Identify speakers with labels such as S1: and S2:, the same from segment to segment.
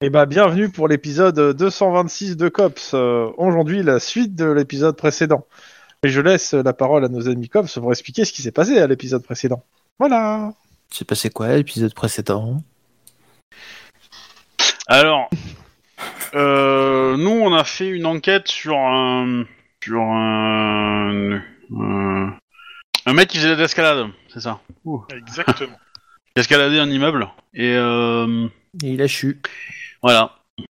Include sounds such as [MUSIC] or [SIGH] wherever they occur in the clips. S1: Eh ben, bienvenue pour l'épisode 226 de Cops. Euh, Aujourd'hui, la suite de l'épisode précédent. Et je laisse la parole à nos ennemis Cops pour expliquer ce qui s'est passé à l'épisode précédent. Voilà.
S2: C'est passé quoi à l'épisode précédent
S3: Alors, euh, nous, on a fait une enquête sur un. sur un. un- un mec qui faisait de l'escalade, c'est ça
S4: Exactement.
S3: Qui escaladait un immeuble. Et euh,
S2: Et il a chu.
S3: voilà. Il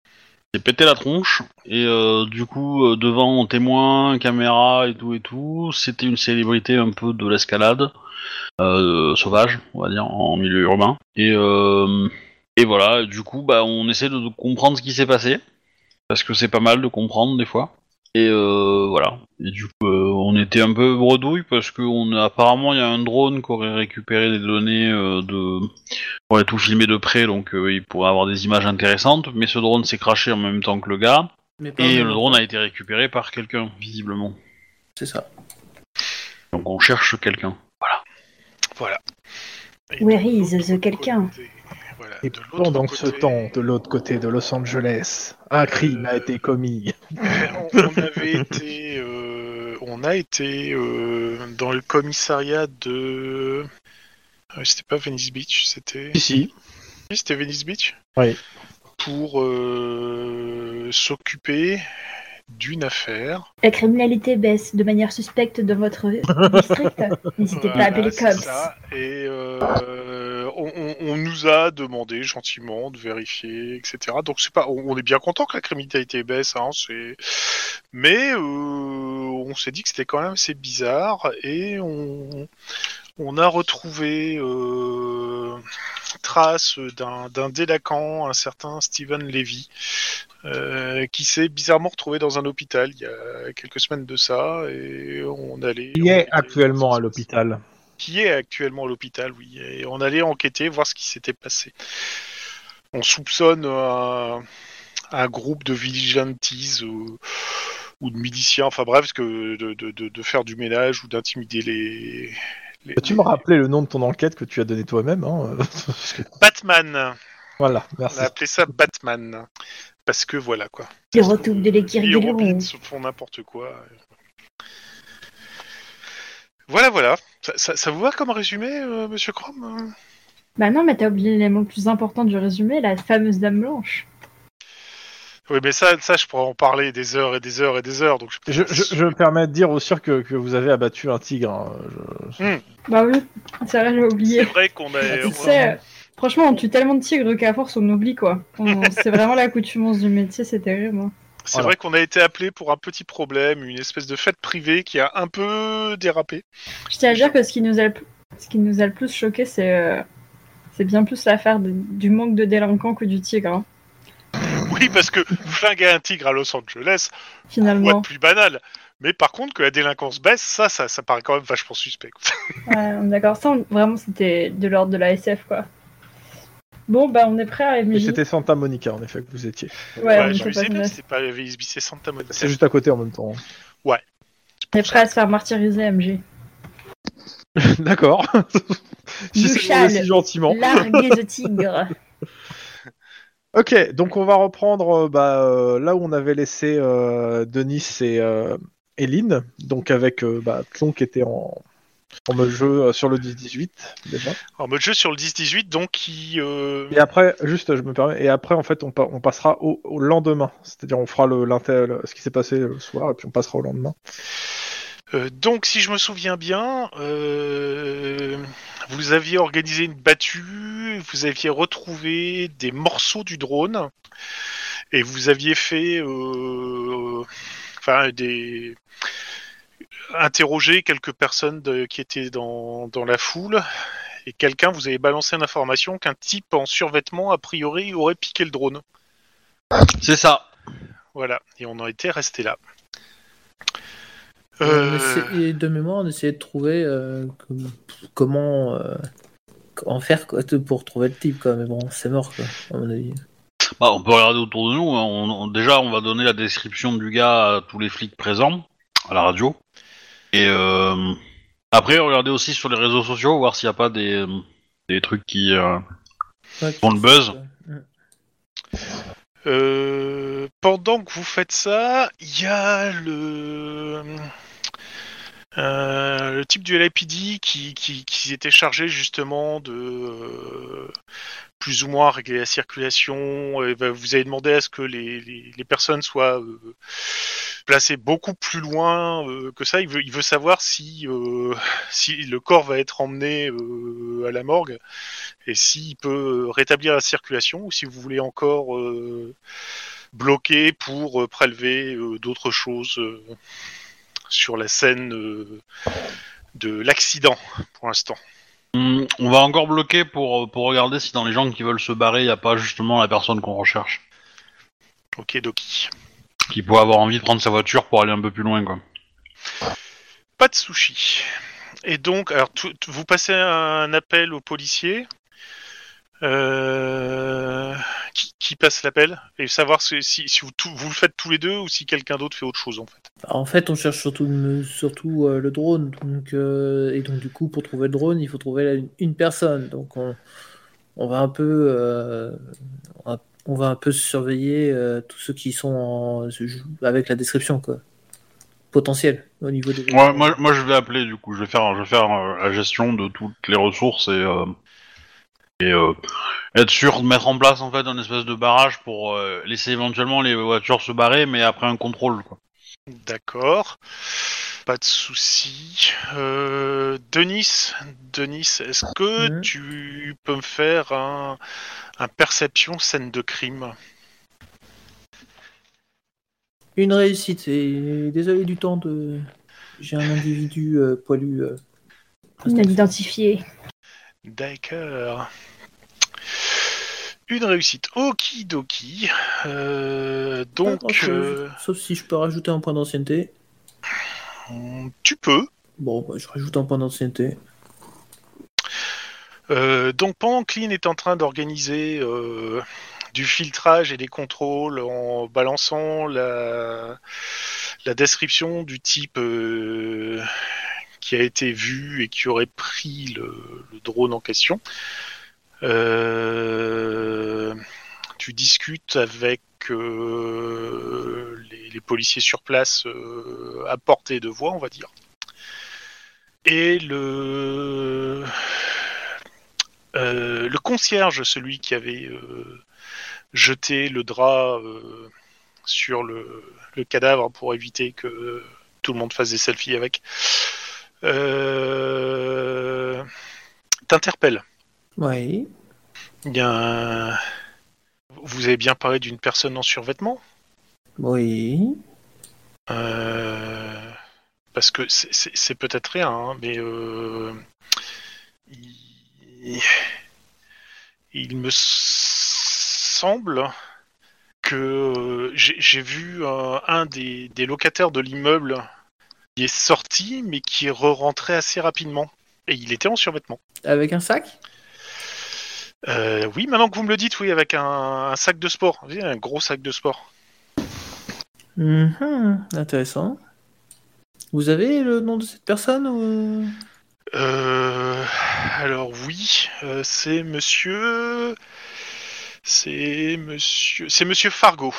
S3: s'est pété la tronche. Et euh, du coup, euh, devant témoins, caméra et tout et tout, c'était une célébrité un peu de l'escalade. euh, sauvage, on va dire, en milieu urbain. Et, euh, et voilà, du coup, bah, on essaie de, de comprendre ce qui s'est passé. Parce que c'est pas mal de comprendre des fois. Et euh, voilà. Et du coup, euh, on était un peu bredouille parce que on a- apparemment il y a un drone qui aurait récupéré des données euh, de, on a tout filmé de près, donc euh, il pourrait avoir des images intéressantes. Mais ce drone s'est craché en même temps que le gars
S2: Mais pas
S3: et
S2: en-
S3: le drone a été récupéré par quelqu'un visiblement.
S2: C'est ça.
S3: Donc on cherche quelqu'un.
S4: Et
S5: Where
S4: de
S5: is
S4: l'autre
S5: the quelqu'un
S4: côté- Voilà,
S1: Et
S4: de l'autre
S1: pendant
S4: côté,
S1: ce temps, de l'autre côté de Los Angeles, un crime a
S4: Euh,
S1: été commis.
S4: on- [LAUGHS] on
S1: [LAUGHS]
S4: avait été, euh, on a été euh, dans le commissariat de. Ah, C'était pas Venice Beach, c'était.
S1: Ici.
S4: Oui, c'était Venice Beach.
S1: Oui.
S4: Pour euh, s'occuper d'une affaire.
S5: La criminalité baisse de manière suspecte dans votre district. N'hésitez pas à
S4: Voilà, Euh,
S5: appeler les
S4: bah, c'est
S5: cops.
S4: ça. Et euh, on, on- on nous a demandé gentiment de vérifier, etc. Donc c'est pas, on, on est bien content que la criminalité baisse, hein, c'est. Mais euh, on s'est dit que c'était quand même assez bizarre et on, on a retrouvé euh, trace d'un d'un délaquant, un certain Steven Levy, euh, qui s'est bizarrement retrouvé dans un hôpital il y a quelques semaines de ça et on allait.
S1: Il
S4: on
S1: est
S4: était-
S1: actuellement à l'hôpital.
S4: qui est actuellement à l'hôpital, oui. Et on allait enquêter, voir ce qui s'était passé. On soupçonne un, un groupe de vigilantes ou, ou de miliciens, enfin bref, que de, de- de- de faire du ménage ou d'intimider les, les-
S1: Peux-tu Bah, me rappeler le nom de ton enquête que tu as donné toi-même hein [LAUGHS] Parce que-
S4: Batman
S1: Voilà,
S4: On
S1: merci.
S4: a appelé ça Batman. Parce que voilà quoi.
S5: Ils retrouvent de l'équipe
S4: Les
S5: du lion.
S4: Robins font n'importe quoi. Voilà, voilà. Ça, ça- ça vous va comme résumé, euh, monsieur Chrome
S5: Bah non, mais t'as oublié l'élément le plus important du résumé, la fameuse dame blanche.
S4: Oui, mais ça, ça, je pourrais en parler des heures et des heures et des heures. Donc je...
S1: Je, je- je me permets de dire au sûr que, que vous avez abattu un tigre. hein. Je-
S5: Bah oui, c'est vrai, j'ai
S4: C'est
S5: oublié.
S4: vrai qu'on a.
S5: Tu sais, euh, franchement, on tue tellement de tigres qu'à force, on oublie quoi. [LAUGHS] On- C'est vraiment la coutumance du métier, c'est terrible. hein.
S4: C'est
S1: Voilà.
S4: vrai qu'on a été appelé pour un petit problème, une espèce de fête privée qui a un peu
S1: [LAUGHS]
S4: dérapé.
S5: Je tiens à dire que ce qui nous a le, pl- ce qui nous a le plus choqué, c'est euh, c'est bien plus l'affaire de- du manque de délinquants que du tigre, hein,
S4: Oui, parce que flinguer un tigre à Los Angeles, quoi de
S5: finalement.
S4: plus banal. Mais par contre, que la délinquance baisse, ça, ça, ça paraît quand même vachement suspect. quoi.
S5: Ouais, on est d'accord, ça on- vraiment c'était de l'ordre de la SF quoi. Bon bah on est prêt à
S1: Et
S5: MJ.
S1: c'était Santa Monica en effet que vous étiez.
S5: Ouais, on
S4: Ouais, je
S5: était
S4: me
S5: pas
S4: disais bien
S5: bien.
S4: que c'était pas Venice Beach, c'est Santa Monica.
S1: C'est juste à côté en même temps.
S5: On est prêt à se faire martyriser MJ.
S1: [LAUGHS] D'accord. si c'est
S5: Yushal.
S1: demandé si gentiment.
S5: Larguer
S3: [LAUGHS]
S5: de tigre.
S1: Ok, donc on va reprendre euh, bah, euh, là où on avait laissé euh, Denis et, euh, et Lynn, donc avec euh, bah, Tlon qui était en, en mode jeu euh, sur le 10-18 déjà.
S4: En mode jeu sur le 10-18, donc qui. euh,
S1: Et après, juste je me permets, et après en fait on, pa- on passera au, au lendemain, c'est-à-dire on fera le, l'inter- le- ce qui s'est passé le soir et puis on passera au lendemain.
S4: Euh, donc, si je me souviens bien, euh, vous aviez organisé une battue, vous aviez retrouvé des morceaux du drone, et vous aviez fait, euh, enfin, des interrogé quelques personnes de- qui étaient dans, dans la foule, et quelqu'un vous avait balancé l'information qu'un type en survêtement a priori aurait piqué le drone.
S3: C'est ça.
S4: Voilà, et on en était resté là.
S2: On
S4: Euh,
S2: essa- et de mémoire, on essayait de trouver euh, com- comment euh, en faire quoi, t- pour trouver le type, quoi. Mais bon, c'est mort, quoi, à mon avis.
S3: Bah, on peut regarder autour de nous. hein. On- on- déjà, on va donner la description du gars à tous les flics présents à la radio. Et euh, après, regardez aussi sur les réseaux sociaux, voir s'il n'y a pas des, euh, des trucs qui. euh,
S2: Ouais,
S3: Bon, le buzz.
S2: Mm.
S4: Euh, pendant que vous faites ça, il y a le... euh, le type du LAPD qui, qui, qui était chargé justement de euh, plus ou moins régler la circulation. Et ben, vous avez demandé à ce que les, les- les personnes soient euh, placées beaucoup plus loin euh, que ça. Il veut, il veut savoir si, euh, si le corps va être emmené euh, à la morgue et s'il peut euh, rétablir la circulation ou si vous voulez encore euh, bloquer pour euh, prélever euh, d'autres choses euh, sur la scène euh, de l'accident pour l'instant.
S3: Hum, on va encore bloquer pour, pour regarder si dans les gens qui veulent se barrer, il n'y a pas justement la personne qu'on recherche,
S4: Ok, Doki.
S3: qui pourrait avoir envie de prendre sa voiture pour aller un peu plus loin, quoi.
S4: Pas de sushi. Et donc, alors, tout- tout- vous passez un appel au policier. Euh, qui, qui passe l'appel et savoir si, si- si vous, tout- vous le faites tous les deux ou si quelqu'un d'autre fait autre chose en fait.
S6: Bah, En fait, on cherche surtout, le- surtout euh, le drone. Donc, euh, et donc, du coup, pour trouver le drone, il faut trouver la- une personne. Donc, on, on va un peu, euh, on, va, on va un peu surveiller euh, tous ceux qui sont en- avec la description, quoi. Potentiel au niveau des.
S3: Ouais, moi, moi, je vais appeler du coup, je vais faire, je vais faire euh, la gestion de toutes les ressources et, euh, et euh, être sûr de mettre en place en fait un espèce de barrage pour euh, laisser éventuellement les voitures se barrer, mais après un contrôle quoi.
S4: D'accord. Pas de souci. Euh, Denis, Denis, est-ce que
S6: Mhm.
S4: tu peux me faire un, un perception scène de crime
S6: Une réussite. Et désolé du temps de. J'ai un individu euh, poilu. euh,
S5: Identifié.
S4: D'accord. Une réussite. Okidoki. Euh,
S6: pas
S4: donc,
S6: grand-chose,
S4: euh,
S6: Sauf si je peux rajouter un point d'ancienneté.
S4: euh, tu peux.
S6: Bon, bah, je rajoute un point d'ancienneté.
S4: Euh, donc pendant que Lynn est en train d'organiser euh, du filtrage et des contrôles en balançant la, la description du type euh, qui a été vu et qui aurait pris le, le drone en question, euh, tu discutes avec euh, les, les policiers sur place euh, à portée de voix, on va dire. Et le, euh, le concierge, celui qui avait euh, jeté le drap euh, sur le, le cadavre pour éviter que euh, tout le monde fasse des selfies avec, euh, t'interpelle.
S6: Oui.
S4: Il y a un- Vous avez bien parlé d'une personne en survêtement
S6: Oui.
S4: Euh, parce que c'est- c'est c'est peut-être rien, hein, mais euh, il, il me semble que euh, j'ai j'ai vu euh, un des, des locataires de l'immeuble qui est sorti, mais qui est re-rentré assez rapidement. Et il était en survêtement.
S6: Avec un sac
S4: Euh, oui, maintenant que vous me le dites, oui, avec un, un sac de sport. Vous voyez, un gros sac de sport.
S6: Mhm, Intéressant. Vous avez le nom de cette personne ou...
S4: Euh, alors oui, euh, c'est monsieur. C'est monsieur. C'est monsieur Fargo.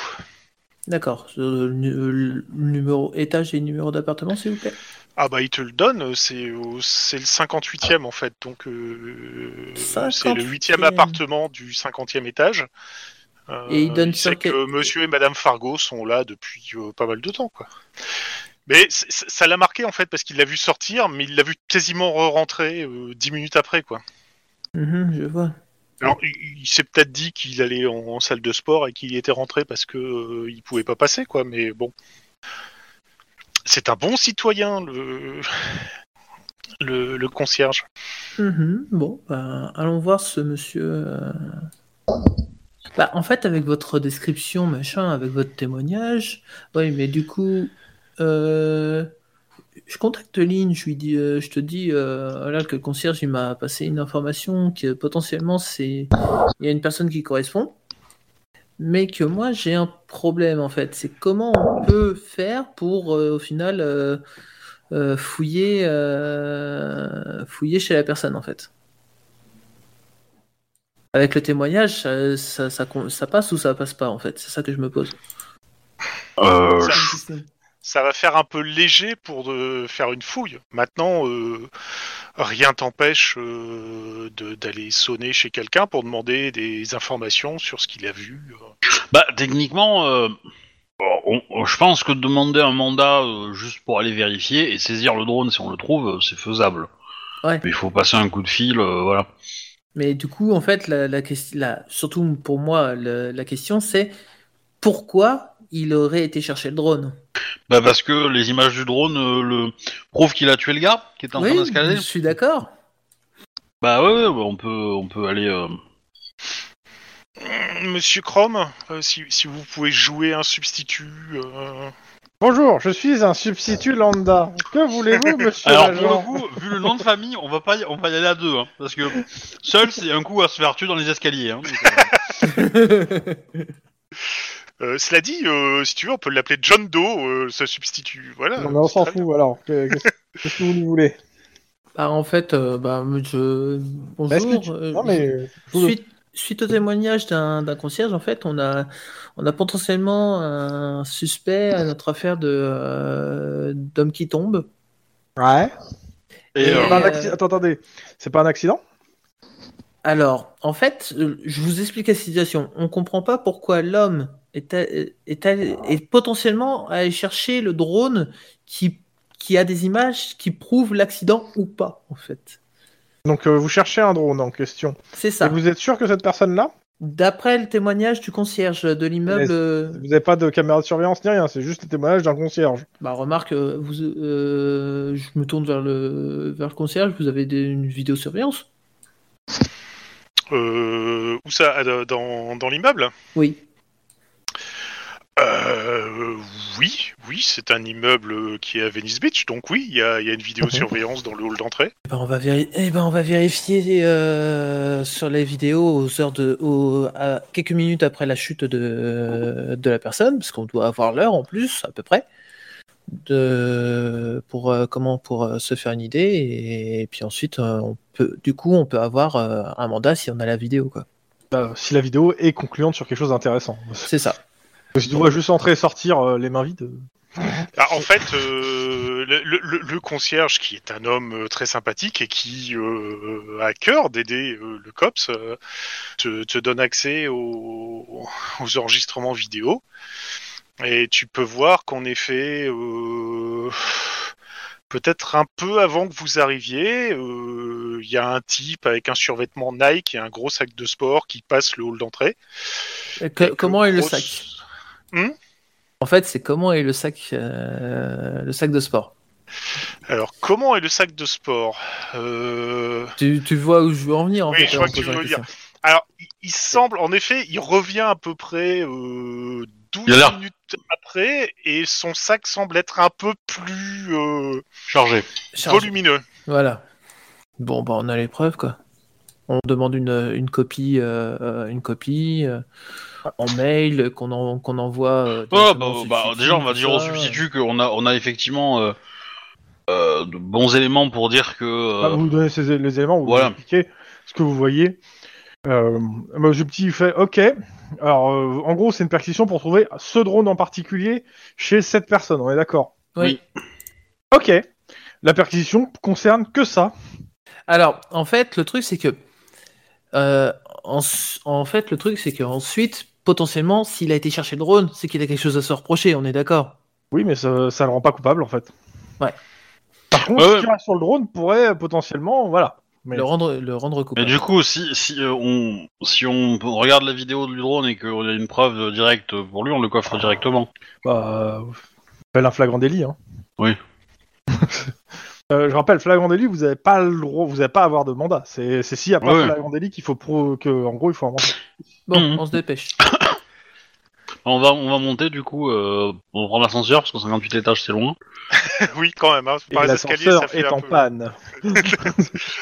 S6: D'accord. Euh, le nu- euh, le numéro étage et numéro d'appartement, s'il vous plaît.
S4: Ah bah il te le donne, c'est au- c'est le 58e en fait, donc euh, c'est le 8e
S6: 58e.
S4: appartement du 50e étage. Euh,
S6: Et il donne sur
S4: sait
S6: quel-
S4: que monsieur et madame Fargo sont là depuis euh, pas mal de temps quoi. Mais c- c- ça l'a marqué en fait parce qu'il l'a vu sortir, mais il l'a vu quasiment re-rentrer euh, 10 minutes après quoi.
S6: Mhm, je vois.
S4: Alors, il, il s'est peut-être dit qu'il allait en, en salle de sport et qu'il y était rentré parce que euh, il pouvait pas passer, quoi. Mais bon, c'est un bon citoyen, le [LAUGHS] le, le concierge.
S6: Mhm, Bon, ben, allons voir ce monsieur. euh. Bah, en fait, avec votre description, machin, avec votre témoignage, oui, mais du coup, euh, je contacte Lynn, je lui dis, euh, je te dis, euh, voilà, que le concierge il m'a passé une information que potentiellement c'est, il y a une personne qui correspond, mais que moi j'ai un problème en fait, c'est comment on peut faire pour euh, au final euh, euh, fouiller, euh, fouiller chez la personne en fait. avec le témoignage, ça, ça, ça con- ça passe ou ça passe pas en fait C'est ça que je me pose.
S3: Euh,
S4: Ça,
S3: je-
S4: ça va faire un peu léger pour de faire une fouille. Maintenant, euh, rien t'empêche euh, de- d'aller sonner chez quelqu'un pour demander des informations sur ce qu'il a vu. Euh,
S3: Bah, techniquement, euh, on- on- je pense que demander un mandat euh, juste pour aller vérifier et saisir le drone si on le trouve, euh, c'est faisable.
S6: Ouais.
S3: Mais il faut passer un coup de fil, euh, voilà.
S6: Mais du coup, en fait, la, la question, la- surtout pour moi, le- la question c'est pourquoi il aurait été chercher le drone
S3: Bah, parce que les images du drone euh, le... prouvent qu'il a tué le gars qui était en
S6: Oui,
S3: train d'escalader.
S6: je suis d'accord.
S3: Bah, ouais, ouais, ouais, on peut, on peut aller. euh,
S4: Euh, Monsieur Chrome, euh, si, si vous pouvez jouer un substitut. euh,
S1: Bonjour, je suis un substitut lambda. Que voulez-vous, monsieur
S3: Alors pour
S1: l'agent
S3: le coup, vu le nom de famille, on va pas, y, on va y aller à deux, hein, parce que seul c'est un coup à se faire tuer dans les escaliers. Hein, donc, euh,
S4: euh, cela dit, euh, si tu veux, on peut l'appeler John Doe, euh, ce substitut. Voilà.
S1: Non, mais on
S4: c'est
S1: s'en
S4: très bien.
S1: fout alors. Que- Qu'est-ce qu'est-ce que vous nous voulez
S6: [LAUGHS] Bah, en fait, euh, bah, je...
S1: Bah,
S6: bonjour.
S1: explique.
S6: euh,
S1: Non, mais. euh, je vous le-
S6: Suite, suite au témoignage d'un d'un concierge, en fait, on a, on a potentiellement un suspect à notre affaire de euh, d'homme qui tombe.
S1: Ouais.
S3: et,
S1: C'est
S3: euh,
S1: pas un
S6: euh,
S1: acci- Attends, attendez. C'est pas un accident
S6: Alors, en fait, euh, je vous explique la situation. On comprend pas pourquoi l'homme est, allé- est, allé- est potentiellement allé chercher le drone qui, qui a des images qui prouvent l'accident ou pas, en fait.
S1: Donc euh, vous cherchez un drone en question.
S6: C'est
S1: Et
S6: ça.
S1: vous êtes sûr que cette personne-là
S6: D'après le témoignage du concierge de l'immeuble. euh,
S1: Vous n'avez pas de caméra de surveillance ni rien, c'est juste le témoignage d'un concierge.
S6: Bah remarque, euh, vous, euh, je me tourne vers le, vers le concierge, vous avez des- une vidéosurveillance
S4: Euh, où ça euh, Dans, dans l'immeuble
S6: Oui.
S4: Euh, oui, oui, c'est un immeuble qui est à Venice Beach, donc oui, il y a, il y a une vidéosurveillance dans le hall d'entrée.
S6: Eh ben on va, véri- eh ben, on va vérifier euh, sur les vidéos aux heures de, aux- à quelques minutes après la chute de, de la personne, parce qu'on doit avoir l'heure en plus à peu près, de, pour euh, comment pour euh, se faire une idée et, puis ensuite euh, on peut, du coup on peut avoir euh, un mandat si on a la vidéo quoi.
S1: Bah, si la vidéo est concluante sur quelque chose d'intéressant. Parce
S6: C'est ça.
S1: que si tu vois juste entrer et sortir euh, les mains vides.
S4: Ah, en fait, euh, le, le- le- le concierge, qui est un homme euh, très sympathique et qui euh, a à cœur d'aider euh, le COPS, euh, te, te donne accès aux, aux enregistrements vidéo. Et tu peux voir qu'en effet, euh, peut-être un peu avant que vous arriviez, euh, il y a un type avec un survêtement Nike et un gros sac de sport qui passe le hall d'entrée.
S6: Euh, que-
S4: Avec
S6: comment est le
S4: gros-
S6: sac En fait, c'est comment est le sac, euh, le sac de sport.
S4: Alors, comment est le sac de sport Euh,
S6: Tu, tu vois où je veux en venir en
S4: Oui,
S6: fait.
S4: je
S6: en
S4: vois que tu
S6: posant la
S4: veux
S6: question.
S4: Alors, il, il semble, en effet, il revient à peu près euh,
S3: Il a
S4: 12
S3: l'air-
S4: minutes après et son sac semble être un peu plus euh,
S3: chargé.
S6: Charge.
S4: volumineux. [LAUGHS]
S6: Voilà. Bon, bah on a les preuves quoi. On demande une, une copie, euh, euh, une copie euh, en mail qu'on en- qu'on envoie. euh,
S3: Ouais,
S6: directement
S3: bah,
S6: au
S3: bah,
S6: substitut,
S3: déjà, on va
S6: tout
S3: dire au
S6: ça.
S3: substitut qu'on a, on a effectivement euh, euh, de bons éléments pour dire que. euh,
S1: Bah, vous donnez ces- les éléments, vous
S3: voilà.
S1: expliquez ce que vous voyez. Euh, monsieur Petit il fait OK. Alors, euh, en gros, c'est une perquisition pour trouver ce drone en particulier chez cette personne, on est d'accord
S6: Oui.
S1: OK. La perquisition concerne que ça.
S6: Alors, en fait, le truc, c'est que. euh, en, en fait, le truc, c'est qu'ensuite, potentiellement, s'il a été chercher le drone, c'est qu'il a quelque chose à se reprocher, on est d'accord
S1: Oui, mais ça, ça le rend pas coupable en fait.
S6: Ouais.
S1: Par contre,
S3: Ouais,
S1: ce
S3: ouais.
S1: qui reste sur le drone pourrait euh, potentiellement, voilà. Mais
S6: Le rendre, le rendre coupable.
S3: Mais du coup, si, si, euh, on, si on regarde la vidéo du drone et qu'on a une preuve euh, directe pour lui, on le coffre directement.
S1: bah, euh, appelle un flagrant délit. Hein.
S3: Oui.
S1: [LAUGHS] Euh, je rappelle, flagrant délit, vous n'avez pas le droit, vous n'avez pas à avoir de mandat. C'est c'est s'il n'y a pas
S3: Ouais.
S1: flagrant délit qu'il faut pro que, en gros, il faut un mandat.
S6: Bon,
S3: Mhm.
S6: on se dépêche.
S3: On va, on va monter du coup, euh, on prend l'ascenseur parce qu'en 58 étages c'est loin.
S4: oui, quand même. Hein.
S1: Et
S4: Par les escaliers, ça
S1: l'ascenseur
S4: fait
S1: est
S4: un
S1: en
S4: peu-
S1: panne.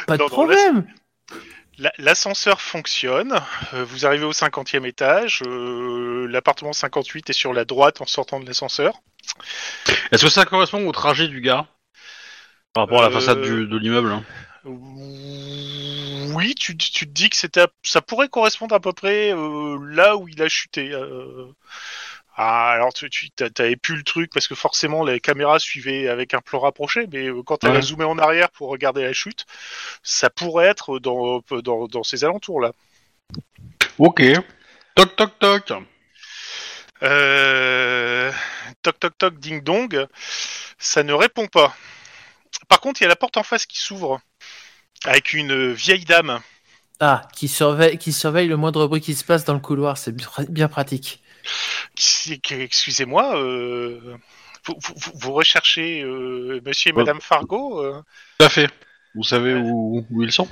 S6: Pas de
S4: Non, non, laisse-
S6: problème
S4: La- L'ascenseur fonctionne. Euh, vous arrivez au 50e étage. euh, L'appartement 58 est sur la droite en sortant de l'ascenseur.
S3: Est-ce que ça correspond au trajet du gars par rapport à la
S4: Euh,
S3: façade du- de l'immeuble hein
S4: Ouh, oui, tu, tu te dis que c'était, à- ça pourrait correspondre à peu près euh, là où il a chuté. euh. Ah, alors tu, tu t'as- t'avais pu le truc parce que forcément les caméras suivaient avec un plan rapproché, mais euh, quand elle
S3: Ouais.
S4: a zoomé en arrière pour regarder la chute, ça pourrait être dans, dans, dans ces alentours là.
S3: Ok. Toc toc toc.
S4: Euh... Toc toc toc, ding dong, ça ne répond pas. Par contre, il y a la porte en face qui s'ouvre avec une vieille dame.
S2: Ah, qui surveille, qui surveille le moindre bruit qui se passe dans le couloir, c'est bien- bien pratique.
S4: C'est que- Excusez-moi, euh, vous, vous- vous recherchez euh, monsieur et madame Fargo euh,
S3: Tout à fait. Vous savez où, où ils sont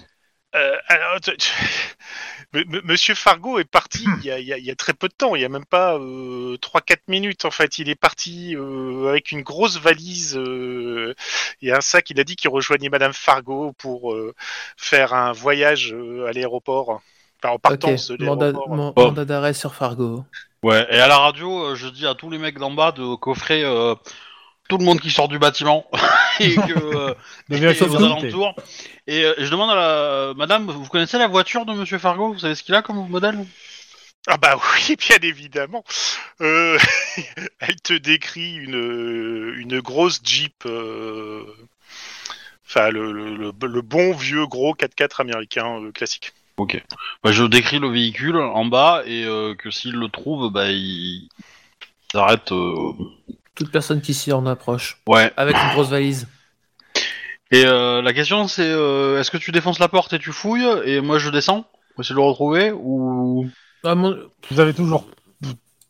S4: euh, alors, tu- tu- [LAUGHS] M- M- Monsieur Fargo est parti
S2: Hmm.
S4: il y, a, il y a- il y a très peu de temps, il n'y a même pas euh, 3-4 minutes en fait. Il est parti euh, avec une grosse valise euh, et un sac. Il a dit qu'il rejoignait Madame Fargo pour euh, faire un voyage euh, à l'aéroport. Enfin, en
S2: Ok,
S4: partance de
S2: mandat,
S4: l'aéroport. euh,
S2: man-
S3: Bon.
S2: mandat d'arrêt sur Fargo.
S3: Ouais. Et à la radio, euh, je dis à tous les mecs d'en bas de coffrer euh, tout le monde qui sort du bâtiment [LAUGHS] et que euh,
S1: De
S3: et
S1: vérifier
S3: aux
S1: ce qu'on était.
S3: alentours. Et euh, je demande à la madame, vous connaissez la voiture de Monsieur Fargo Vous savez ce qu'il a comme modèle
S4: Ah bah [LAUGHS] oui, bien évidemment. Euh, [LAUGHS] elle te décrit une, une grosse Jeep. euh, Enfin, le, le- le- le bon vieux gros 4x4 américain euh, classique.
S3: Bah, je décris le véhicule en bas et euh, que s'il le trouve, bah, il il s'arrête. euh,
S2: Toute personne qui s'y en approche,
S3: Ouais.
S2: avec une grosse valise.
S3: Et euh, la question c'est euh, est-ce que tu défonces la porte et tu fouilles et moi je descends pour essayer de le retrouver ou
S2: Ah, mon-
S1: Vous avez toujours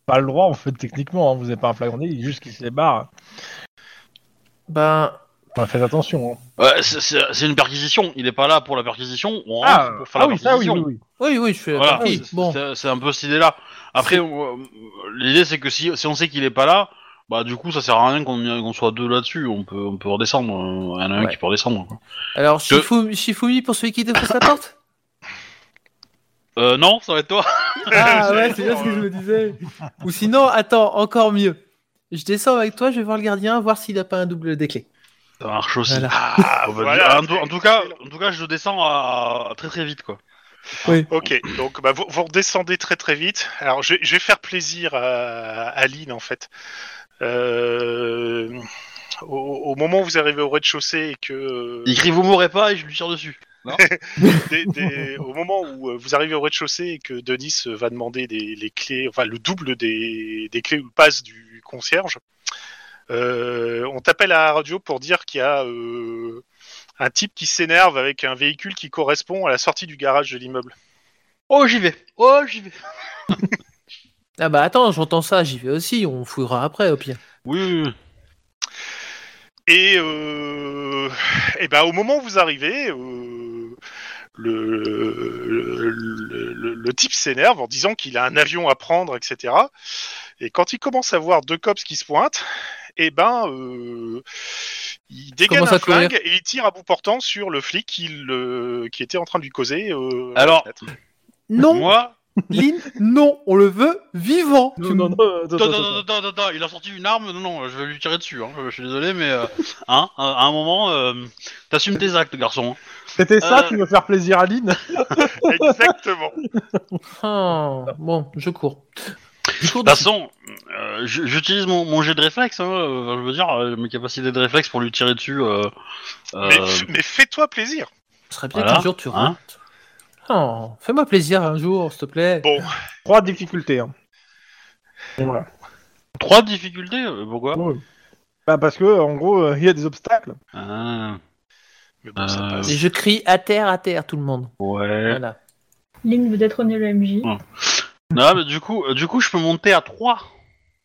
S1: pas le droit, en fait, techniquement. hein, vous n'avez pas un flagrant délit, juste qu'il se débarre.
S2: Ben,
S1: Enfin, faites attention. hein.
S3: Ouais, euh, c'est- c'est c'est une perquisition. Il est pas là pour la perquisition. On rentre
S1: Ah,
S3: pour faire la
S1: oui, ça, oui,
S3: perquisition.
S1: oui, oui.
S2: oui, oui, je fais la
S3: Voilà,
S2: partie.
S3: c'est-
S2: Bon,
S3: c'est- c'est un peu cette idée-là. Après, on- euh, l'idée c'est que si, si on sait qu'il est pas là, bah du coup ça sert à rien qu'on y- qu'on soit deux là-dessus. On peut on peut redescendre. euh, Il y en a un
S2: Ouais.
S3: qui peut redescendre. quoi.
S2: alors
S3: je-
S2: Shifumi, Shifumi pour celui qui défonce la porte
S3: Euh, non, ça va être toi.
S2: Ah
S6: [LAUGHS]
S2: ouais, c'est bien ce que je me disais. Ou sinon, attends, encore mieux. Je descends avec toi, je vais voir le gardien, voir s'il n'a pas un double des clés.
S3: Ça marche aussi.
S2: Voilà.
S4: Ah,
S3: Ah, bah, en, tout- en tout cas, en tout cas, je descends à, à très très vite quoi.
S4: Ok, donc bah, vous, vous redescendez très très vite. Alors je, je vais faire plaisir à, à Lynn en fait. Euh, au, au moment où vous arrivez au rez-de-chaussée et que euh,
S3: Il crie vous mourrez pas et je lui tire dessus.
S4: [LAUGHS] Des- des- au moment où euh, vous arrivez au rez-de-chaussée et que Denis euh, va demander des, les clés, enfin le double des, des clés ou le passe du concierge, euh, on t'appelle à la radio pour dire qu'il y a euh, un type qui s'énerve avec un véhicule qui correspond à la sortie du garage de l'immeuble.
S3: Oh j'y vais. Oh j'y vais.
S2: Ah bah attends, j'entends ça, j'y vais aussi, on fouillera après au pire.
S3: Oui. oui, oui.
S4: Et, euh, et ben au moment où vous arrivez, euh, le, le, le- le- le type s'énerve en disant qu'il a un avion à prendre, etc. Et quand il commence à voir deux cops qui se pointent, et ben euh, il dégaine
S2: Commence
S4: un
S2: à courir.
S4: flingue et il tire à bout portant sur le flic qui, le- qui était en train de lui causer. euh, à la
S3: Alors.
S4: fenêtre.
S2: Non,
S3: Moi.
S2: Lynn, non, on le veut vivant.
S1: Non, non, non, attends, attends,
S3: Attends, attends,
S1: attends.
S3: attends, attends, attends, il a sorti une arme, non, non, je vais lui tirer dessus, hein, je suis désolé, mais euh, hein, à à un moment, euh, t'assumes tes actes, garçon.
S1: C'était ça,
S3: Euh.
S1: tu veux faire plaisir à Lynn
S3: [LAUGHS]
S4: Exactement.
S2: Ah, bon, je cours. Je cours
S3: De toute
S2: dessus.
S3: façon, euh, j- j'utilise mon, mon jet de réflexe, hein, euh, je veux dire, euh, mes capacités de réflexe pour lui tirer dessus. Euh, euh,
S4: Mais, mais fais-toi plaisir.
S2: Ce serait bien
S3: voilà,
S2: qu'un jour tu
S3: hein.
S2: rentres. Oh, fais-moi plaisir un jour, s'il te plaît.
S4: Bon,
S1: Trois difficultés. hein. Et voilà.
S3: Trois difficultés, euh, pourquoi
S1: Ouais. Bah, parce que, en gros, euh, il y a des obstacles.
S3: Ah,
S4: mais bon, ça
S3: Euh,
S4: passe.
S2: Et je crie à terre, à terre, tout le monde.
S3: Ouais.
S2: Voilà.
S5: Lynn veut détrôner le MJ.
S3: Non, mais du coup, euh, du coup, je peux monter à 3.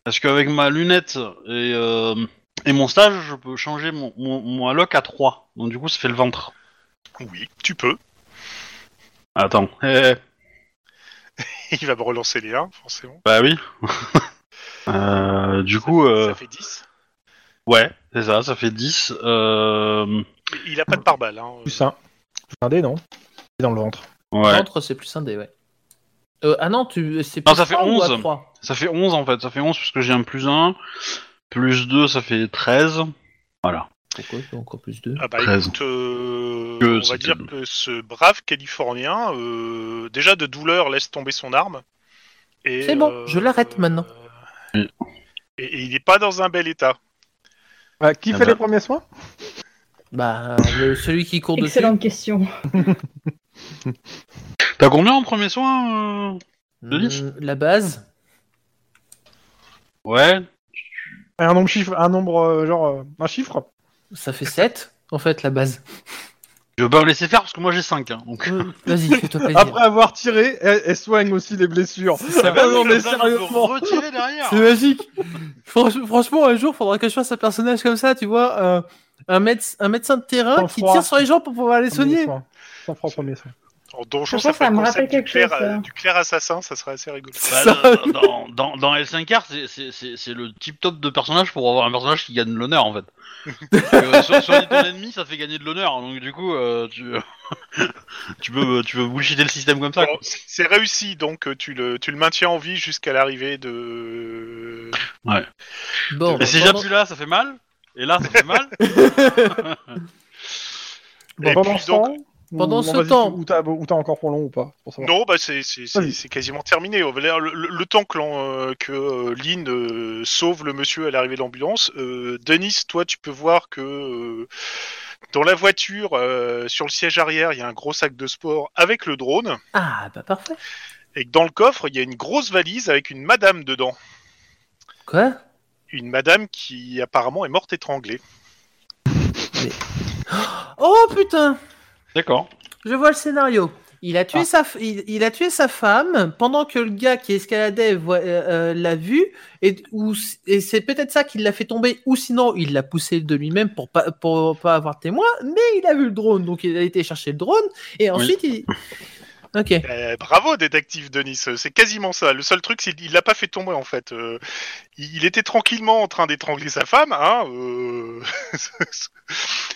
S3: Parce qu'avec ma lunette et, euh, et mon stage, je peux changer mon, mon, mon alloc à 3. Donc du coup, ça fait le ventre.
S4: Oui, tu peux. [LAUGHS]
S3: Attends. Eh,
S4: Il va me relancer les 1, forcément.
S3: Bah [LAUGHS] oui. Euh, du coup, euh,
S4: Ça fait 10.
S3: ouais, c'est ça, ça fait 10. Euh,
S4: Il a pas de pare-balles. Hein.
S1: Plus un. Plus un dé, non C'est dans le ventre.
S3: ouais.
S2: Ventre, c'est plus un dé, ouais. Euh, ah non, tu, c'est plus
S3: Non, ça fait
S2: un ou à
S3: 11.
S2: trois
S3: Ça fait 11 en fait, ça fait 11 parce que j'ai un plus 1. Plus 2, ça fait 13. Voilà.
S6: Pourquoi pas encore plus de
S4: Ah bah
S3: Treize.
S4: écoute, euh,
S3: Que
S4: on va
S3: c'était
S4: dire
S3: le-
S4: que ce brave Californien, euh, déjà de douleur, laisse tomber son arme. Et,
S6: C'est bon, je l'arrête maintenant.
S4: euh, Et, et il n'est pas dans un bel état.
S1: Bah, qui
S3: Ah
S1: fait
S3: bah.
S1: les premiers soins
S6: Bah, le- celui qui court dessus.
S5: Excellente question.
S3: T'as combien en premier soin euh Denis
S6: Mm, La base.
S3: Ouais.
S1: Un nombre chiffre, un nombre euh, genre euh, un chiffre
S6: Ça fait 7, en fait, la base.
S3: [LAUGHS] Je veux pas me laisser faire parce que moi j'ai 5. donc...
S6: Euh, Vas-y, fais-toi plaisir.
S1: Après avoir tiré, elle, elle soigne aussi les blessures.
S6: C'est ça.
S1: Eh ben non, mais
S3: Ça,
S1: sérieusement.
S3: faut Retirer derrière.
S6: C'est magique. Franch- Franchement, un jour, faudra que je fasse un personnage comme ça, tu vois, euh, un, méde- un médecin de terrain
S1: Sans
S6: qui
S1: froid.
S6: tire sur les gens pour pouvoir les
S1: Premier
S6: soigner.
S1: soin. Sans froid, premier soin.
S4: En donjon,
S5: Je
S4: ça,
S5: pense que ça
S4: ferait
S5: me
S4: concept
S5: rappelle
S4: du
S5: quelque
S4: clerc,
S5: chose,
S4: euh,
S5: ça.
S4: du clerc assassin, ça serait assez rigolo.
S6: C'est
S3: Bah,
S6: ça.
S3: dans- dans, dans, dans L5R, c'est- c'est c'est- c'est le tip top de personnage pour avoir un personnage qui gagne de l'honneur en fait. Euh, so- Soigner ton ennemi, ça te fait gagner de l'honneur, donc du coup, euh, tu, [LAUGHS] tu peux tu peux bullshiter le système comme ça.
S4: Bon,
S3: quoi.
S4: c'est c'est réussi, donc euh, tu le, tu le maintiens en vie jusqu'à l'arrivée de.
S6: Bon, bah,
S3: Et si
S6: pendant-
S3: plus là, ça fait mal. Et là, ça fait mal.
S1: Bon,
S4: Et
S1: Bah, pendant
S4: puis
S1: ce
S4: donc-
S1: temps, ou-
S6: Pendant ce
S1: vas-y,
S6: temps-
S1: tu- ou t'as ou t'as encore pour long ou pas pour savoir.
S4: Non, bah c'est c'est- c'est-
S1: Vas-y.
S4: c'est quasiment terminé. On va dire, Le, le- le temps que, l'on, euh, que euh, Lynn euh, sauve le monsieur à l'arrivée de l'ambulance, euh, Denis, toi, tu peux voir que euh, dans la voiture, euh, sur le siège arrière, il y a un gros sac de sport avec le drone,
S6: Ah, bah parfait.
S4: et que dans le coffre, il y a une grosse valise avec une madame dedans.
S6: Quoi
S4: Une madame qui apparemment est morte étranglée.
S6: Oh putain
S3: D'accord.
S6: Je vois le scénario. Il a tué, sa, f- il, il a tué sa femme pendant que le gars qui escaladait voit- euh, euh, l'a vu, et, ou s- et c'est peut-être ça qui l'a fait tomber, ou sinon il l'a poussé de lui-même pour pas, pour pas avoir témoin, mais il a vu le drone, donc il a été chercher le drone, et ensuite il. Ok.
S4: Euh, bravo, détective Denis, euh, c'est quasiment ça. Le seul truc, c'est qu'il l'a pas fait tomber en fait. Euh, il il était tranquillement en train d'étrangler sa femme, hein, euh, [LAUGHS]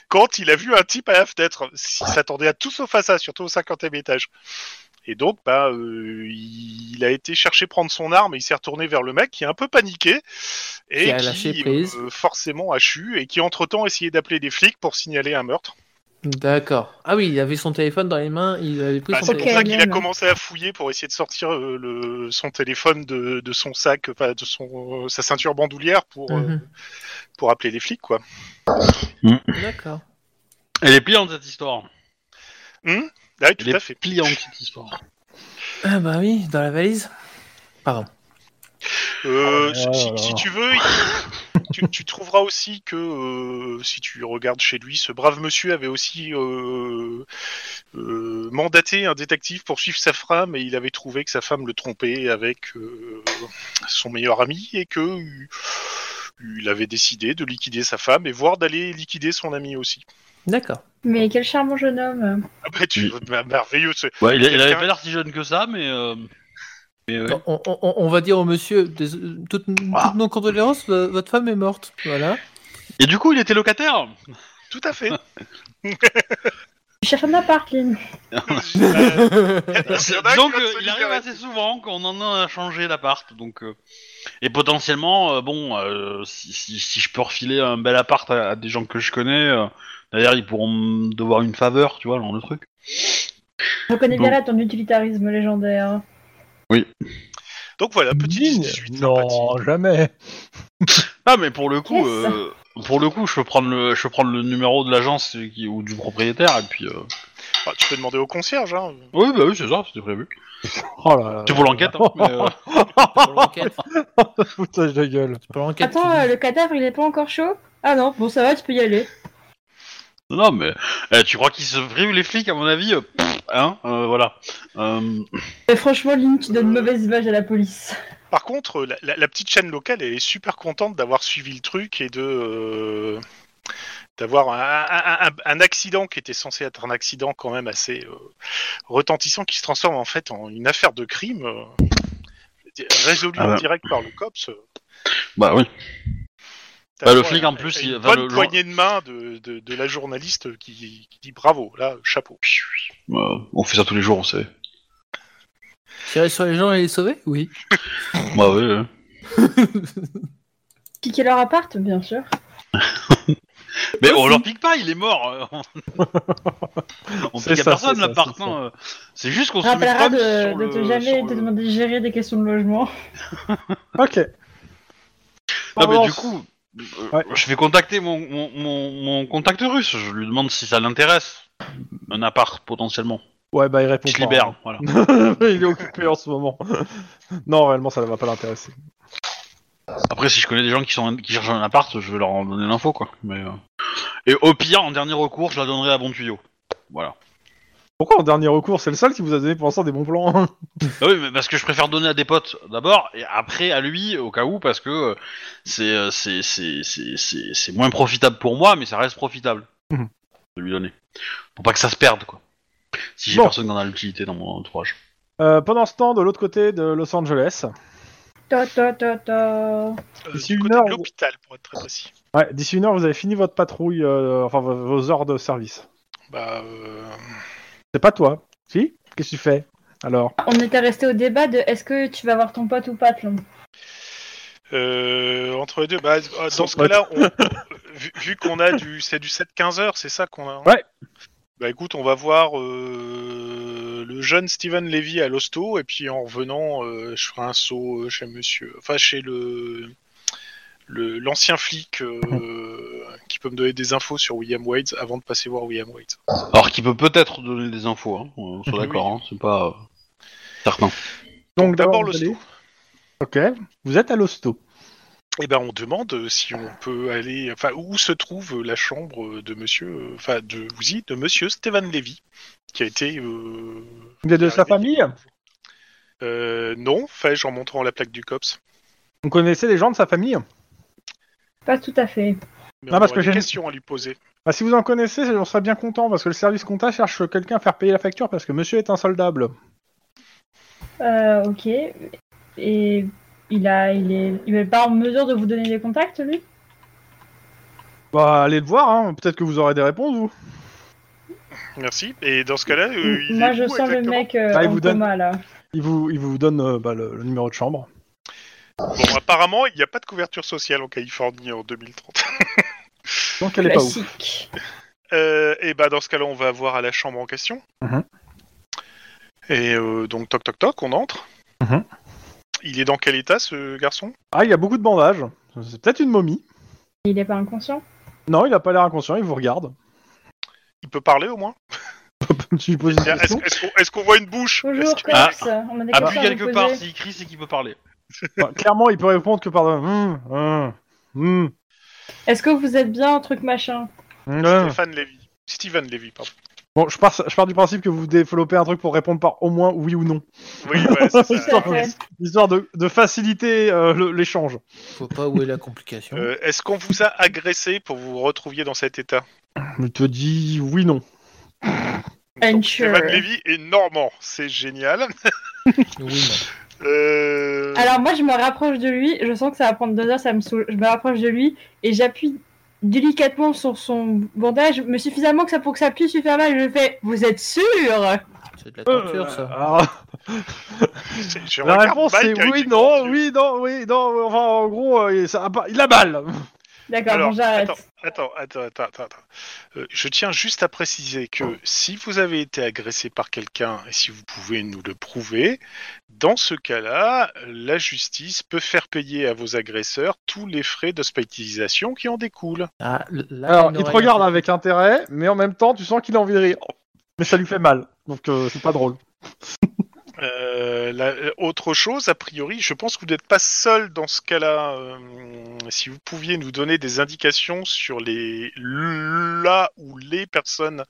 S4: quand il a vu un type à la fenêtre. Il s'attendait à tout sauf à ça, surtout au 50e étage. Et donc, bah, euh, il il a été chercher prendre son arme et il s'est retourné vers le mec qui est un peu paniqué et
S6: Qui a lâché prise.
S4: euh, forcément a chu et qui entre-temps essayait d'appeler des flics pour signaler un meurtre.
S6: D'accord. Ah oui, il avait son téléphone dans les mains, il avait pris
S4: Bah,
S6: son
S4: c'est pour ça
S6: téléphone.
S4: qu'il a
S5: même.
S4: commencé à fouiller pour essayer de sortir euh, le, son téléphone de, de son sac, enfin, de son, euh, sa ceinture bandoulière pour, euh,
S6: Mhm.
S4: pour appeler les flics, quoi.
S6: D'accord.
S3: Elle est pliante cette histoire.
S4: Ah oui, tout
S3: Elle
S4: à
S3: est
S4: fait.
S3: pliante cette histoire.
S6: Ah bah oui, dans la valise. Pardon.
S4: Euh,
S1: Ah,
S4: si,
S1: là,
S4: si
S1: là.
S4: tu veux, il- tu, tu trouveras aussi que, euh, si tu regardes chez lui, ce brave monsieur avait aussi euh, euh, mandaté un détective pour suivre sa femme et il avait trouvé que sa femme le trompait avec euh, son meilleur ami et que euh, il avait décidé de liquider sa femme et voire d'aller liquider son ami aussi.
S6: D'accord.
S5: Mais quel charmant jeune homme.
S4: Ah bah, tu, merveilleux. c'est-
S3: Ouais, il, a- il avait
S4: Quelqu'un-
S3: pas l'air si jeune que ça, mais. euh, mais ouais.
S6: On, on- on- on va dire au monsieur, des- toutes, toutes nos condoléances, vo- votre femme est morte. Voilà.
S3: Et du coup, il était locataire.
S4: Tout
S3: [LAUGHS]
S4: à fait.
S5: Je cherche un appart, Lynn.
S4: Euh, il y en a qui
S3: Donc
S4: vont se
S3: il arrive
S4: libérer.
S3: assez souvent qu'on en a changé l'appart, donc euh, et potentiellement euh, bon euh, si, si- si je peux refiler un bel appart à, à des gens que je connais, euh, d'ailleurs ils pourront me devoir une faveur, tu vois, dans le truc.
S5: Je reconnais bien
S3: Bon.
S5: là ton utilitarisme légendaire.
S4: Donc voilà, petit
S1: Ligne
S4: 18 sympathique.
S1: Non, jamais.
S3: Ah mais pour le coup,
S5: Yes.
S3: euh, pour le coup, je peux prendre le, je peux prendre le numéro de l'agence euh, qui- ou du propriétaire et puis. euh,
S4: Ah, tu peux demander au concierge. Hein.
S3: Oui bah oui c'est ça, c'était prévu.
S1: Oh là là.
S3: C'est pour l'enquête. Hein, mais, euh,
S6: Pour l'enquête.
S1: [LAUGHS] Foutage de gueule.
S6: Pour l'enquête.
S5: Attends,
S6: tu
S5: euh,
S6: dis.
S5: le cadavre, il est pas encore chaud Ah non, bon, ça va, tu peux y aller.
S3: Non mais eh, tu crois qu'ils se privent les flics à mon avis, euh, pff, hein, euh, voilà. Euh,
S5: Mais franchement, Lynn, tu donnes mauvaise image à la police.
S4: Par contre, la, la- la petite chaîne locale, elle est super contente d'avoir suivi le truc et de euh, d'avoir un, un- un- un accident qui était censé être un accident quand même assez euh, retentissant, qui se transforme en fait en une affaire de crime euh, résolue
S3: Ah
S4: en
S3: bah.
S4: direct par le cops. Euh,
S3: bah oui.
S4: T'as
S3: Bah, le
S4: droit à-
S3: flic, en
S4: à-
S3: plus,
S4: à
S3: il-
S4: une
S3: enfin,
S4: bonne
S3: le-
S4: poignée de main de, de- de la journaliste qui, qui dit bravo, là, chapeau.
S3: Euh, on fait ça tous les jours, on sait.
S6: Tirer sur les gens et les sauver Oui.
S3: Bah oui. ouais.
S5: Piquer leur appart, bien sûr.
S3: Mais on leur pique pas, il est mort. euh,
S1: [LAUGHS]
S3: on
S1: C'est
S3: pique à
S1: ça,
S3: personne
S1: c'est
S3: là
S1: ça,
S3: par
S1: c'est
S3: contre, euh, C'est juste qu'on se met
S5: Rappellera
S3: pas
S5: de,
S3: sur
S5: de
S3: le-
S5: euh, te jamais
S3: sur
S5: te
S3: le-
S5: demander de gérer des questions de logement.
S1: Ok.
S3: Non mais du
S1: Relance.
S3: coup, euh,
S1: Ouais.
S3: je vais contacter mon, mon, mon, mon contact russe. Je lui demande si ça l'intéresse. Un appart potentiellement.
S1: Ouais, bah il répond
S3: Je
S1: pas,
S3: libère. Voilà.
S1: hein. [LAUGHS] il est occupé en ce moment. [LAUGHS] non, réellement, ça ne va pas l'intéresser.
S3: Après, si je connais des gens qui, sont, qui cherchent un appart, je vais leur en donner l'info, quoi. Mais, euh, Et au pire, en dernier recours, je la donnerai à Bon Tuyau. Voilà.
S1: Pourquoi en dernier recours C'est le seul qui vous a donné pour l'instant des bons plans. hein
S3: Ah oui, mais parce que je préfère donner à des potes d'abord, et après à lui, au cas où, parce que euh, c'est euh, c'est- c'est- c'est- c'est- c'est moins profitable pour moi, mais ça reste profitable
S1: Mhm.
S3: de lui donner. Pour pas que ça se perde, quoi. Si j'ai
S1: Bon.
S3: personne qui en a l'utilité dans mon entourage.
S1: [LAUGHS] Euh, pendant ce temps, de l'autre côté de Los Angeles,
S5: Ta ta ta ta.
S4: Euh,
S1: D'ici
S4: du
S1: une
S4: côté
S1: heure,
S4: de l'hôpital, pour être très précis.
S1: ouais, d'ici une heure, vous avez fini votre patrouille, euh, enfin vos- vos heures de service.
S4: Bah, euh,
S1: C'est pas toi. Si Qu'est-ce que tu fais Alors
S4: Ah,
S5: On était resté au débat de est-ce que tu vas voir ton pote ou pas, Tlon
S4: euh, entre les deux, bah, euh, dans ce cas-là, on- vu, vu qu'on a du, c'est du 7-15 heures, c'est ça qu'on a. hein
S1: Ouais.
S4: Bah écoute, on va voir euh, le jeune Steven Levy à l'hosto, et puis en revenant, euh, je ferai un saut euh, chez Monsieur, enfin chez le le- l'ancien flic euh, qui peut me donner des infos sur William Wade avant de passer voir William Wade.
S3: Alors qu'il peut peut-être donner des infos, hein, on soit
S4: Oui,
S3: d'accord, hein, c'est pas euh, certain.
S1: Donc
S4: D'abord
S1: vous
S4: l'hosto.
S1: allez- Ok. Vous êtes à l'hosto.
S4: Eh ben, on demande euh, si on peut aller, enfin, où se trouve euh, la chambre euh, de Monsieur, euh, enfin, de vous y, de Monsieur Stéphane Lévy, qui a été. euh,
S1: Vous êtes de sa
S4: arrivé-
S1: famille
S4: euh, Non, fais-je en montrant la plaque du cops.
S1: Vous connaissez les gens de sa famille
S5: Pas tout à fait.
S4: Mais
S1: Non,
S4: on
S1: parce que
S4: aurait des
S1: j'ai-
S4: questions à lui poser.
S1: Ah, Si vous en connaissez, on serait bien content parce que le service compta cherche quelqu'un à faire payer la facture parce que monsieur est insoldable.
S5: Euh, ok. Et il a, il est, il est pas en mesure de vous donner des contacts, lui
S1: Bah allez le voir, hein. peut-être que vous aurez des réponses vous.
S4: Merci. Et dans ce cas-là, euh, il
S5: Moi,
S4: est
S5: je
S4: où
S5: sens le
S4: exactement
S5: mec euh,
S1: Bah, il
S5: en
S1: vous donne-
S5: coma, là.
S1: Il vous, il vous donne euh, bah, le, le numéro de chambre.
S4: Bon, apparemment, il n'y a pas de couverture sociale en Californie en 2030.
S1: Donc elle est pas où
S5: Classique.
S4: Euh, et bah, dans ce cas-là, on va voir à la chambre en question.
S1: Mhm.
S4: Et euh, donc, toc toc toc, on entre.
S1: Mhm.
S4: Il est dans quel état ce garçon
S1: Ah, il y a beaucoup de bandages. C'est peut-être une momie.
S5: Il est pas inconscient
S1: Non, il a pas l'air inconscient, il vous regarde. [LAUGHS]
S4: Il peut parler au moins
S1: tu lui poses une
S4: Tiens, Est-ce
S1: question.
S4: est-ce qu'on est-ce qu'on voit une bouche Est-ce
S5: Bonjour,
S4: que-
S3: Ah.
S5: Cops. On a des
S3: Appuie
S5: questions à vous
S3: quelque part,
S5: poser.
S3: s'il écrit, c'est qu'il peut parler.
S1: Enfin, clairement, il peut répondre que par. Hum, hum, hum,
S5: Est-ce que vous êtes bien, truc machin
S1: hum.
S4: Stéphane Lévy. Steven Lévy, pardon.
S1: Bon, je pars, je pars du principe que vous développez un truc pour répondre par au moins oui ou non,
S4: Oui, ouais,
S1: [LAUGHS]
S4: c'est
S5: Tout
S4: ça.
S5: à fait.
S1: histoire de, de faciliter euh, le- l'échange.
S2: Je vois pas où est la complication.
S4: Euh, Est-ce qu'on vous a agressé pour vous retrouviez dans cet état
S1: Il te dit oui non.
S5: And
S4: Donc,
S5: sure.
S4: Stéphane Lévy est normand, c'est génial.
S2: Oui,
S4: Euh,
S5: Alors moi, je me rapproche de lui. Je sens que ça va prendre deux heures, ça me saoule. Je me rapproche de lui et j'appuie délicatement sur son bandage, mais suffisamment que ça pour que ça puisse lui faire mal. Je fais. Vous êtes sûr
S2: non. c'est de la torture
S1: Euh,
S2: ça.
S1: alors,
S4: c'est- je
S1: la
S4: regarde
S1: réponse
S4: Mike
S1: c'est
S4: avec
S1: oui
S4: des grands
S1: non,
S4: yeux.
S1: oui non, oui non. Enfin en gros, euh, ça a pas- il a balle.
S5: D'accord,
S4: Alors,
S5: bon, j'arrête.
S4: attends. Attends, attends, attends, attends. attends. Euh, je tiens juste à préciser que si vous avez été agressé par quelqu'un et si vous pouvez nous le prouver, dans ce cas-là, la justice peut faire payer à vos agresseurs tous les frais d'hospitalisation qui en découlent.
S2: Ah, là,
S1: Alors
S2: une
S1: il te
S2: oreille
S1: regarde
S2: à-
S1: avec intérêt, mais en même temps tu sens qu'il a envie de rire. Mais ça lui fait mal, donc euh, c'est pas drôle.
S4: Euh, la- euh, autre chose, a priori, je pense que vous n'êtes pas seul dans ce cas-là. Euh, si vous pouviez nous donner des indications sur les là ou les personnes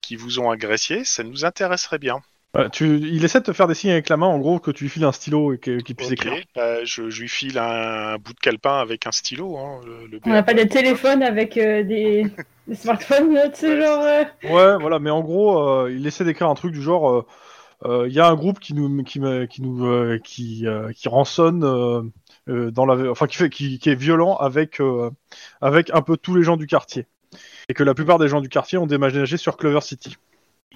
S4: qui vous ont agressé, ça nous intéresserait bien.
S1: Ouais, tu, il essaie de te faire des signes avec la main, en gros que tu lui files un stylo et que- qu'il puisse
S4: Ok,
S1: écrire.
S4: bah, je, je lui file un, bout de calepin avec un stylo. hein, le- le
S5: On n'a pas
S4: BRP.
S5: des téléphones avec euh, des...
S4: [LAUGHS]
S5: des smartphones, tu sais,
S4: Ouais.
S5: genre. euh,
S1: Ouais, voilà, mais en gros euh, il essaie d'écrire un truc du genre. euh, euh, Il y a un groupe qui nous qui me- qui nous euh, qui euh, qui rançonne euh, euh, dans la enfin qui fait qui, qui est violent avec euh, avec un peu tous les gens du quartier et que la plupart des gens du quartier ont déménagé sur Clover City.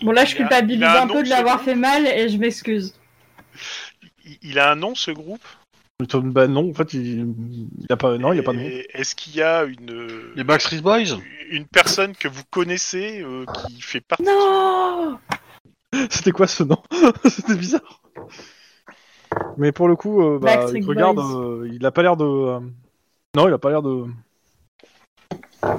S5: Bon, là, je
S4: Il a-
S5: culpabilise
S4: il a un
S5: un
S4: nom,
S5: peu de l'avoir
S4: ce
S5: fait mal et je m'excuse.
S4: Il, il a un nom ce groupe
S1: Milton, bah non, en fait, il n'y a pas, non, il y a pas de nom.
S4: Et Est-ce qu'il y a une,
S3: Les Backstreet Boys
S4: une personne que vous connaissez euh, qui fait partie
S5: Non
S1: [LAUGHS] C'était quoi ce nom C'était bizarre. Mais pour le coup, euh, bah,
S5: Backstreet
S1: il regarde,
S5: Boys.
S1: euh, il a pas l'air de. euh, Non, il a pas l'air de. Euh.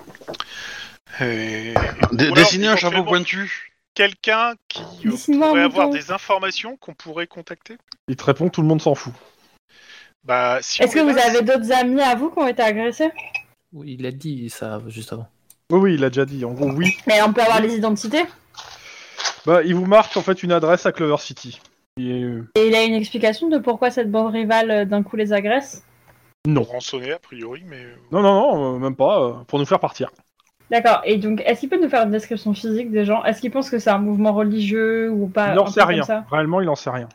S4: Et-
S3: D-
S4: Ou alors,
S3: Dessiner un chapeau
S4: éventuellement,
S3: pointu
S4: Quelqu'un qui euh,
S5: Dessine-moi un
S4: pourrait avoir
S5: mouton.
S4: des informations qu'on pourrait contacter
S1: Il te répond, tout le monde s'en fout.
S4: bah, si
S5: Est-ce que
S4: on est
S5: vous
S4: là,
S5: avez d'autres amis à vous qui ont été agressés
S2: Oui, il l'a dit ça juste avant.
S1: Oui, oui, il l'a déjà dit. En gros, oui.
S5: Mais on peut avoir les identités
S1: Bah, il vous marque en fait une adresse à Clover City. Et, euh,
S5: Et il a une explication de pourquoi cette bande rivale euh, d'un coup les agresse
S4: c'est
S1: non.
S4: rançonné a priori, mais euh,
S1: Non, non, non, euh, même pas. euh, pour nous faire partir.
S5: D'accord, et donc est-ce qu'il peut nous faire une description physique des gens Est-ce qu'il pense que c'est un mouvement religieux ou pas
S1: il
S5: Ah, un
S1: n'en
S5: truc
S1: sait
S5: comme
S1: rien.
S5: ça
S1: Réellement, il n'en sait rien.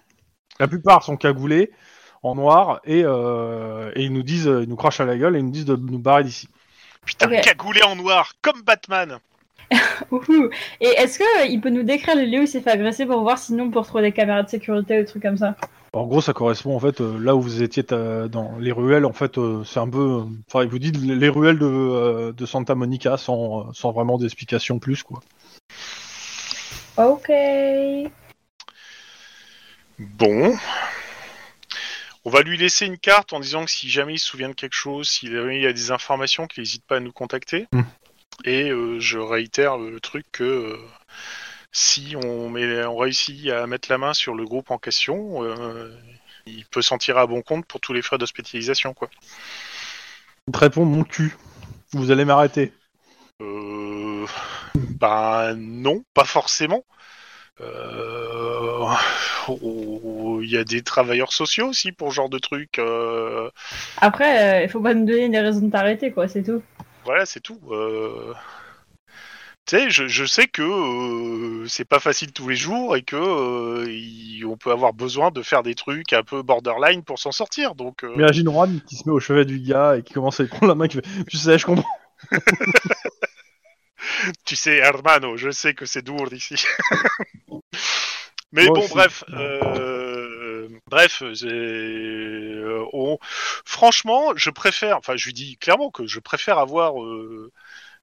S1: La plupart sont cagoulés, en noir, et, euh, et ils nous disent, ils nous crachent à la gueule et ils nous disent de nous barrer d'ici.
S4: putain,
S5: Ok.
S4: cagoulé en noir, comme Batman.
S5: Ouhou. Et est-ce que euh, il peut nous décrire le lieu où il s'est fait agresser pour voir sinon pour trouver des caméras de sécurité ou des trucs comme ça
S1: Bah, En gros, ça correspond en fait euh, là où vous étiez euh, dans les ruelles. En fait, euh, c'est un peu. euh, Enfin, il vous dit les ruelles de, euh, de Santa Monica sans, euh, sans vraiment d'explication plus quoi.
S5: Ok.
S4: Bon. On va lui laisser une carte en disant que si jamais il se souvient de quelque chose, s'il y a des informations, qu'il n'hésite pas à nous contacter.
S1: Mm.
S4: Et euh, je réitère le truc que euh, si on, met- on réussit à mettre la main sur le groupe en question, euh, il peut s'en tirer à bon compte pour tous les frais d'hospitalisation. quoi.
S1: Il te répond mon cul. Vous allez m'arrêter.
S4: Euh, ben non, pas forcément. Euh, oh, Il y a des travailleurs sociaux aussi pour ce genre de truc. euh,
S5: Après, euh, il faut pas nous donner des raisons de t'arrêter, quoi, c'est tout.
S4: Voilà, c'est tout. Euh, Tu sais, je, je sais que euh, c'est pas facile tous les jours et que euh, il- on peut avoir besoin de faire des trucs un peu borderline pour s'en sortir. Donc, euh,
S1: Imagine Juan qui se met au chevet du gars et qui commence à lui prendre la main. Qui fait, tu sais, je comprends.
S4: tu sais, hermano, je sais que c'est dur ici. [LAUGHS] Mais
S1: Moi
S4: bon,
S1: aussi.
S4: bref. euh, bref, j'ai- euh, on- franchement, je préfère. Enfin, je lui dis clairement que je préfère avoir. euh,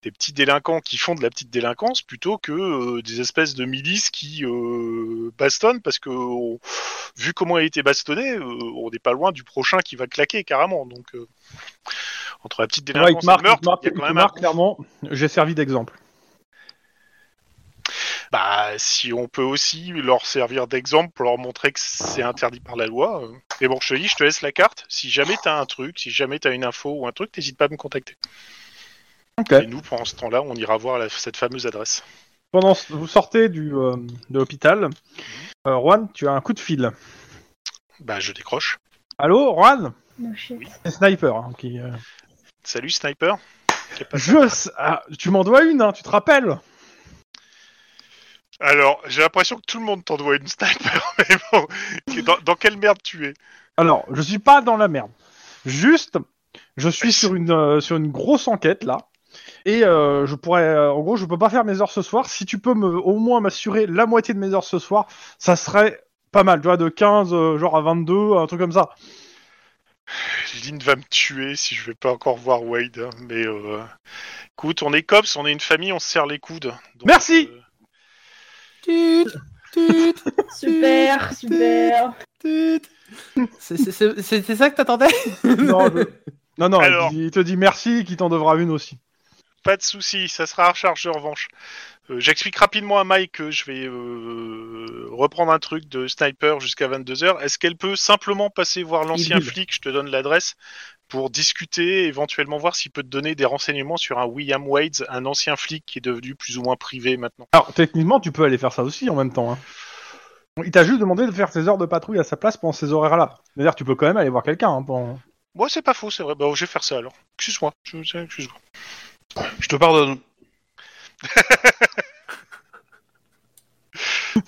S4: des petits délinquants qui font de la petite délinquance plutôt que euh, des espèces de milices qui euh, bastonnent parce que on- vu comment il a été bastonné, euh, on n'est pas loin du prochain qui va claquer carrément. Donc euh, entre la petite
S1: Ouais, il
S4: délinquance
S1: te marque,
S4: et le
S1: il te
S4: meurtre,
S1: marque-
S4: il y a
S1: il
S4: quand
S1: te
S4: même un
S1: marque clairement. J'ai servi d'exemple.
S4: Bah, si on peut aussi leur servir d'exemple pour leur montrer que c'est interdit par la loi. euh. Mais bon, je te dis, je te laisse la carte. Si jamais t'as un truc, si jamais t'as une info ou un truc, t'hésites pas à me contacter.
S1: Ok.
S4: Et nous, pendant ce temps-là, on ira voir la- cette fameuse adresse.
S1: Pendant ce- vous sortez du euh, de l'hôpital, euh, Juan, tu as un coup de fil.
S4: Bah, je décroche.
S1: Allô, Juan,
S5: No shit.
S1: c'est Sniper hein, qui. euh,
S4: Salut, sniper.
S1: Je. sais- ah, tu m'en dois une, hein, tu te rappelles.
S4: Alors, j'ai l'impression que tout le monde t'en doit une sniper, [LAUGHS] mais bon, dans, dans quelle merde tu es
S1: Alors, je suis pas dans la merde. Juste, je suis sur une, euh, sur une grosse enquête là. Et euh, je pourrais, euh, en gros, je peux pas faire mes heures ce soir. Si tu peux me, au moins m'assurer la moitié de mes heures ce soir, ça serait pas mal. Tu vois, de 15, euh, genre à 22, un truc comme ça.
S4: Lynn va me tuer si je vais pas encore voir Wade, hein, mais euh, écoute, on est cops, on est une famille, on se serre les coudes. Donc,
S1: Merci.
S4: euh,
S2: Tut, tut,
S5: Super, super.
S2: tut. C'est- c'est- c'est- C'était ça que t'attendais
S6: [LAUGHS]
S1: Non, je- non, non, il
S4: Alors.
S1: dit- il, te dit merci, qu'il t'en devra une aussi.
S4: Pas de souci, ça sera à recharge de revanche. Euh, J'explique rapidement à Mike que je vais euh, reprendre un truc de sniper jusqu'à 22h. Est-ce qu'elle peut simplement passer voir l'ancien
S2: bulle.
S4: flic, je te donne l'adresse, pour discuter, éventuellement voir s'il peut te donner des renseignements sur un William Wade, un ancien flic qui est devenu plus ou moins privé maintenant.
S1: Alors, techniquement, tu peux aller faire ça aussi en même temps. hein. Il t'a juste demandé de faire ses heures de patrouille à sa place pendant ces horaires-là. C'est-à-dire, tu peux quand même aller voir quelqu'un. hein, pendant-
S4: Moi, c'est pas faux, c'est vrai. Bah, je vais faire ça alors. Excuse-moi. Je- je- Excuse-moi.
S3: Je te pardonne.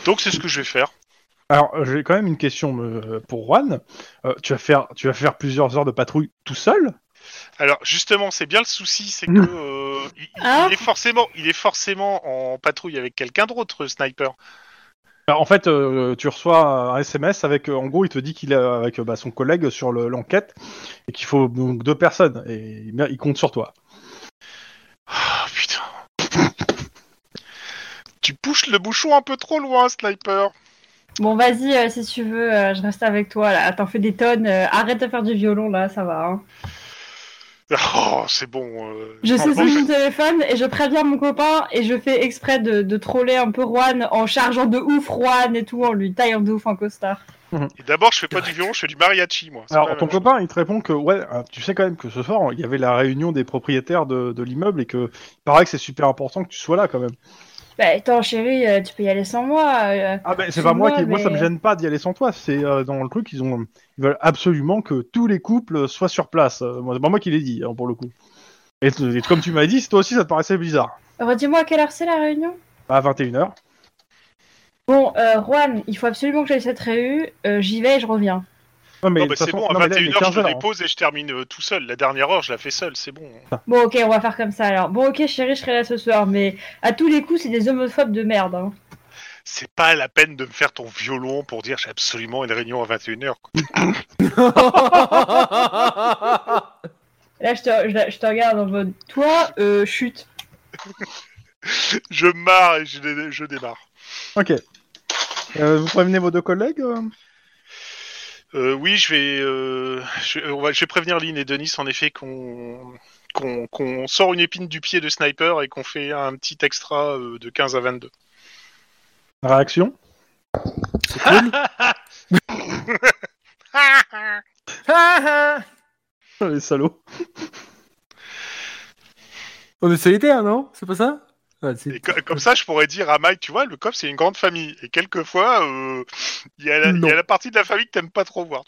S4: Donc, c'est ce que je vais faire.
S1: Alors, euh, j'ai quand même une question euh, pour Juan. Euh, tu, vas faire, tu vas faire plusieurs heures de patrouille tout seul
S4: Alors justement, c'est bien le souci, c'est que euh, il, il
S5: Ah.
S4: est forcément, il est forcément en patrouille avec quelqu'un d'autre, euh, sniper.
S1: Bah, en fait, euh, tu reçois un SMS avec, euh, en gros, il te dit qu'il est avec euh, bah, son collègue sur le- l'enquête et qu'il faut donc deux personnes et il, il compte sur toi.
S4: Ah putain. [LAUGHS] tu pousses le bouchon un peu trop loin, sniper.
S5: Bon, vas-y, euh, si tu veux, euh, je reste avec toi là. T'en fais des tonnes. euh, arrête de faire du violon là, ça va. hein.
S4: Oh, c'est bon. euh,
S5: Je sais
S4: franchement,
S5: mon téléphone et je préviens mon copain et je fais exprès de, de troller un peu Juan en chargeant de ouf Juan et tout, en lui taillant de ouf en costard.
S4: je- D'abord, je fais pas du violon, je fais du mariachi, moi. C'est pas
S1: Alors,
S4: la
S1: ton
S4: même
S1: copain, il te répond que, ouais, euh, tu sais quand même que ce soir, il y avait la réunion des propriétaires de, de l'immeuble et que il paraît que c'est super important que tu sois là quand même.
S5: Bah, attends, chérie, euh, tu peux y aller sans moi. euh,
S1: Ah ben, c'est pas moi
S5: Ouais,
S1: qui, moi ça me
S5: mais-
S1: gêne pas d'y aller sans toi. C'est euh, dans le truc, ils ont, ils veulent absolument que tous les couples soient sur place. Euh, moi, c'est pas moi qui l'ai dit hein, pour le coup. Et, t- et comme tu m'as dit, toi aussi ça te paraissait bizarre.
S5: Redis-moi à quelle heure c'est la réunion
S1: À 21h.
S5: Bon, euh, Juan, il faut absolument que j'aille à cette réu. euh, J'y vais et je reviens.
S1: Non mais,
S4: Non,
S1: de
S4: mais
S1: toute
S4: c'est
S1: façon-
S4: bon, à
S1: non, mais là, il est
S4: 21h, je
S1: 15
S4: te
S1: heures, hein.
S4: dépose et je termine euh, tout seul. La dernière heure, je la fais seul, c'est bon.
S5: Bon, ok, on va faire comme ça alors. Bon, ok, chérie, je serai là ce soir, mais à tous les coups, c'est des homophobes de merde. hein.
S4: C'est pas la peine de me faire ton violon pour dire j'ai absolument une réunion à 21h.
S5: Là, je te, je- je te regarde en mode Toi, euh, chute.
S4: [LAUGHS] Je marre et je, dé- je démarre.
S1: Ok. hein. Euh, vous prévenez vos deux collègues euh
S4: Euh, oui, je vais, euh, je, on va- je vais prévenir Lynn et Denis en effet qu'on qu'on qu'on sort une épine du pied de sniper et qu'on fait un petit extra euh, de 15 à 22.
S1: Réaction [LAUGHS]
S6: Ah,
S1: Les salauds.
S6: On est solitaire, non Oh, C'est pas ça Ah, Ouais, c'est-
S4: Et co- comme ça, je pourrais dire à Mike, tu vois, le cop c'est une grande famille et quelquefois euh, il y, a la- il y a la partie de la famille que t'aimes pas trop voir.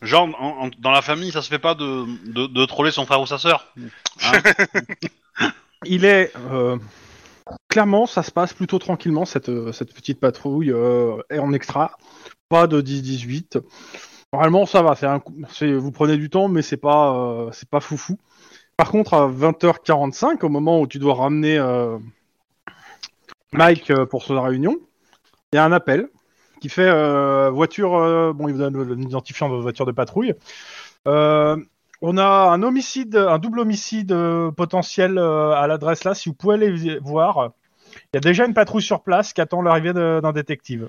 S3: Genre, en- en- dans la famille, ça se fait pas de, de, de troller son frère ou sa sœur. Hein
S1: Il est euh, clairement, ça se passe plutôt tranquillement cette, euh, cette petite patrouille euh, est en extra, pas de 10-18. Normalement, ça va. C'est un, coup- c'est- vous prenez du temps, mais c'est pas, euh, c'est pas foufou. Par contre, à 20h45, au moment où tu dois ramener euh, Mike euh, pour sa réunion, il y a un appel qui fait euh, voiture. euh, bon, il vous donne le- l'identifiant de votre voiture de patrouille. Euh, on a un homicide, un double homicide euh, potentiel euh, à l'adresse là. Si vous pouvez aller vi- voir, il y a déjà une patrouille sur place qui attend l'arrivée de- d'un détective.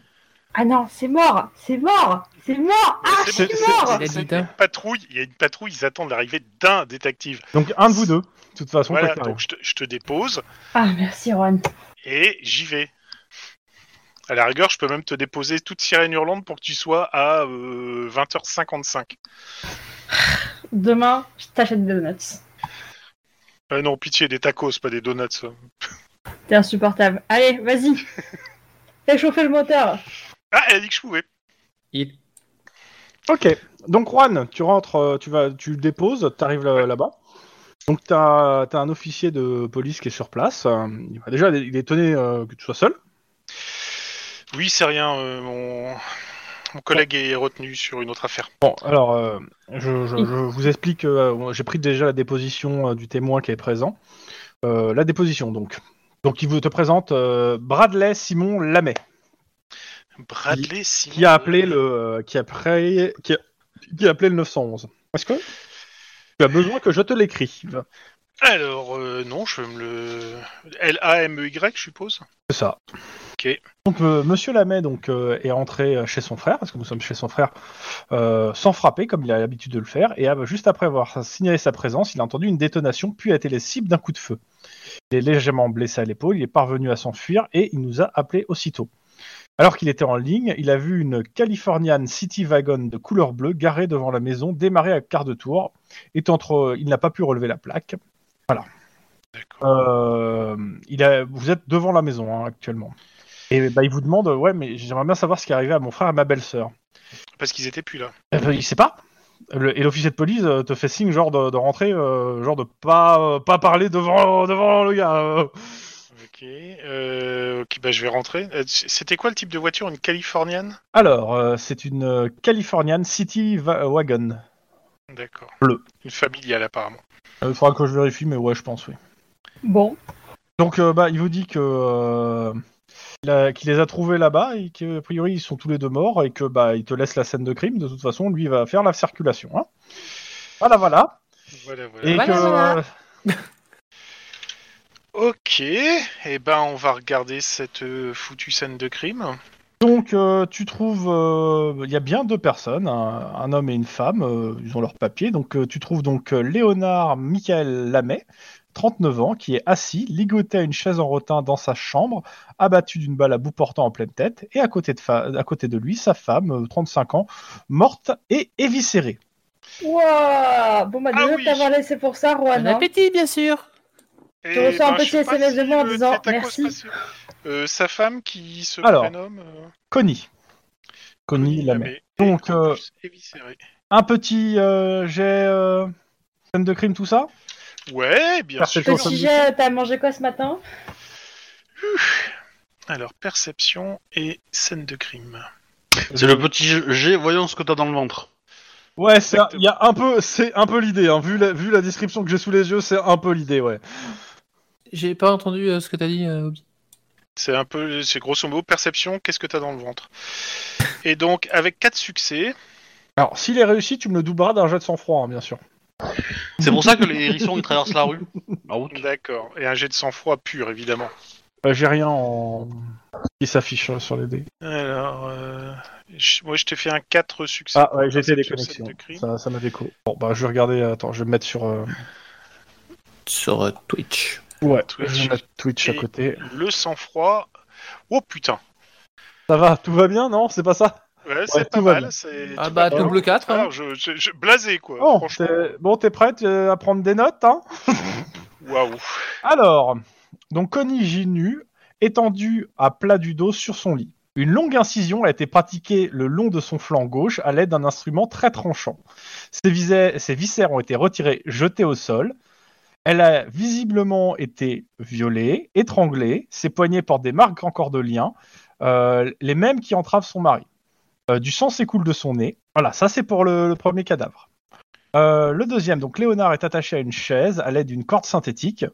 S5: Ah non, c'est mort C'est mort C'est mort Ah, je
S4: C'est-
S5: suis
S4: c'est-
S5: mort
S2: Il a
S4: c'est
S2: dit d'un.
S4: une patrouille, il y a une patrouille, ils attendent l'arrivée d'un détective.
S1: Donc un de vous deux, de toute façon.
S4: Voilà,
S1: quoi qu'il
S4: donc je te, je te dépose
S5: Ah, merci, Juan.
S4: et j'y vais. À la rigueur, je peux même te déposer toute sirène hurlante pour que tu sois à euh, 20h55.
S5: Demain, je t'achète des donuts.
S4: Euh, non, pitié, des tacos, pas des donuts. ça.
S5: T'es insupportable. Allez, vas-y Fais chauffer le moteur
S4: Ah, elle a dit que je pouvais.
S2: Il-
S1: arrive. Ok. Donc Juan, tu rentres, euh, tu vas, tu le déposes, tu arrives là-bas. Donc t'as as un officier de police qui est sur place. Euh, il va- Déjà, il est- il est étonné euh, que tu sois seul.
S4: Oui, c'est rien, euh, mon... mon collègue est retenu sur une autre affaire.
S1: Bon, alors, euh, je, je- je vous explique. euh, J'ai pris déjà la déposition euh, du témoin qui est présent. Euh, la déposition, donc. Donc, il vous te présente euh, Bradley Simon Lamet,
S4: Bradley, si.
S1: qui a appelé le, euh, qui a pré- qui a, qui a appelé le 911. Est-ce que tu as besoin que je te l'écrive
S4: Alors, euh, non, je vais me le. L-A-M-E-Y, E je suppose.
S1: C'est ça.
S4: Ok.
S1: Donc, euh, Monsieur Lamet donc euh, est rentré euh, chez son frère, parce que nous sommes chez son frère, euh, sans frapper comme il a l'habitude de le faire, et ah, juste après avoir signalé sa présence, il a entendu une détonation, puis a été les cibles d'un coup de feu. Il est légèrement blessé à l'épaule, il est parvenu à s'enfuir et il nous a appelé aussitôt. Alors qu'il était en ligne, il a vu une Californian City Wagon de couleur bleue garée devant la maison, démarrer à quart de tour, étant trop, il n'a pas pu relever la plaque.
S4: D'accord.
S1: Euh, il a, vous êtes devant la maison hein, actuellement. Et bah, il vous demande, ouais, mais j'aimerais bien savoir ce qui est arrivé à mon frère et à ma belle-sœur.
S4: Parce qu'ils étaient plus là.
S1: Eh ben, il sait pas. Le- et l'officier de police euh, te fait signe genre de, de rentrer, euh, genre de pas euh, pas parler devant devant le gars. euh.
S4: Ok, euh, ok, bah je vais rentrer. Euh, c- C'était quoi le type de voiture Une californienne
S1: Alors, euh, c'est une euh, Californian City Va- Wagon.
S4: D'accord.
S1: Bleu.
S4: Une familiale apparemment.
S1: Euh, Il faudra que je vérifie, mais ouais, je pense oui.
S5: Bon.
S1: Donc, euh, bah, il vous dit que euh, il a- qu'il les a trouvés là-bas et qu'a priori ils sont tous les deux morts et que bah il te laisse la scène de crime. De toute façon, lui il va faire la circulation. hein. Voilà, voilà.
S4: Voilà, voilà.
S1: Et
S2: Voilà,
S1: que
S2: voilà.
S1: euh,
S4: Ok, eh ben on va regarder cette euh, foutue scène de crime.
S1: donc euh, tu trouves, euh, il y a bien deux personnes, un, un homme et une femme. euh, ils ont leur papier. Donc euh, tu trouves donc euh, Léonard Michael Lamet. 39 ans, qui est assis, ligoté à une chaise en rotin dans sa chambre, abattu d'une balle à bout portant en pleine tête, et à côté de, fa- à côté de lui, sa femme, euh, 35 ans, morte et éviscérée.
S5: Wouah Bon, bah,
S4: Ah
S5: désolé
S4: oui.
S5: de t'avoir laissé pour ça, Juan.
S2: Bon
S5: hein.
S2: appétit, bien sûr.
S4: Et ben,
S5: Je reçois un petit
S4: sais pas
S5: SMS de moi en
S4: le
S5: disant
S4: tête à quoi
S5: merci.
S4: se passe- Euh, sa femme qui se
S1: Alors,
S4: prénomme euh,
S1: Connie. Connie Lamet.
S4: est
S1: Donc,
S4: en
S1: euh,
S4: plus éviscérée.
S1: Un petit euh, jet euh, scène de crime, tout ça
S4: Ouais, bien sûr.
S1: Perception,
S5: Petit jet, t'as mangé quoi ce matin
S4: Alors perception et scène de crime.
S3: C'est le petit G, voyons ce que t'as dans le ventre.
S1: Ouais, c'est un- il y a un peu, c'est un peu l'idée. hein. Vu, la, vu la description que j'ai sous les yeux, c'est un peu l'idée, ouais.
S2: J'ai pas entendu euh, ce que t'as dit, euh, Obi.
S4: C'est un peu, c'est grosso modo perception. Qu'est-ce que t'as dans le ventre Et donc avec quatre succès.
S1: Alors, s'il est réussi, tu me le doubleras d'un jet de sang-froid, hein, bien sûr.
S3: C'est pour ça que les hérissons ils traversent la rue, la route.
S4: D'accord. Et un jet de sang-froid pur évidemment.
S1: Euh, j'ai rien en... qui s'affiche euh, sur les dés.
S4: Alors, euh, je- moi je t'ai fait un 4 succès.
S1: Ah, ouais, j'ai fait des
S4: Perception,
S1: connexions.
S4: scène de crime.
S1: Ça, ça m'a déco. Bon, bah, je vais regarder. Attends, je vais me mettre sur. euh,
S2: Sur euh, Twitch.
S1: Ouais,
S4: Twitch.
S1: je vais mettre Twitch à
S4: Et-
S1: côté.
S4: Le sang-froid. Oh putain.
S1: Ça va, tout va bien, non C'est pas ça
S4: Ouais, c'est pas
S1: tout va
S4: mal.
S1: bien.
S4: c'est-
S2: Ah
S4: tout
S2: bah,
S4: va bien.
S2: double 4.
S4: Alors, je, je, je- blasé quoi.
S1: Oh,
S4: franchement.
S1: t'es- bon, t'es prête euh, à prendre des notes, hein
S4: Waouh.
S1: Alors, donc Connie Ginu, étendue à plat du dos sur son lit. Une longue incision a été pratiquée le long de son flanc gauche à l'aide d'un instrument très tranchant. Ses, visè- ses viscères ont été retirés, jetés au sol. Elle a visiblement été violée, étranglée. Ses poignets portent des marques encore de liens, euh, les mêmes qui entravent son mari. Euh, du sang s'écoule de son nez. Voilà, ça c'est pour le- le premier cadavre. Euh, le deuxième, donc Léonard est attaché à une chaise à l'aide d'une corde synthétique.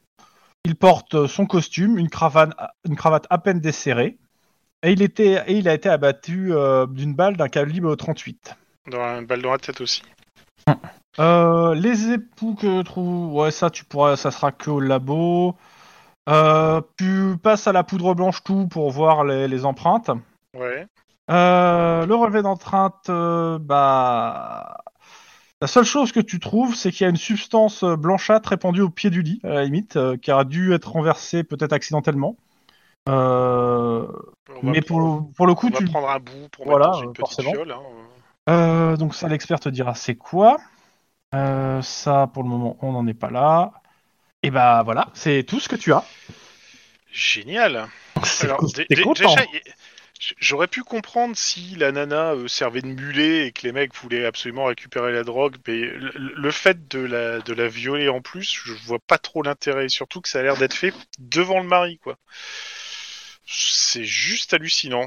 S1: Il porte euh, son costume, une cravate, une cravate à peine desserrée, et il, était, et il a été abattu euh, d'une balle d'un calibre 38.
S4: Dans une balle dans la tête aussi.
S1: Euh, les époux que je trouve, ouais, ça tu pourras, ça sera que au labo. Euh, tu passes à la poudre blanche tout pour voir les, les empreintes.
S4: Ouais.
S1: Euh, le relevé d'empreinte, euh, bah. La seule chose que tu trouves, c'est qu'il y a une substance euh, blanchâtre répandue au pied du lit, à la limite, euh, qui a dû être renversée peut-être accidentellement. Euh,
S4: On va
S1: mais
S4: prendre-
S1: pour, pour le coup,
S4: on va
S1: tu.
S4: prendre un bout pour
S1: Voilà,
S4: mettre dans une
S1: euh,
S4: petite
S1: forcément.
S4: fiole. hein.
S1: Euh, donc ça, l'expert te dira c'est quoi. Euh, ça, pour le moment, on n'en est pas là. Et bah voilà, c'est tout ce que tu as.
S4: Génial. Alors,
S1: co-
S4: dé-
S1: t'es
S4: dé-
S1: content.
S4: déjà, y- j- j'aurais pu comprendre si la nana euh, servait de mulet et que les mecs voulaient absolument récupérer la drogue, mais le, le fait de la, de la violer en plus, je vois pas trop l'intérêt, surtout que ça a l'air d'être fait devant le mari, quoi. C'est juste hallucinant.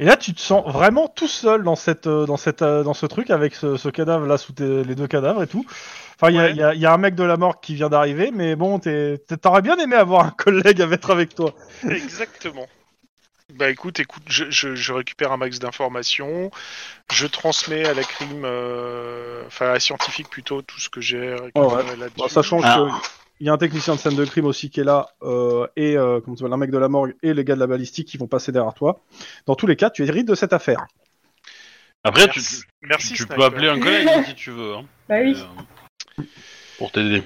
S1: Et là, tu te sens vraiment tout seul dans cette, euh, dans cette, euh, dans ce truc avec ce, cadavre là sous tes- les deux cadavres et tout. Enfin, il y a-
S4: Ouais.
S1: il y, a, il y a un mec de la mort qui vient d'arriver, mais bon, t'es- t'es- t'aurais bien aimé avoir un [LAUGHS] collègue à être avec toi.
S4: Exactement. Bah écoute, écoute, je, je- je récupère un max d'informations, je transmets à la crime, euh, enfin à la scientifique plutôt, tout ce que j'ai récupéré là-dessus.
S1: Bon, sachant
S3: Ah.
S1: qu'il y a un technicien de scène de crime aussi qui est là, euh, et euh, comment ça s'appelle, un mec de la morgue et les gars de la balistique qui vont passer derrière toi. Dans tous les cas, tu hérites de cette affaire.
S3: Après, tu,
S4: Merci, merci,
S3: tu peux
S4: Sniper.
S3: appeler un
S5: [LAUGHS]
S3: collègue si tu veux. hein.
S5: Bah oui.
S3: Euh, Pour t'aider.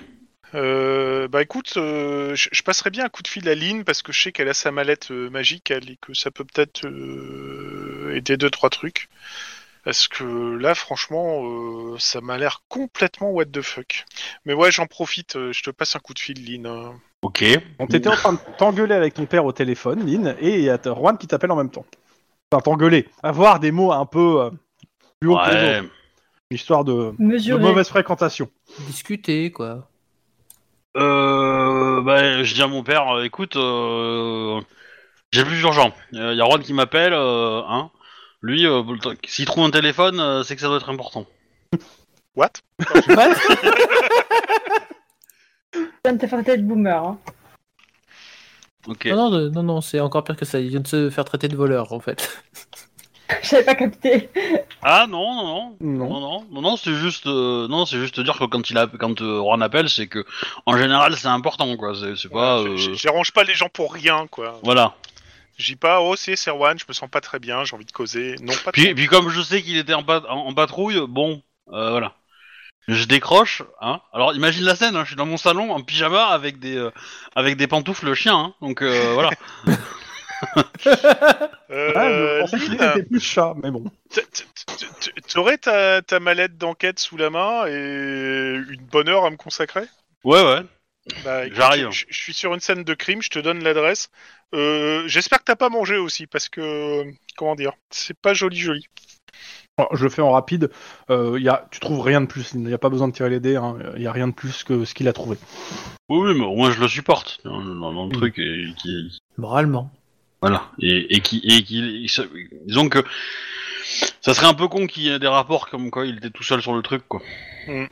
S4: Euh, bah écoute, euh, je, je passerai bien un coup de fil à Lynn parce que je sais qu'elle a sa mallette euh, magique elle, et que ça peut peut-être euh, aider deux trois trucs. Parce que là, franchement, euh, ça m'a l'air complètement what the fuck. Mais ouais, j'en profite, euh, je te passe un coup de fil, Lynn. euh.
S3: Ok.
S1: On t'était en train de t'engueuler avec ton père au téléphone, Lynn, et il y a t- Juan qui t'appelle en même temps. Enfin, t'engueuler. Avoir des mots un peu euh, plus haut que les autres.
S3: Ouais.
S1: Histoire de, de
S5: Mesuré.
S1: mauvaise fréquentation.
S2: Discuter, quoi.
S3: Euh, bah, je dis à mon père, euh, écoute, euh, j'ai plus d'urgent. Il y a Juan qui m'appelle, euh, hein. Lui, euh, s'il trouve un téléphone, euh, c'est que ça doit être important.
S4: What
S2: What
S5: Je viens de te faire tête boomer. hein. [LAUGHS]
S3: Ok.
S2: Non, non, de- non, non, c'est encore pire que ça. Il vient de se faire traiter de voleur, en fait. [LAUGHS]
S5: J'avais pas capté.
S3: Ah non, non, non.
S1: Non.
S3: Non, non, non, non, c'est juste, euh, non, c'est juste dire que quand il a, quand euh, Juan appelle, c'est que en général c'est important, quoi. C'est c'est pas,
S4: Voilà, j-
S3: euh,
S4: j- J'arrange pas les gens pour rien, quoi.
S3: voilà.
S4: Je dis pas, oh, c'est Serwan, je me sens pas très bien, j'ai envie de causer. Non, pas
S3: Puis,
S4: trop.
S3: puis comme je sais qu'il était en, pat- en, en patrouille, bon, euh, voilà. Je décroche, hein. Alors imagine la scène, hein, je suis dans mon salon en pyjama avec des, euh, avec des pantoufles chien, hein. Donc euh, voilà.
S1: Ah,
S4: Euh,
S1: je pensais qu'il
S4: Lynn,
S1: était plus chat, mais bon.
S4: t- t- t- t- t'aurais ta, ta mallette d'enquête sous la main et une bonne heure à me consacrer
S3: Ouais, ouais.
S4: Bah, écoute,
S3: J'arrive.
S4: Je je suis sur une scène de crime, je te donne l'adresse. Euh, J'espère que t'as pas mangé aussi, parce que... Comment dire C'est pas joli joli.
S1: Alors, je le fais en rapide. Euh, y a, tu trouves rien de plus. Il n'y a pas besoin de tirer les dés. hein. Il n'y a rien de plus que ce qu'il a trouvé.
S3: Oui, oui, mais au moins je le supporte dans, dans- dans le truc et qui,
S2: Moralement.
S3: Voilà. Et, et qui, et qui, se- disons que ça serait un peu con qu'il y ait des rapports comme quoi il était tout seul sur le truc, quoi.
S4: Mm.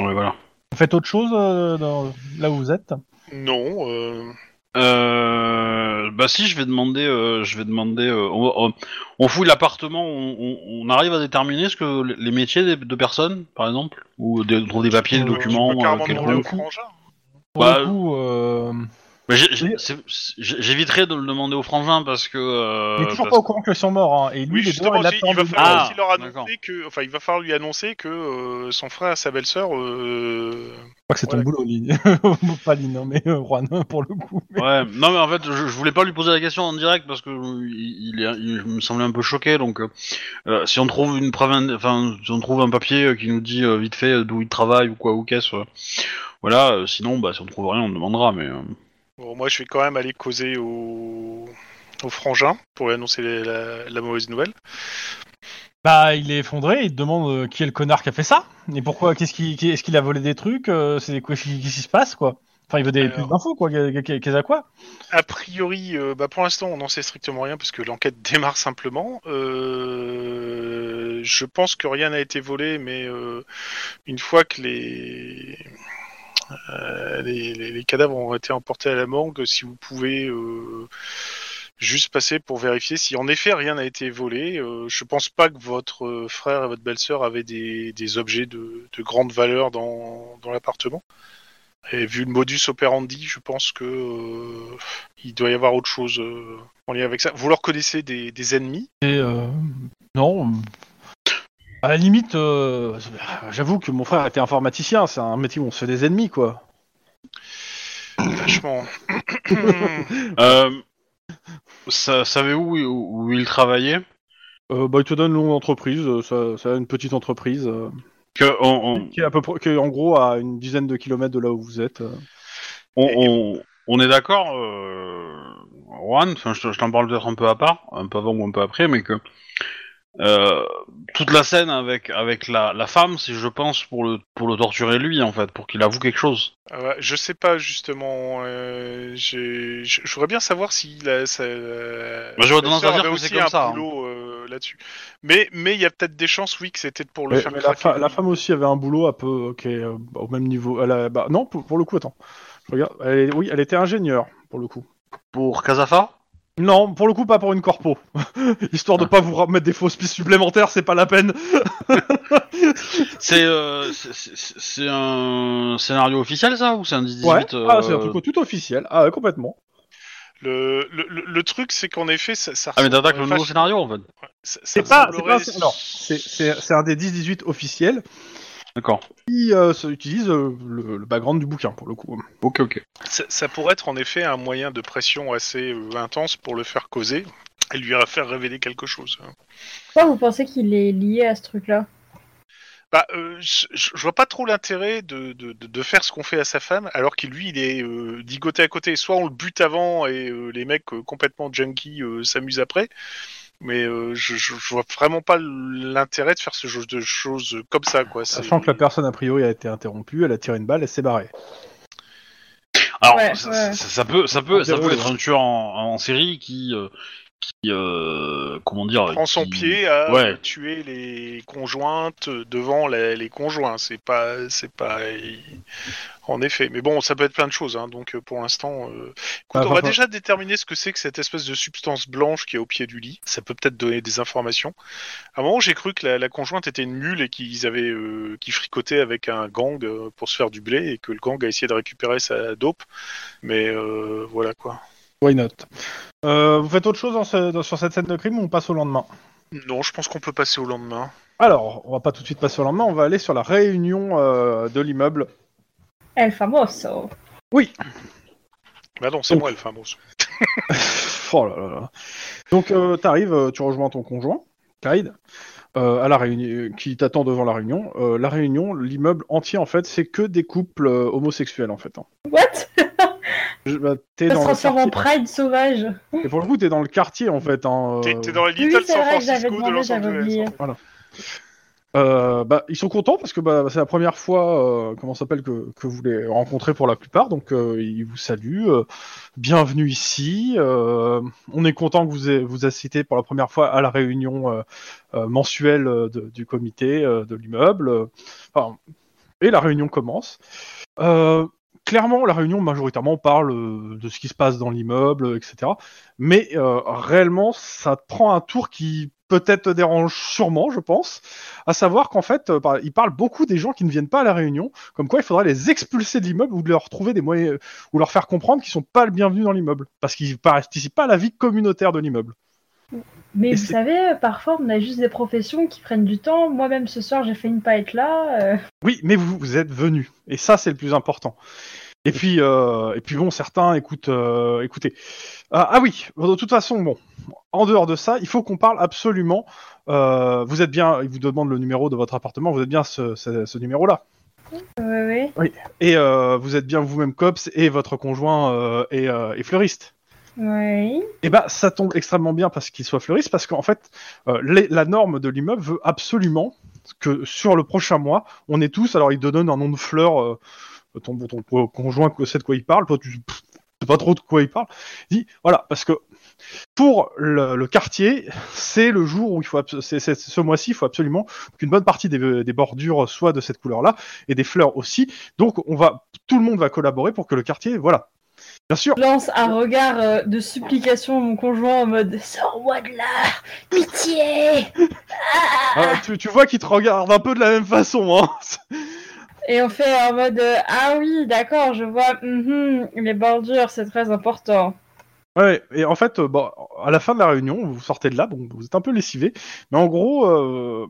S3: Ouais, voilà.
S1: Vous faites autre chose euh, dans- là où vous êtes
S4: Non, euh,
S3: Euh, bah si, je vais demander, euh, je vais demander. euh, on, on- on fouille l'appartement, on, on- on arrive à déterminer ce que les métiers des- de personnes, par exemple, ou des- on trouve des papiers, des
S1: Euh,
S4: tu
S3: documents.
S4: peux
S3: euh,
S4: carrément
S3: quelconques.
S4: demander au
S1: quelconque.
S4: frangin.
S1: Pour
S3: Bah,
S1: le coup, euh,
S3: Mais j'ai- j'ai- c'est- c'est- J'éviterai de le demander au frangin parce que. euh,
S1: il est toujours
S3: parce-
S1: pas au courant que son mort. hein, et lui,
S4: Oui,
S1: il est
S4: justement,
S1: dehors, il
S4: aussi, il va
S1: attend de-
S4: falloir
S3: Ah,
S4: aussi leur annoncer
S3: d'accord.
S4: que, enfin, il va falloir lui annoncer que euh, son frère et sa belle-sœur. euh,
S1: Je crois que c'est ton
S4: Ouais.
S1: boulot, Lynn. [LAUGHS] pas Lynn, hein, mais euh, Juan, pour le coup.
S3: Ouais, non mais en fait, je, je voulais pas lui poser la question en direct parce que euh, il, il est- il me semblait un peu choqué. Donc, euh, euh, si on trouve une preuve, ind- enfin, si on trouve un papier euh, qui nous dit euh, vite fait euh, d'où il travaille ou quoi ou qu'est-ce, euh, voilà. euh, sinon, bah, si on trouve rien, on demandera. Mais euh,
S4: Bon, moi, je vais quand même aller causer au, au frangin pour lui annoncer la, la- la mauvaise nouvelle.
S1: Bah, il est effondré, il te demande euh, qui est le connard qui a fait ça, et pourquoi, qu'est-ce qu'il, qui- est-ce qu'il a volé des trucs, euh, c'est quoi, qu'est-ce qui qu'est-ce qui se passe, quoi. Enfin, il veut des
S4: Alors.
S1: plus d'infos, quoi, qu'est- qu'est- qu'est-ce à quoi.
S4: A priori, euh, bah, pour l'instant, on n'en sait strictement rien parce que l'enquête [LAUGHS] démarre simplement. Euh, je pense que rien n'a été volé, mais euh, une fois que les euh, les, les- les cadavres ont été emportés à la morgue, si vous pouvez euh, juste passer pour vérifier si en effet rien n'a été volé. Euh, je pense pas que votre euh, frère et votre belle-sœur avaient des, des objets de, de grande valeur dans, dans l'appartement. Et vu le modus operandi, je pense que euh, il doit y avoir autre chose euh, en lien avec ça. Vous leur connaissez des, des ennemis
S1: Et, euh, non. euh, À la limite, euh, j'avoue que mon frère était informaticien, c'est un métier où on se fait des ennemis, quoi.
S4: Vachement.
S3: euh, sa- savez-vous où, où il travaillait
S1: Euh, bah, il te donne le nom d'entreprise, euh, ça, ça a une petite entreprise, euh,
S3: Que on, on-
S1: qui est à peu près, qui est en gros à une dizaine de kilomètres de là où vous êtes. euh.
S3: on, on- on est d'accord, euh, Juan, enfin, je, te- je t'en parle peut-être un peu à part, un peu avant ou un peu après, mais que euh, toute la scène avec, avec la, la femme, c'est je pense pour le, pour le torturer lui, en fait, pour qu'il avoue quelque chose.
S4: Euh, je sais pas justement. euh, j'ai- je je voudrais bien savoir si la, sa,
S3: Bah, j'aurais
S4: sa
S3: tendance à
S4: sœur
S3: dire
S4: avait
S3: que c'est
S4: aussi
S3: comme
S4: un
S3: ça, hein.
S4: boulot euh, là-dessus. Mais mais il y a peut-être des chances, oui, que c'était pour le
S1: Mais-
S4: faire
S1: mais la,
S4: craquer.
S1: fa- la femme aussi avait un boulot un peu euh, qui est euh, au même niveau. Elle a- bah, non, pour, pour le coup, attends. Je regarde. Elle est- oui, elle était ingénieure pour le coup.
S3: Pour Casafa
S1: Non, pour le coup, pas pour une corpo. [LAUGHS] Histoire de pas vous remettre des fausses pistes supplémentaires, c'est pas la peine.
S3: C'est euh, c'est- c'est- c'est un scénario officiel, ça Ou c'est un 18
S1: Ouais.
S3: euh,
S1: Ah, c'est un truc tout officiel. Ah, ouais, complètement.
S4: Le, le, le- le truc, c'est qu'en effet, ça. ça
S3: Ah, mais t'attaques le
S4: ressemblerait
S3: nouveau scénario, en fait.
S4: fâche- ça- ça
S1: Ah, C'est pas, c'est pas,
S4: ressemblerait-
S1: c'est- alors, c'est- c'est c'est un des 10-18 officiels
S3: D'accord.
S1: qui euh, se- utilise euh, le, le background du bouquin pour le coup.
S3: Ok, ok.
S4: Ça, ça pourrait être en effet un moyen de pression assez euh, intense pour le faire causer et lui faire révéler quelque chose.
S5: Pourquoi vous pensez qu'il est lié à ce truc-là
S4: Bah, euh, je, je- je vois pas trop l'intérêt de, de, de- de faire ce qu'on fait à sa femme, alors qu'il lui, il est euh, digoté à côté. Soit on le bute avant et euh, les mecs euh, complètement junkies euh, s'amusent après. Mais euh, je, je, je vois vraiment pas l'intérêt de faire ce genre de choses comme ça, quoi. C'est-
S1: Sachant que la personne a priori a été interrompue, elle a tiré une balle, elle s'est barrée.
S3: Alors,
S5: Ouais,
S3: ça,
S5: ouais.
S3: ça- ça peut, ça peut, ça
S1: Ok,
S3: peut
S1: ouais.
S3: être un tueur en, en série qui, euh, qui, euh, comment dire,
S4: prend son
S3: qui-
S4: pied à euh,
S3: ouais.
S4: tuer les conjointes devant les, les conjoints. C'est pas, c'est pas, en effet. Mais bon, ça peut être plein de choses. hein. Donc euh, pour l'instant, euh, écoute,
S1: Bah,
S4: on va
S1: par-
S4: déjà déterminer ce que c'est que cette espèce de substance blanche qui est au pied du lit. Ça peut peut-être donner des informations. À un moment, j'ai cru que la, la conjointe était une mule et qu'ils avaient, euh, qu'ils fricotaient avec un gang euh, pour se faire du blé et que le gang a essayé de récupérer sa dope. Mais euh, voilà quoi.
S1: Why not Euh, Vous faites autre chose dans ce- dans- sur cette scène de crime ou on passe au lendemain
S4: Non, je pense qu'on peut passer au lendemain.
S1: Alors, on va pas tout de suite passer au lendemain, on va aller sur la réunion euh, de l'immeuble.
S5: El famoso.
S4: Bah non, c'est
S1: Donc-
S4: moi le fameux.
S1: oh là là là. Donc, euh, t'arrives, euh, tu rejoins ton conjoint, Clyde, euh, à la réunion, qui t'attend devant la réunion. Euh, la réunion, l'immeuble entier, en fait, c'est que des couples euh, homosexuels, en fait. hein.
S5: What
S1: Je- bah, t'es
S5: Ça se
S1: dans le
S5: transforme en
S1: quartier-
S5: pride sauvage.
S1: Et pour le coup, t'es dans le quartier, en fait. hein,
S4: T'es
S1: euh,
S4: t'es dans la
S5: Oui,
S4: Little
S5: c'est
S4: San
S5: vrai que j'avais
S4: Francisco de
S5: demandé,
S4: Los
S5: j'avais
S4: Angeles.
S5: oublié.
S4: en fait.
S1: Euh, bah, ils sont contents parce que bah, c'est la première fois, euh, comment ça s'appelle, que, que vous les rencontrez pour la plupart. Donc euh, ils vous saluent, euh, bienvenue ici. euh, on est content que vous ayez- vous assistiez pour la première fois à la réunion euh, euh, mensuelle euh, de- du comité euh, de l'immeuble. Euh, enfin, et la réunion commence. Euh, clairement, la réunion majoritairement parle euh, de ce qui se passe dans l'immeuble, etc. Mais euh, réellement, ça prend un tour qui peut-être te dérange sûrement, je pense à savoir qu'en fait, euh, par- ils parlent beaucoup des gens qui ne viennent pas à la réunion, comme quoi il faudrait les expulser de l'immeuble ou de leur trouver des moyens, ou leur faire comprendre qu'ils sont pas le bienvenu dans l'immeuble, parce qu'ils participent pas à la vie communautaire de l'immeuble.
S5: Mais
S1: Et
S5: vous
S1: c'est-
S5: savez, parfois on a juste des professions qui prennent du temps. Moi-même ce soir j'ai fait une pas être là. euh.
S1: Oui, mais vous, vous êtes venus, et ça c'est le plus important. Et puis, euh, et puis bon, certains écoutent, euh, écoutez. Ah, ah oui, de toute façon, bon, en dehors de ça, il faut qu'on parle absolument. euh, vous êtes bien, ils vous demandent le numéro de votre appartement, vous êtes bien ce- ce- ce numéro-là.
S5: Ouais, ouais.
S1: Et euh, vous êtes bien vous-même cops et votre conjoint euh, est, euh, est fleuriste.
S5: Ouais.
S1: Et bah ça tombe extrêmement bien parce qu'il soit fleuriste parce qu'en fait euh, les- la norme de l'immeuble veut absolument que sur le prochain mois on est tous alors il te donne un nom de fleur euh, ton, ton, ton conjoint que sait de quoi il parle toi tu pff, sais pas trop de quoi il parle il dit voilà parce que pour le, le quartier c'est le jour où il faut abs- c'est- c'est- ce mois-ci il faut absolument qu'une bonne partie des, des bordures soit de cette couleur-là et des fleurs aussi donc on va tout le monde va collaborer pour que le quartier voilà bien sûr
S5: Je lance un regard euh, de supplication à mon conjoint en mode Sors-moi de là Pitié
S1: Ah, tu, tu vois qu'il te regarde un peu de la même façon. Hein. [LAUGHS]
S5: Et on fait en mode euh, Ah oui, d'accord, je vois. mhm, les bordures, c'est très important.
S1: Ouais, et en fait, euh, bon, à la fin de la réunion, vous sortez de là, bon, vous êtes un peu lessivé, mais en gros, euh,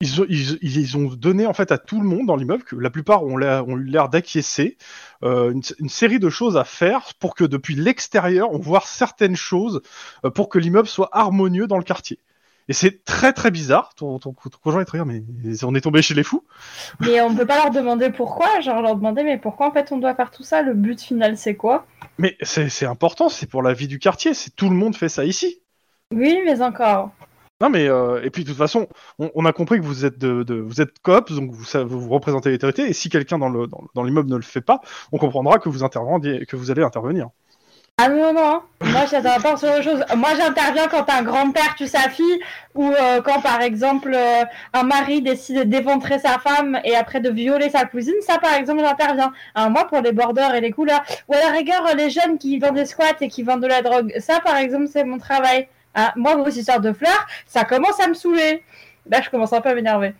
S1: ils, ont- ils- ils ont donné en fait à tout le monde dans l'immeuble, que la plupart ont, l'air- ont eu l'air d'acquiescer, euh, une, une série de choses à faire pour que depuis l'extérieur, on voit certaines choses euh, pour que l'immeuble soit harmonieux dans le quartier. Et c'est très très bizarre, ton, ton, ton conjoint est très bien, mais on est tombé chez les fous.
S5: Mais on peut pas leur demander pourquoi, genre leur demander mais pourquoi en fait on doit faire tout ça, le but final c'est quoi
S1: Mais c'est c'est important, c'est pour la vie du quartier, c'est tout le monde fait ça ici.
S5: Oui, mais encore.
S1: Non mais euh, et puis de toute façon, on, on a compris que vous êtes de, de- vous êtes cops, donc vous, sa- vous vous représentez l'autorité. Et si quelqu'un dans le dans, dans l'immeuble ne le fait pas, on comprendra que vous intervenez, que vous allez intervenir.
S5: Ah non, non, hein. moi j'interviens pas sur les choses. Moi j'interviens quand un grand-père tue sa fille ou euh, quand par exemple euh, un mari décide d'éventrer sa femme et après de violer sa cousine, ça par exemple j'interviens. Hein, moi pour les bordeurs et les couleurs. Ou à la rigueur euh, les jeunes qui vendent des squats et qui vendent de la drogue, ça par exemple c'est mon travail. Hein, moi vos histoires de fleurs, ça commence à me saouler. Là je commence un peu à m'énerver.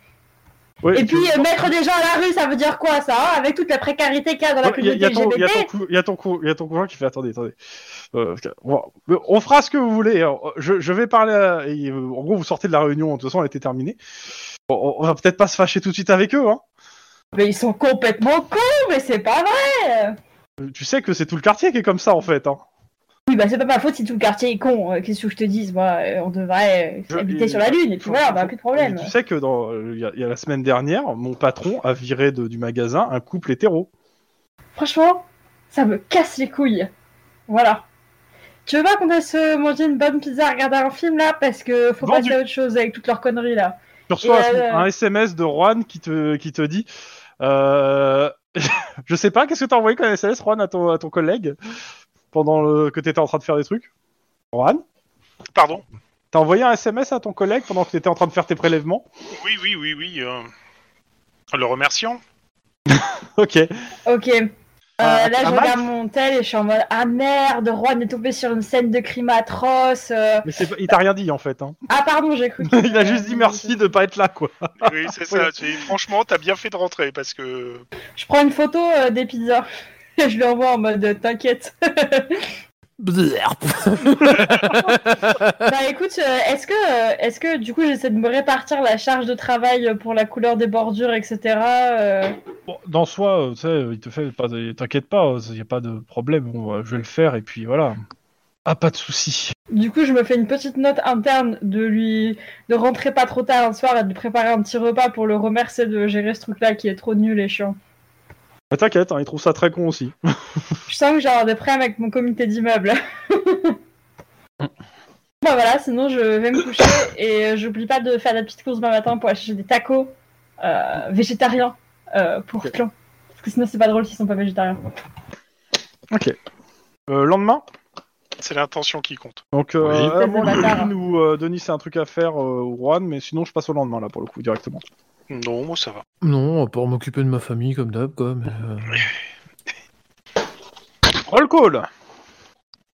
S1: Ouais,
S5: Et
S1: tu-
S5: puis euh, mettre des gens à la rue, ça veut dire quoi ça hein, Avec toute la précarité qu'il y a dans la
S1: Ouais, y a-
S5: communauté
S1: y a ton- y a ton
S5: LGBT
S1: cou- y a ton cou- y a ton conjoint qui fait attendez attendez. Euh, on, on fera ce que vous voulez. hein. Je, je vais parler. à- et, euh, en gros, vous sortez de la réunion. De toute façon, elle était terminée. On, on va peut-être pas se fâcher tout de suite avec eux. Hein.
S5: Mais ils sont complètement cons, mais c'est pas vrai
S1: Euh, Tu sais que c'est tout le quartier qui est comme ça en fait. Hein.
S5: Oui, bah c'est pas ma faute si tout le quartier est con. euh, Qu'est-ce que je te dise, moi euh, On devrait euh,
S1: Je-
S5: habiter
S1: et-
S5: sur la Lune, et puis
S1: faut-
S5: voilà,
S1: faut-
S5: on a bah, plus de problème.
S1: Tu sais que dans euh, il y, a- il y a la semaine dernière, mon patron a viré de- du magasin un couple hétéro.
S5: Franchement, ça me casse les couilles. Voilà. Tu veux pas qu'on aille se manger une bonne pizza, regarder un film là Parce que faut
S1: Vendu.
S5: passer à autre chose avec toutes leurs conneries là.
S1: Tu reçois
S5: Et,
S1: un-
S5: euh,
S1: un SMS de Juan qui te, qui te dit euh, [LAUGHS] Je sais pas, qu'est-ce que t'as envoyé comme SMS, Juan, à ton, à ton collègue pendant le- que t'étais en train de faire des trucs Juan
S4: Pardon
S1: T'as envoyé un SMS à ton collègue pendant que t'étais en train de faire tes prélèvements [LAUGHS]
S4: Oui, oui, oui, oui. euh, Le remerciant
S1: Ok.
S5: Ok. Euh,
S1: Ah,
S5: là,
S1: ah,
S5: je
S1: Mike
S5: regarde mon tel et je suis en mode Ah merde, Juan est tombé sur une scène de crime atroce. euh.
S1: Mais c'est pas- il t'a rien dit en fait. hein. [LAUGHS]
S5: Ah, pardon, j'ai cru. que-
S1: Il a juste dit merci de pas être là quoi.
S4: Oui, c'est
S5: [LAUGHS]
S4: ça. c'est- Franchement, t'as bien fait de rentrer parce que.
S5: Je prends une photo euh, des pizzas. [LAUGHS] Et je lui envoie en mode euh, T'inquiète. [LAUGHS] bah écoute, euh, est-ce que, euh, est-ce que du coup, j'essaie de me répartir la charge de travail pour la couleur des bordures, etc. euh,
S1: Bon, dans soi, euh, tu sais, euh, il te fait pas, de- t'inquiète pas, il n'y a pas de problème, bon, euh, je vais le faire et puis voilà. Ah, pas de souci.
S5: Du coup, je me fais une petite note interne de lui de rentrer pas trop tard un soir et de lui préparer un petit repas pour le remercier de gérer ce truc-là qui est trop nul et chiant.
S1: Bah, t'inquiète, hein, il trouve ça très con aussi.
S5: Je sens que j'ai avoir des problèmes avec mon comité d'immeuble. bah voilà, sinon je vais me coucher et euh, j'oublie pas de faire la petite course demain matin pour acheter des tacos euh, végétariens euh, pour Clan. Parce que sinon c'est pas drôle s'ils sont pas végétariens.
S1: Euh, lendemain,
S4: C'est l'intention qui compte.
S1: donc euh,
S3: Oui.
S1: à moins que
S5: C'est bon, la
S1: Dean ou euh, Denis c'est un truc à faire euh, ou Juan, mais sinon je passe au lendemain là pour le coup directement.
S4: Non, moi ça va.
S6: Non, pour m'occuper de ma famille comme d'hab, quoi. mais, euh,
S1: Roll call.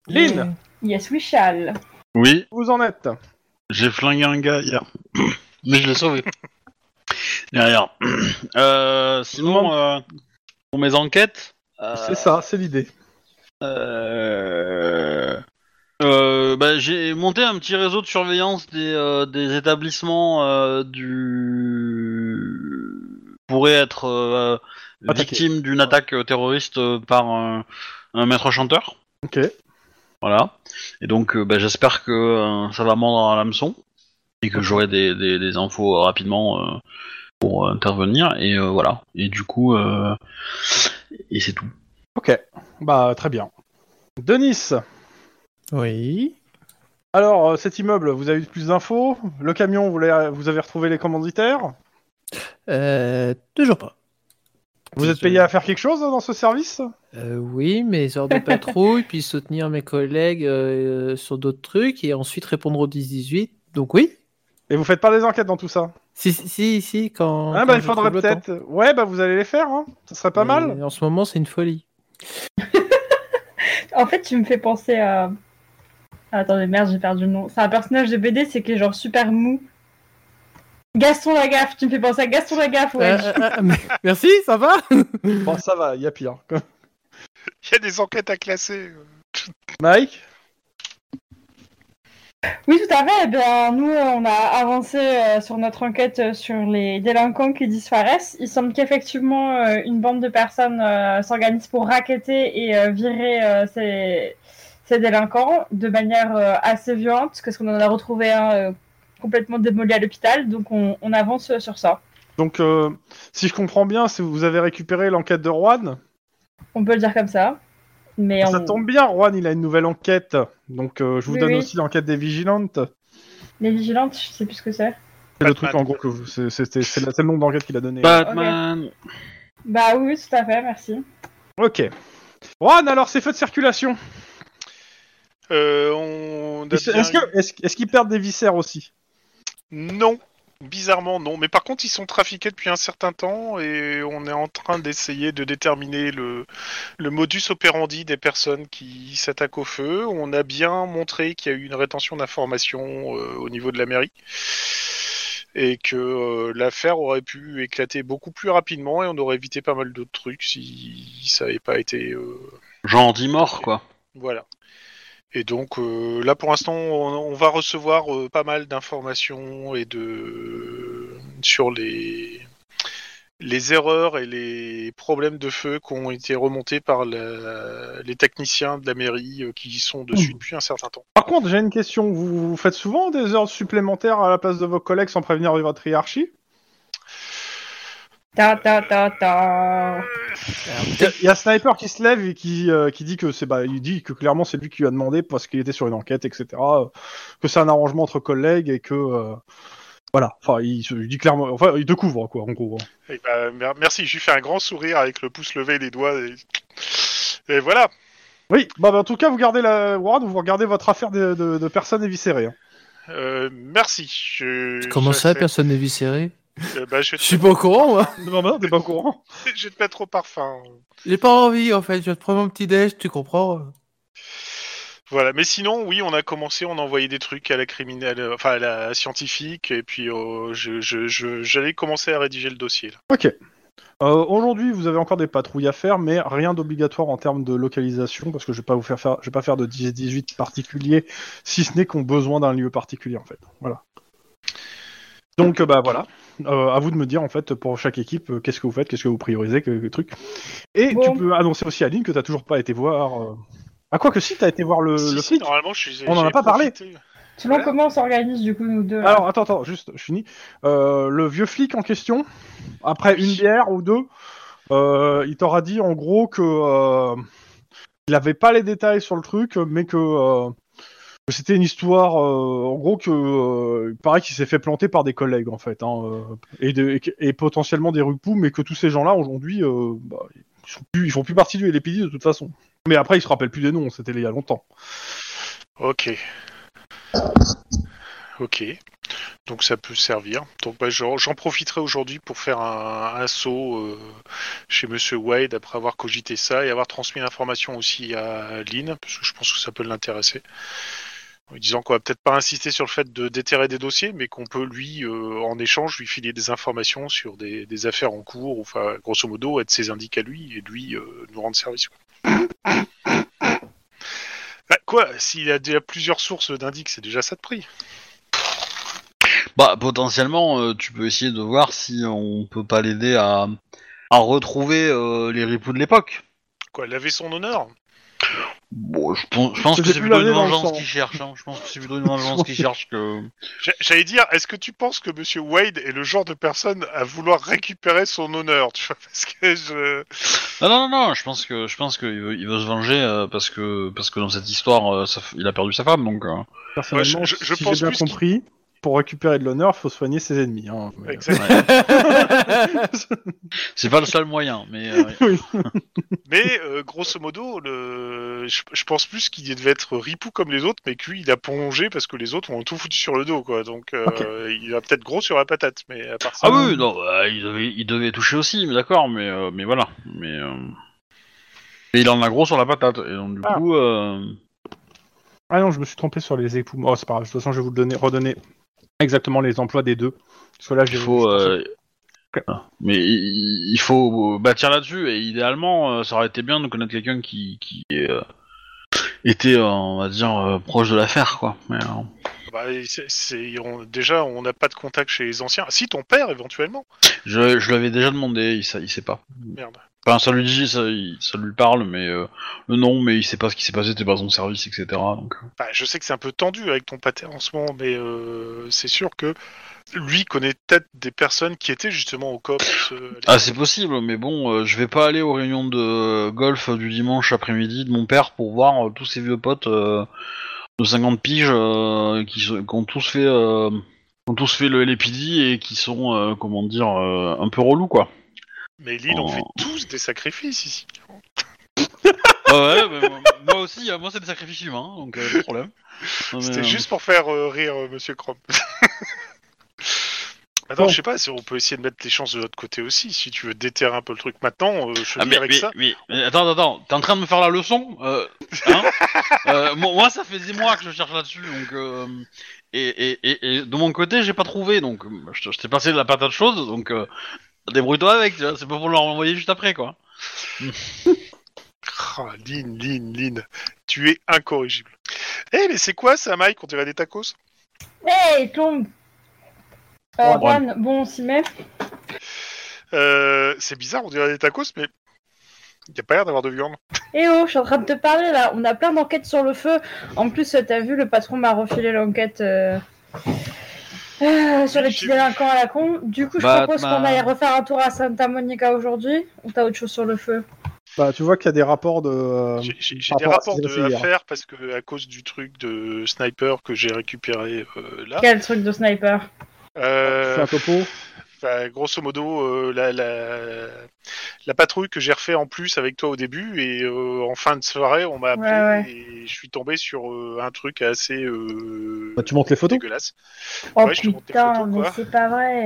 S1: Lynn,
S5: Yes, we shall.
S3: Oui,
S1: où vous en êtes
S3: j'ai flingué un gars hier. [COUGHS] Mais je l'ai sauvé. Derrière. [COUGHS] Euh, sinon, euh, pour mes enquêtes. euh,
S1: C'est ça, c'est l'idée.
S3: Euh... euh, bah, j'ai monté un petit réseau de surveillance des, euh, des établissements euh, du pourraient être euh,
S1: Attaqués.
S3: victimes d'une attaque euh, terroriste euh, par un, un maître chanteur.
S1: Ok.
S3: Voilà. Et donc, euh, bah, j'espère que euh, ça va mordre à l'hameçon et que j'aurai des, des, des infos euh, rapidement euh, pour euh, intervenir. Et euh, voilà. Et du coup, euh, et c'est tout.
S1: Ok. Bah très bien. Denis,
S6: Oui.
S1: alors euh, cet immeuble, vous avez eu plus d'infos Le camion, vous, l'avez- vous avez retrouvé les commanditaires
S6: Euh, toujours pas.
S1: Vous êtes payé à faire quelque chose hein, dans ce service
S6: Euh, oui, mes heures de patrouille, puis soutenir mes collègues euh, sur d'autres trucs, et ensuite répondre au 10-18. Donc oui.
S1: Et vous faites pas des enquêtes dans tout ça
S6: Si, si, si, si, quand.
S1: Ah
S6: quand
S1: bah il
S6: je
S1: faudrait
S6: trouve le temps.
S1: peut-être. Ouais bah vous allez les faire, hein. ça serait pas mal.
S6: Mais En ce moment, c'est une folie.
S5: En fait, tu me fais penser à. Ah, Attendez, merde, j'ai perdu le nom. C'est un personnage de BD, c'est qui est genre super mou. Gaston Lagaffe, tu me fais penser à Gaston Lagaffe, ouais.
S6: Euh, euh, euh, mais- [LAUGHS] merci, ça va Mmh.
S1: Bon ça va, il y a pire.
S4: Il y a des enquêtes à classer.
S1: [LAUGHS] Mike
S5: Oui, tout à fait. Eh bien, nous, euh, on a avancé euh, sur notre enquête euh, sur les délinquants qui disparaissent. Il semble qu'effectivement, euh, une bande de personnes euh, s'organise pour racketter et euh, virer euh, ces, ces délinquants de manière euh, assez violente, parce qu'on en a retrouvé un euh, complètement démoli à l'hôpital. Donc, on, on avance euh, sur ça.
S1: Donc euh, si je comprends bien, si vous avez récupéré l'enquête de Juan,
S5: On peut le dire comme ça. Mais
S1: ça
S5: on-
S1: tombe bien, Juan il a une nouvelle enquête. Donc euh, je vous
S5: Oui,
S1: donne
S5: oui.
S1: aussi l'enquête des vigilantes.
S5: les vigilantes, je sais plus ce que c'est.
S1: C'est le
S4: Batman.
S1: truc en gros que vous- c'est c'est- c'est la- c'est le nom d'enquête qu'il a donné.
S3: Batman.
S5: Bah oui, oui, tout à fait, merci.
S1: Ok. Juan alors ces feux de circulation.
S4: Euh, on a
S1: Est-ce
S4: bien-
S1: est-ce que- est-ce- est-ce qu'ils perdent des viscères aussi
S4: Non. Bizarrement, non. Mais par contre, ils sont trafiqués depuis un certain temps et on est en train d'essayer de déterminer le, le modus operandi des personnes qui s'attaquent au feu. On a bien montré qu'il y a eu une rétention d'informations euh, au niveau de la mairie et que euh, l'affaire aurait pu éclater beaucoup plus rapidement et on aurait évité pas mal d'autres trucs si ça n'avait pas été euh,
S3: Genre 10 morts, quoi.
S4: Voilà. Et donc euh, là pour l'instant on, on va recevoir euh, pas mal d'informations et de sur les les erreurs et les problèmes de feu qui ont été remontés par la- les techniciens de la mairie euh, qui y sont dessus depuis un certain temps.
S1: Par contre, j'ai une question. Vous, vous faites souvent des heures supplémentaires à la place de vos collègues sans prévenir votre hiérarchie
S5: Ta ta ta ta.
S1: Il y a Sniper qui se lève et qui, euh, qui dit que c'est bah, il dit que clairement c'est lui qui lui a demandé parce qu'il était sur une enquête, etc. euh, Que c'est un arrangement entre collègues et que euh, voilà. Enfin, il, se- il dit clairement. Enfin, il découvre quoi, en gros. hein.
S4: Et bah, ben, mer- merci, je lui fais un grand sourire avec le pouce levé et les doigts. Et, et voilà.
S1: Oui, bah, bah, en tout cas, vous gardez la Warren, vous regardez votre affaire de, de- de personnes éviscérées. hein.
S4: Euh, merci. Je-
S6: Comment
S4: je
S6: ça,
S4: sais-
S6: personne n'est viscéré
S4: Euh, bah, je, vais
S6: Je suis pas au courant, moi.
S1: Non, non, t'es pas au courant.
S4: te... [LAUGHS] je vais te mettre au parfum.
S6: J'ai pas envie, en fait. Je vais te prendre mon petit déj, tu comprends
S4: Voilà, mais sinon, oui, on a commencé, on a envoyé des trucs à la criminelle, euh, enfin à la scientifique, et puis euh, je- je- je- j'allais commencer à rédiger le dossier. Là.
S1: Ok. Euh, Aujourd'hui, vous avez encore des patrouilles à faire, mais rien d'obligatoire en termes de localisation, parce que je vais pas vous faire, faire je vais pas faire de 10-18 particuliers, si ce n'est qu'on besoin d'un lieu particulier en fait. Voilà. Donc euh, bah voilà, Euh, à vous de me dire en fait pour chaque équipe euh, qu'est-ce que vous faites, qu'est-ce que vous priorisez, que, que truc. Et
S5: Bon.
S1: tu peux annoncer aussi à Lynn que t'as toujours pas été voir. euh, Ah quoi que si, t'as été voir le,
S4: Si,
S1: Euh, le
S4: si,
S1: flic.
S4: normalement, je suis.
S1: On en a
S4: j'ai
S1: pas parlé.
S4: profité.
S5: Selon comment on s'organise du coup nous deux. là.
S1: Alors attends, attends, juste, je finis. Euh, le vieux flic en question, après une bière ou deux, euh, il t'aura dit en gros que euh, il avait pas les détails sur le truc, mais que, euh, que c'était une histoire, euh, en gros que euh, il paraît qu'il s'est fait planter par des collègues en fait, hein, euh, et, de- et que- et potentiellement des rupous, mais que tous ces gens-là aujourd'hui, euh, bah, ils, sont plus- ils font plus partie du LPD de toute façon. Mais après, ils se rappellent plus des noms, c'était il y a longtemps.
S4: Ok. Ok. Donc ça peut servir. Donc bah, j'en j'en profiterai aujourd'hui pour faire un, un saut euh, chez Monsieur Wade après avoir cogité ça et avoir transmis l'information aussi à Lynn, parce que je pense que ça peut l'intéresser. En lui disant qu'on va peut-être pas insister sur le fait de déterrer des dossiers, mais qu'on peut lui, euh, en échange, lui filer des informations sur des, des affaires en cours, ou, enfin, grosso modo, être ses indices à lui et lui euh, nous rendre service. quoi. Bah, quoi, s'il a déjà plusieurs sources d'indices, c'est déjà ça de prix.
S3: Bah, potentiellement, euh, tu peux essayer de voir si on peut pas l'aider à, à retrouver euh, les ripoux de l'époque.
S4: Quoi, laver son honneur
S3: Bon, je pense, je pense
S1: Je
S3: que
S1: l'ai
S3: c'est
S1: plus
S3: plutôt une
S1: lavé dans le
S3: vengeance
S1: sang.
S3: qui cherche. hein. Je pense que
S1: [LAUGHS]
S3: c'est plutôt une vengeance qui cherche que.
S4: J'a- J'allais dire, est-ce que tu penses que Monsieur Wade est le genre de personne à vouloir récupérer son honneur Tu vois, [LAUGHS] parce que je.
S3: Non, non, non, non, Je pense que je pense qu'il veut, il veut se venger euh, parce que parce que dans cette histoire, euh, sa f- il a perdu sa femme, donc. euh,
S1: Personnellement,
S4: Ouais, je- je- je
S1: si
S4: pense
S1: j'ai bien
S4: plus qu'il-
S1: compris, pour récupérer de l'honneur, faut soigner ses ennemis. hein. Mais,
S4: Exact.
S3: c'est pas le seul moyen, mais.
S1: [LAUGHS]
S3: euh,
S4: Mais euh, grosso modo, le... je, je pense plus qu'il devait être ripou comme les autres, mais que lui, il a plongé parce que les autres ont tout foutu sur le dos, quoi. Donc, euh, il a peut-être gros sur la patate, mais à part ça.
S3: Ah oui, non, bah, il, devait, il devait toucher aussi, mais d'accord, mais euh, mais voilà, mais. euh, Et il en a gros sur la patate, et donc du
S1: Ah.
S3: coup. euh,
S1: Ah non, je me suis trompé sur les époux. Oh, c'est pas grave. De toute façon, je vais vous le donner, redonner exactement les emplois des deux. Parce que là, j'ai-
S3: Il faut.
S1: je pense
S3: euh, Mais il il faut euh, bâtir là-dessus et idéalement, euh, ça aurait été bien de connaître quelqu'un qui, qui euh, était, euh, on va dire, euh, proche de l'affaire, quoi. Mais, euh,
S4: Bah, c'est- c'est- on- Déjà, on n'a pas de contact chez les anciens. Ah, Si, ton père, éventuellement.
S3: je je l'avais déjà demandé, il, sa- il sait pas.
S4: Merde.
S3: Enfin, ça lui dit, ça, il- ça lui parle, mais euh, le nom, mais il sait pas ce qui s'est passé, c'était pas son service, etc. Donc, euh.
S4: Bah, je sais que c'est un peu tendu avec ton pater en ce moment, mais euh, c'est sûr que lui connaît peut-être des personnes qui étaient justement au COPS. euh,
S3: Ah, c'est possible, mais bon, euh, je vais pas aller aux réunions de euh, golf du dimanche après-midi de mon père pour voir euh, tous ces vieux potes euh, de 50 piges euh, qui, se- qui ont tous fait, euh, qui ont tous fait le LPD et qui sont, euh, comment dire, euh, un peu relous, quoi.
S4: mais Lille, on
S3: Oh.
S4: fait tous des sacrifices ici.
S3: Ah ouais, bah, moi- moi aussi, euh, moi c'est des sacrifices humains, donc euh, pas de problème. Non, mais,
S4: C'était
S3: euh,
S4: juste pour faire euh, rire euh, Monsieur [LAUGHS] Crump. Attends,
S1: Bon.
S4: je sais pas si on peut essayer de mettre les chances de l'autre côté aussi, si tu veux déterrer un peu le truc. Maintenant, euh, je te
S3: Ah,
S4: dis
S3: mais,
S4: avec
S3: mais-
S4: ça.
S3: mais- mais attends, attends, t'es en train de me faire la leçon euh, hein Euh, moi, moi, ça fait 10 mois que je cherche là-dessus, donc. euh, et, et, et, et de mon côté, j'ai pas trouvé, donc euh, je te- je t'ai passé de la patate chaude, donc euh, débrouille-toi avec, tu vois, c'est pas pour leur envoyer juste après, quoi.
S4: Ah, Lynn, Lynn, Lynn, tu es incorrigible. Eh, mais c'est quoi ça, Mike On dirait des tacos
S5: Hey, tombe euh,
S3: Ouais.
S5: Juan, bon, on s'y met.
S4: Euh, C'est bizarre, on dirait des tacos, mais il n'y a pas l'air d'avoir de viande.
S5: Eh oh, je suis en train de te parler là. On a plein d'enquêtes sur le feu. En plus, euh, t'as vu, le patron m'a refilé l'enquête euh, euh, sur les petits délinquants à la con. Du coup, je
S3: Batman.
S5: propose qu'on aille refaire un tour à Santa Monica aujourd'hui. Ou t'as autre chose sur le feu
S1: Bah, tu vois qu'il y a des rapports de. euh,
S4: J'ai- J'ai j'ai
S1: par
S4: des
S1: rapport à ce
S4: rapports
S1: qu'ils
S4: de
S1: avaient fait hier.
S4: affaires parce que à cause du truc de sniper que j'ai récupéré euh, là.
S5: Quel truc de sniper
S1: C'est
S4: Euh,
S1: un topo.
S4: Enfin, grosso modo, euh, la, la, la patrouille que j'ai refait en plus avec toi au début, et euh, en fin de soirée, on m'a appelé
S5: Ouais,
S4: et je suis tombé sur euh, un truc assez euh,
S1: Bah, tu montes les photos
S4: dégueulasse.
S5: Oh
S4: Ouais, je te montre tes
S5: putain,
S4: photos,
S5: mais
S4: quoi.
S5: c'est pas vrai.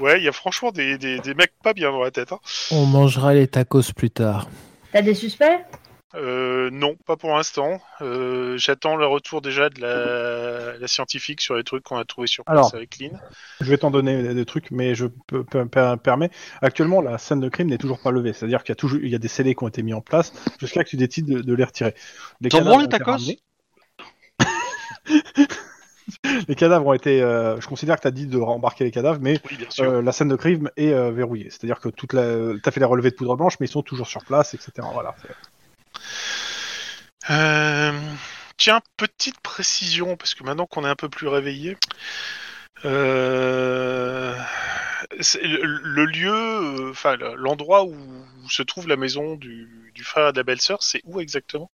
S4: Ouais, il y a franchement des, des, des mecs pas bien dans la tête. hein.
S6: [LAUGHS] On mangera les tacos plus tard.
S5: T'as des suspects
S4: Euh, non, pas pour l'instant. Euh, J'attends le retour déjà de la, la scientifique sur les trucs qu'on a trouvé sur place
S1: Alors. euh,
S4: avec Lynn.
S1: Je vais t'en donner des, des trucs, mais je peux, peux- per- permets. Actuellement, la scène de crime n'est toujours pas levée. C'est-à-dire qu'il y a toujours, il y a des scellés qui ont été mis en place jusqu'à que tu décides de, de les retirer. Les
S3: T'en
S1: cadavres
S3: branles,
S1: ont été
S3: tacos
S1: ramenés. [LAUGHS] Les cadavres ont été. euh, je considère que t'as dit de rembarquer les cadavres, mais
S4: Oui, bien sûr.
S1: euh, la scène de crime est euh, verrouillée. C'est-à-dire que toute la, t'as fait les relevés de poudre blanche, mais ils sont toujours sur place, etc. Voilà.
S4: Euh, Tiens, petite précision, parce que maintenant qu'on est un peu plus réveillé, euh, c'est le, le lieu, euh, enfin le- l'endroit où, où se trouve la maison du, du frère et de la belle-sœur, c'est où exactement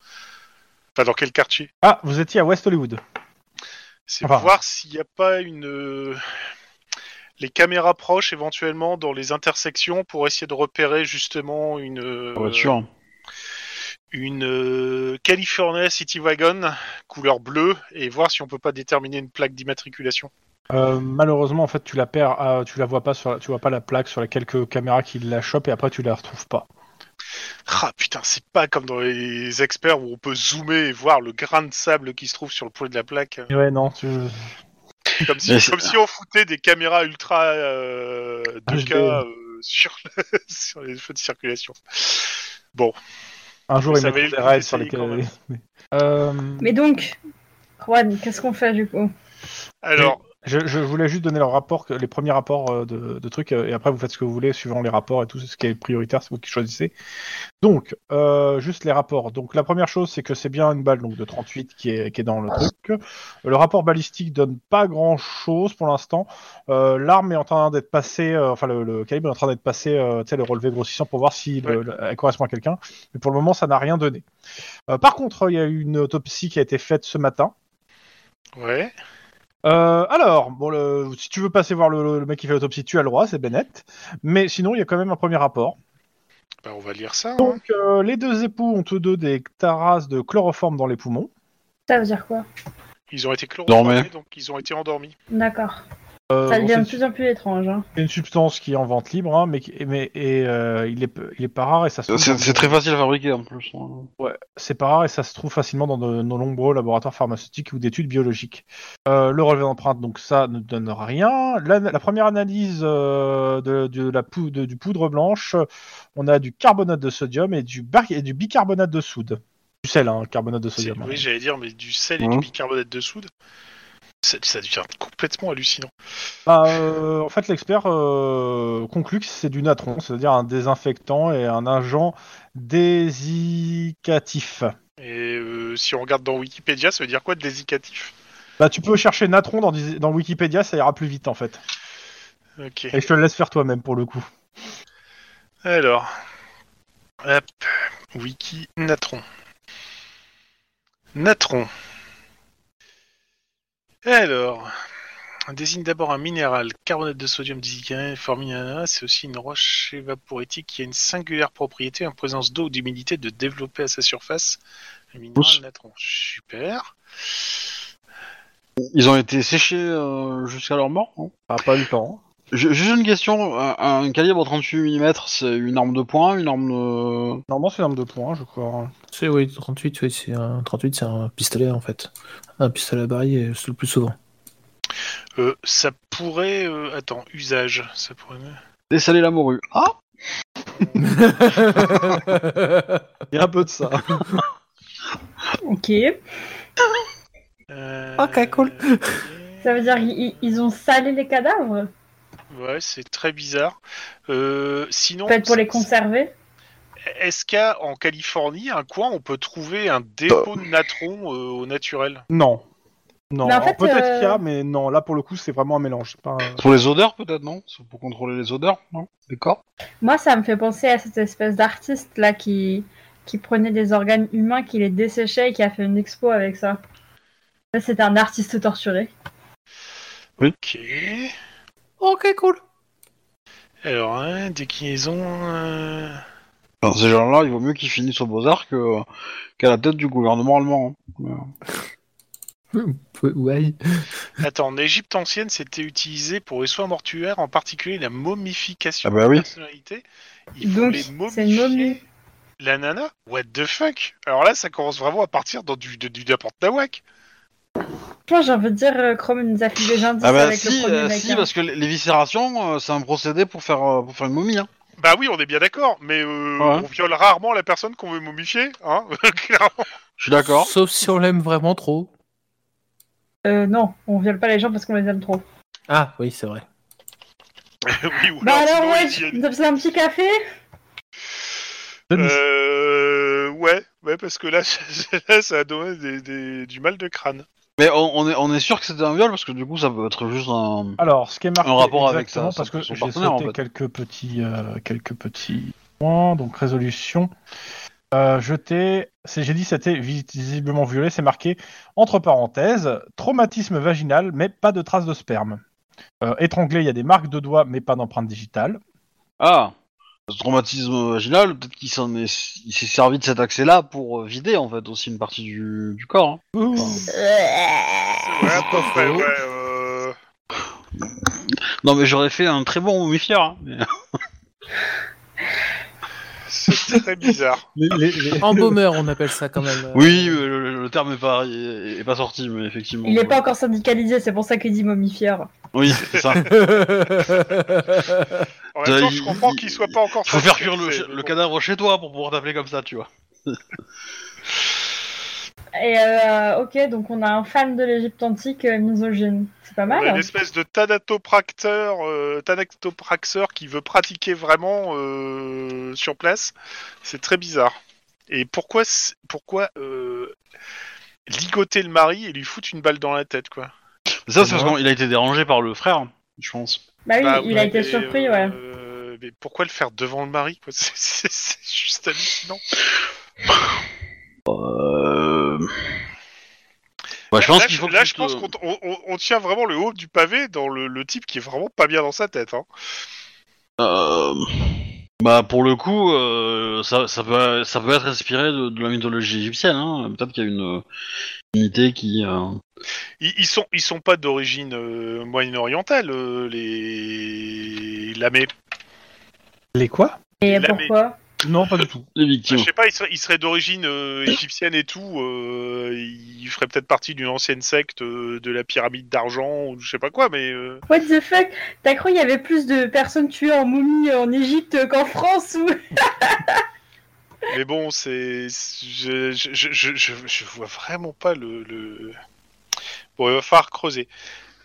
S4: Enfin, dans quel quartier
S1: Ah, vous étiez à West Hollywood.
S4: C'est
S1: Enfin.
S4: voir s'il n'y a pas une euh, les caméras proches éventuellement dans les intersections pour essayer de repérer justement une euh,
S3: Pour être sûr.
S4: une euh, California City Wagon couleur bleue et voir si on peut pas déterminer une plaque d'immatriculation.
S1: Euh, malheureusement, en fait, tu la perds, euh, tu la vois pas sur, la- tu vois pas la plaque sur la quelques caméras qui la chopent et après tu la retrouves pas.
S4: Ah putain, c'est pas comme dans les experts où on peut zoomer et voir le grain de sable qui se trouve sur le poids de la plaque.
S1: Et ouais, non, tu-
S4: Comme
S3: Mais
S4: si,
S3: c'est-
S4: comme si on foutait des caméras ultra euh, 2K
S1: HD.
S4: euh, sur, le- [LAUGHS] sur les feux de circulation. Bon,
S1: un jour
S4: Ça
S1: ils mettront
S4: valait le
S1: des
S4: coup
S1: raids sur les.
S4: d'essayer quand même.
S1: [LAUGHS] Euh,
S5: Mais donc, Juan, qu'est-ce qu'on fait du coup
S4: alors
S1: je, je voulais juste donner leur rapport, que- les premiers rapports euh, de, de trucs euh, et après vous faites ce que vous voulez suivant les rapports et tout ce qui est prioritaire, c'est vous qui choisissez. Donc, euh, juste les rapports. Donc la première chose, c'est que c'est bien une balle donc de 38 qui est, qui est dans le truc. Euh, Le rapport balistique donne pas grand chose pour l'instant. Euh, L'arme est en train d'être passée, euh, enfin le, le calibre est en train d'être passé, euh, tu sais, le relevé grossissant pour voir si le- le- elle correspond à quelqu'un. Mais pour le moment, ça n'a rien donné. Euh, par contre, il y a eu une autopsie qui a été faite ce matin.
S4: ouais.
S1: Euh, alors, bon, le- si tu veux passer voir le, le- le mec qui fait l'autopsie, tu as le droit, c'est Bennett. Mais sinon, il y a quand même un premier rapport.
S4: Bah, on va lire ça. hein.
S1: Donc, euh, les deux époux ont tous deux des tarasses de chloroforme dans les poumons.
S5: Ça veut dire quoi
S4: Ils ont été chloroformés,
S3: Dormaient.
S4: donc ils ont été endormis.
S5: D'accord.
S1: Euh,
S5: Ça
S1: bon,
S5: devient de
S1: c'est
S5: plus en plus étrange. Hein.
S1: une substance qui est en vente libre, hein, mais, qui- mais et, euh, il, est, peu- il est pas rare et ça se trouve
S3: Euh, C'est
S1: dans-
S3: c'est très facile à fabriquer en plus. hein.
S1: Ouais, c'est pas rare et ça se trouve facilement dans de- nos nombreux laboratoires pharmaceutiques ou d'études biologiques. Euh, le relevé d'empreinte, donc ça ne donne rien. La, la première analyse euh, de, de la pou- de- du poudre blanche, euh, on a du carbonate de sodium et du, bar- et du bicarbonate de soude. Du sel, hein, carbonate de
S4: C'est-
S1: sodium. hein.
S4: Oui, j'allais dire, mais du sel et
S3: Mhm.
S4: du bicarbonate de soude, ça, ça devient complètement hallucinant.
S1: Bah, euh, en fait, l'expert euh, conclut que c'est du natron, c'est-à-dire un désinfectant et un agent désicatif.
S4: Et euh, si on regarde dans Wikipédia, ça veut dire quoi de désicatif
S1: Bah, tu peux chercher natron dans, dis- dans Wikipédia, ça ira plus vite en fait.
S4: Ok.
S1: Et je te le laisse faire toi-même pour le coup.
S4: Alors, hop, wiki Natron. Natron. Alors, on désigne d'abord un minéral, carbonate de sodium disicané, formina, c'est aussi une roche évaporétique qui a une singulière propriété en présence d'eau ou d'humidité de développer à sa surface le minéral
S3: Pousse.
S4: natron. Super.
S3: Ils ont été séchés euh, jusqu'à leur mort. hein.
S1: Ah, pas du temps.
S3: Ju- Juste une question, un, un calibre 38 mm, c'est une arme de poing, une arme de...
S1: Normalement, c'est une arme de poing, je crois.
S6: C'est oui, 38, oui, c'est un 38, c'est un pistolet en fait. Un pistolet à barillet, c'est le plus souvent.
S4: Euh, ça pourrait... euh, attends, usage. Ça pourrait...
S3: Dessaler la morue. Ah
S1: Il y a un peu de ça.
S5: Ok.
S4: Euh,
S6: Ok, cool.
S5: [LAUGHS] Ça veut dire qu'ils ils ont salé les cadavres
S4: Ouais, c'est très bizarre. Euh, sinon,
S5: Peut-être pour les conserver
S4: est-ce qu'à en Californie, un coin, on peut trouver un dépôt de natron euh, au naturel
S1: Non. Non,
S5: Mais en
S1: alors,
S5: fait,
S1: peut-être
S5: euh,
S1: qu'il y a, mais non, là pour le coup, c'est vraiment un mélange. c'est Pas...
S3: Pour les odeurs peut-être, non C'est Pour contrôler les odeurs, non D'accord.
S5: Moi, ça me fait penser à cette espèce d'artiste là qui... qui prenait des organes humains, qui les desséchait et qui a fait une expo avec ça. Ça, C'était un artiste torturé.
S4: Ok.
S6: Ok, cool.
S4: Alors, hein, déclinaison. euh,
S3: Enfin, ces gens-là, il vaut mieux qu'ils finissent au Beaux-Arts que- qu'à la tête du gouvernement allemand. hein.
S6: Ouais.
S4: Attends, en Égypte ancienne, c'était utilisé pour les soins mortuaires, en particulier la momification
S3: Ah bah oui.
S4: des personnalités. Il faut
S5: Donc,
S4: les
S5: c'est une momie.
S4: momifier. La nana What the fuck Alors là, ça commence vraiment à partir dans du, de- du n'importe nawak.
S5: Moi, j'ai envie de dire, euh, Chrome nous a filé des indices
S3: Ah bah
S5: avec le
S3: si,
S5: premier
S3: euh,
S5: mec,
S3: si,
S5: hein.
S3: parce que l- les viscérations, euh, c'est un procédé pour faire, euh, pour faire une momie. Hein.
S4: Bah oui, on est bien d'accord, mais euh,
S3: Ouais.
S4: on viole rarement la personne qu'on veut momifier, hein [LAUGHS] Clairement.
S3: Je suis d'accord.
S6: Sauf si on l'aime vraiment trop.
S5: Euh, non, on viole pas les gens parce qu'on les aime trop.
S6: Ah oui, c'est vrai.
S4: oui, ou
S5: Bah alors,
S4: sinon,
S5: ouais,
S4: il dit-
S5: nous avons un petit café
S4: Euh, ouais, ouais, parce que là, [LAUGHS] là, ça a donné des- des- du mal de crâne.
S3: Mais on, on est, on est sûr que c'était un viol, parce que du coup, ça peut être juste un...
S1: Alors, ce qui est marqué
S3: En rapport avec
S1: exactement,
S3: sa-
S1: parce
S3: son-
S1: que
S3: son
S1: j'ai sauté
S3: partenaire, en fait.
S1: quelques petits, euh, quelques petits points. Donc résolution. Euh, jeter, c'est- j'ai dit c'était visiblement violé, c'est marqué entre parenthèses, traumatisme vaginal, mais pas de traces de sperme. Euh, étranglé, il y a des marques de doigts, mais pas d'empreinte digitale.
S3: Ah Ce traumatisme vaginal, peut-être qu'il s'en est... il s'est servi de cet accès-là pour euh, vider, en fait, aussi une partie du, du corps. hein.
S4: Ouais, à peu près, ouais, euh,
S3: Non, mais j'aurais fait un très bon momifieur. hein,
S5: [LAUGHS]
S3: mais-
S4: c'est très bizarre.
S6: [LAUGHS] Embaumeur, on appelle ça quand même.
S3: Oui, euh, le, le terme est pas, est, est pas sorti, mais effectivement.
S5: Il est
S3: ouais.
S5: pas encore syndicalisé, c'est pour ça qu'il dit momifieur.
S3: Oui, c'est
S5: [LAUGHS]
S3: ça.
S4: En même temps,
S3: Bah, Il-
S4: je comprends
S3: il-
S4: qu'il soit pas encore.
S3: Faut faire
S4: satisfait,
S3: cuire le,
S4: mais
S3: le
S4: bon.
S3: cadavre chez toi pour pouvoir t'appeler comme ça, tu vois.
S5: Et euh, ok, donc on a un fan de l'Égypte antique euh, misogyne. C'est pas
S4: On a
S5: mal. hein.
S4: Une espèce de thanatopracteur, euh, thanatopraxeur qui veut pratiquer vraiment euh, sur place. C'est très bizarre. Et pourquoi, c'est- pourquoi euh, ligoter le mari et lui foutre une balle dans la tête, quoi
S3: Ça, c'est parce qu'il a été dérangé par le frère, je pense.
S5: Bah oui,
S4: Bah,
S5: il a
S4: ouais,
S5: été
S4: mais,
S5: surpris, ouais.
S4: euh, mais pourquoi le faire devant le mari quoi [LAUGHS] C'est- C'est c'est juste hallucinant.
S3: Euh... Bah, je pense
S4: là,
S3: qu'il faut que
S4: là,
S3: tu
S4: je
S3: te-
S4: pense qu'on on- on- on tient vraiment le haut du pavé dans le, le type qui est vraiment pas bien dans sa tête. Hein.
S3: Euh, Bah pour le coup, euh, ça, ça, peut, ça peut être inspiré de, de la mythologie égyptienne. Hein. Peut-être qu'il y a une euh, unité qui. euh,
S4: Ils, ils sont ils sont pas d'origine euh, moyenne-orientale euh, les lamés.
S1: Les quoi
S5: Et
S4: il l'a
S5: pourquoi
S1: Non, pas du tout.
S3: Les
S4: Je
S3: victimes.
S4: sais pas, ils seraient, ils seraient d'origine euh, égyptienne et tout. Euh, ils feraient peut-être partie d'une ancienne secte euh, de la pyramide d'argent ou je sais pas quoi, mais. euh,
S5: What the fuck T'as cru il y avait plus de personnes tuées en momie en Égypte qu'en France ou...
S4: Mais bon, c'est. Je, je, je, je, je- je vois vraiment pas le, le- Bon, il va falloir creuser.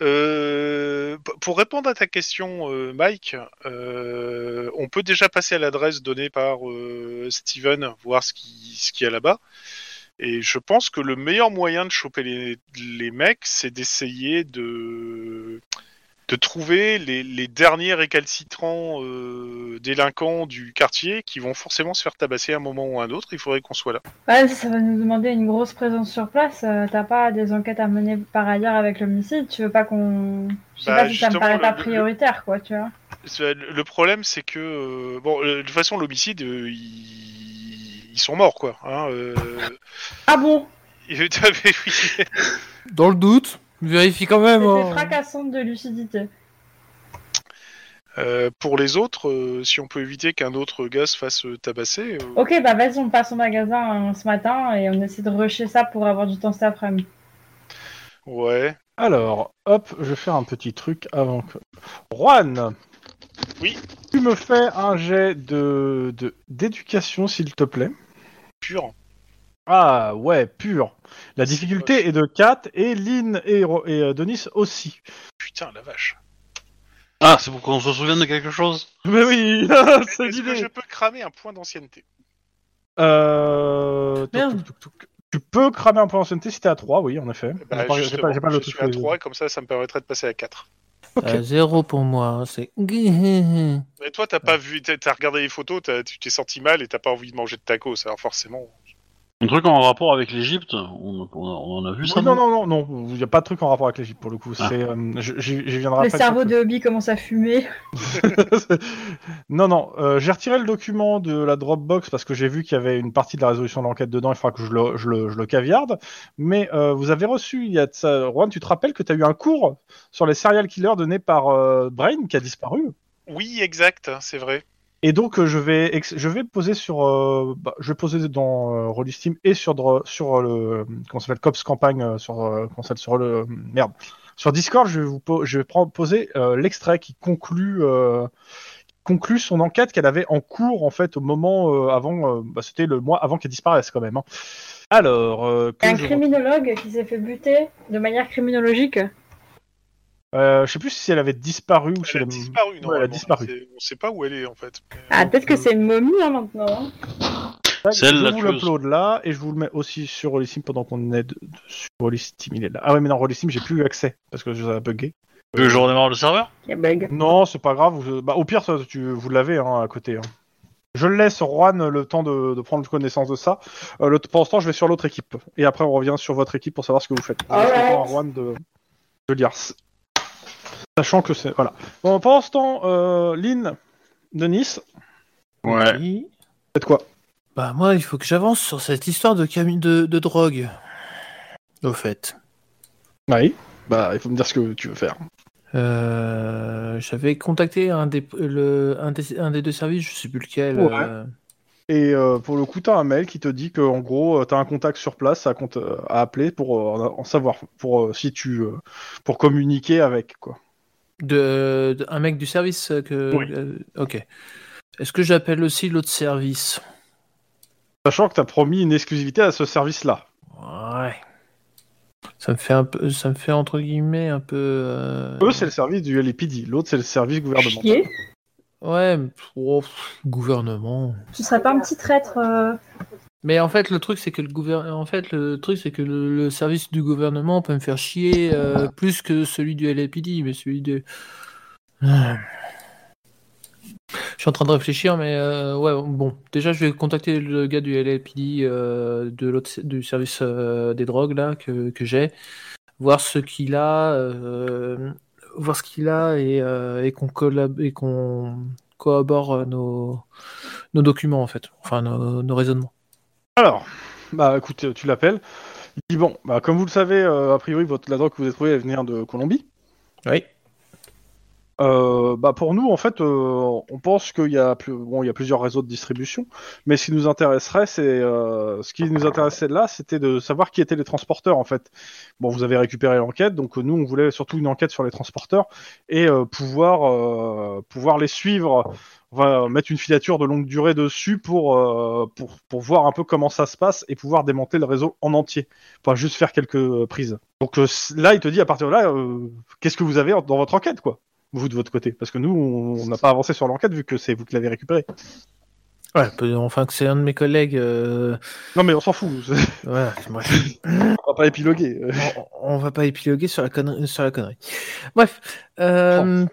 S4: Euh, p- pour répondre à ta question, euh, Mike, euh, on peut déjà passer à l'adresse donnée par euh, Steven, voir ce qu'il ce qu'il y a là-bas. Et je pense que le meilleur moyen de choper les, les mecs, c'est d'essayer de, de trouver les, les derniers récalcitrants euh, délinquants du quartier qui vont forcément se faire tabasser à un moment ou à un autre. Il faudrait qu'on soit là.
S5: [LAUGHS] Ouais, ça va nous demander une grosse présence sur place. euh, T'as pas des enquêtes à mener par ailleurs avec l'homicide Tu veux pas qu'on. Je sais
S4: Bah,
S5: pas si ça me
S4: justement,
S5: paraît
S4: le-
S5: pas
S4: le-
S5: prioritaire, quoi, tu vois.
S4: Le le problème, c'est que euh, bon, euh, de toute façon, l'homicide, euh, ils... ils sont morts, quoi. Hein, euh... [LAUGHS]
S5: Ah bon
S4: et- mais oui.
S6: [LAUGHS] Dans le doute, vérifie quand même.
S5: C'était
S6: hein.
S5: fracassante de lucidité.
S4: Euh, pour les autres, euh, si on peut éviter qu'un autre gars se fasse euh, tabasser, euh,
S5: Ok, bah vas-y, on passe au magasin hein, ce matin et on essaie de rusher ça pour avoir du temps cet après-midi.
S4: ouais.
S1: Alors, hop, je vais faire un petit truc avant que. Juan
S4: Oui.
S1: Tu me fais un jet de de- d'éducation, s'il te plaît.
S4: pur.
S1: Ah ouais, pur. La
S4: C'est
S1: difficulté est de 4 et Lynn et, Ro- et euh, Denis aussi.
S4: [LAUGHS] Putain, la vache.
S3: Ah, c'est pour qu'on se souvienne de quelque chose
S1: Mais [LAUGHS]
S4: [LAUGHS]
S1: oui, c'est
S4: Est-ce que
S1: l'idée.
S4: je peux cramer un point d'ancienneté
S1: Euh, toc,
S6: Merde.
S1: toc, toc, toc. Tu peux cramer un point d'ancienneté si t'es à 3, oui, en effet.
S4: Bah,
S1: J'ai pas- j'ai
S4: justement,
S1: pas- j'ai pas le
S4: Je
S1: truc
S4: suis à
S1: sous les yeux.
S4: 3 et comme ça, ça me permettrait de passer à 4.
S6: Euh, zéro pour moi, hein, c'est. [LAUGHS]
S4: Mais toi, t'as pas vu, t'as t'as regardé les photos, t'as- tu t'es senti mal et t'as pas envie de manger de tacos, alors forcément.
S3: Un truc en rapport avec l'Égypte, on, on- on en a vu ça.
S1: Oui, non, non, non, non, il n'y a pas de truc en rapport avec l'Égypte pour le coup. C'est, euh, je- j'y j'y viendrai
S5: Ah. Le
S1: après.
S5: cerveau de Hobby commence à fumer.
S1: [LAUGHS] non, non, euh, j'ai retiré le document de la Dropbox parce que j'ai vu qu'il y avait une partie de la résolution de l'enquête dedans, il faudra que je le, je le, je le caviarde. Mais euh, vous avez reçu, il y a de ça- Juan, tu te rappelles que tu as eu un cours sur les serial killers donné par euh, Brain qui a disparu
S4: Oui, exact, hein, c'est vrai.
S1: Et donc euh, je vais ex- je vais poser sur euh, bah, je vais poser dans euh, Rolly Steam et sur dro- sur euh, le comment ça s'appelle Cops campagne euh, sur euh, comment ça s'appelle, sur le merde sur Discord je vais vous po- je vais prendre poser euh, l'extrait qui conclut euh, qui conclut son enquête qu'elle avait en cours en fait au moment euh, avant euh, bah, c'était le mois avant qu'elle disparaisse quand même hein. alors euh, que
S5: Un
S1: je...
S5: criminologue qui s'est fait buter de manière criminologique.
S1: Euh, je sais plus si elle avait disparu ou si
S4: Elle a
S1: elle-
S4: disparu, non
S1: Ouais, elle a disparu.
S4: On sait pas où elle est en fait.
S5: Ah, peut-être
S4: euh,
S5: que c'est une momie hein, maintenant. hein.
S1: Tac,
S3: Celle,
S1: je
S3: la
S1: vous
S3: tueuse.
S1: l'upload là et je vous le mets aussi sur Rollistim pendant qu'on est de- dessus. Rollistim, il est là. Ah ouais, mais non, Rollistim, j'ai plus eu accès parce que ça a bugué.
S3: Que je redémarre le serveur
S5: Il y a bug.
S1: Non, c'est pas grave. vous- bah, au pire, ça, tu, vous l'avez hein, à côté. hein. Je le laisse Juan le temps de, de prendre connaissance de ça. Euh, le, pour l'instant, je vais sur l'autre équipe et après on revient sur votre équipe pour savoir ce que vous faites. Je laisse le
S5: Alright.
S1: temps à Juan de, de lire. Sachant que c'est voilà. Bon, pendant ce temps, euh, Lynn de Nice,
S3: Ouais.
S6: Oui.
S1: faites quoi
S6: Bah moi, il faut que j'avance sur cette histoire de cami- de, de drogue. Au fait,
S1: Oui. Bah, il faut me dire ce que tu veux faire.
S6: Euh, j'avais contacté un des, le, un, des, un des deux services, je sais plus lequel.
S1: Ouais.
S6: euh,
S1: Et euh, pour le coup, t'as un mail qui te dit que en gros, euh, t'as un contact sur place à, cont- euh, à appeler pour euh, en savoir, pour euh, si tu, euh, pour communiquer avec quoi.
S6: de, de- un mec du service euh, que.
S1: Oui.
S6: euh, ok. Est-ce que j'appelle aussi l'autre service
S1: Sachant que t'as promis une exclusivité à ce service-là.
S6: Ouais. Ça me fait un peu, ça me fait entre guillemets un peu. euh,
S1: Eux, c'est le service du LPD, l'autre c'est le service gouvernemental.
S5: Chier.
S6: Ouais, mais- oh, pff, gouvernement.
S5: Tu serais pas un petit traître euh,
S6: Mais en fait, le truc, c'est que le gouver- en fait, le truc, c'est que le, le service du gouvernement peut me faire chier euh, plus que celui du LAPD, mais celui de. [SIGHS] Ah. Je suis en train de réfléchir, mais euh, ouais, bon. Déjà, je vais contacter le gars du LAPD euh, de l'autre, du service euh, des drogues là que, que j'ai, voir ce qu'il a, euh, voir ce qu'il a et, euh, et qu'on collab et qu'on corrobore euh, nos nos documents en fait, enfin nos, nos raisonnements.
S1: Alors, bah écoute, euh, tu l'appelles. Il dit bon, bah comme vous le savez, euh, a priori, votre, la drogue que vous avez trouvée, elle venir de Colombie.
S6: Oui.
S1: Euh, bah pour nous, en fait, euh, on pense qu'il y a plus, bon, il y a plusieurs réseaux de distribution, mais ce qui nous intéresserait, c'est euh, ce qui nous intéressait là, c'était de savoir qui étaient les transporteurs, en fait. Bon, vous avez récupéré l'enquête, donc euh, nous, on voulait surtout une enquête sur les transporteurs et euh, pouvoir euh, pouvoir les suivre. On va mettre une filature de longue durée dessus pour, euh, pour pour voir un peu comment ça se passe et pouvoir démonter le réseau en entier, pas juste faire quelques euh, prises. Donc euh, c- là, il te dit à partir de là, euh, qu'est-ce que vous avez en- dans votre enquête, quoi vous de votre côté Parce que nous, on on n'a pas avancé sur l'enquête vu que c'est vous qui l'avez récupéré.
S6: Ouais, peu- enfin que c'est un de mes collègues. euh,
S1: Non, mais on s'en fout, [LAUGHS] on
S6: ouais, moi, je-
S1: va pas épiloguer.
S6: on, on va pas épiloguer sur la connerie. Sur la connerie. Bref. euh,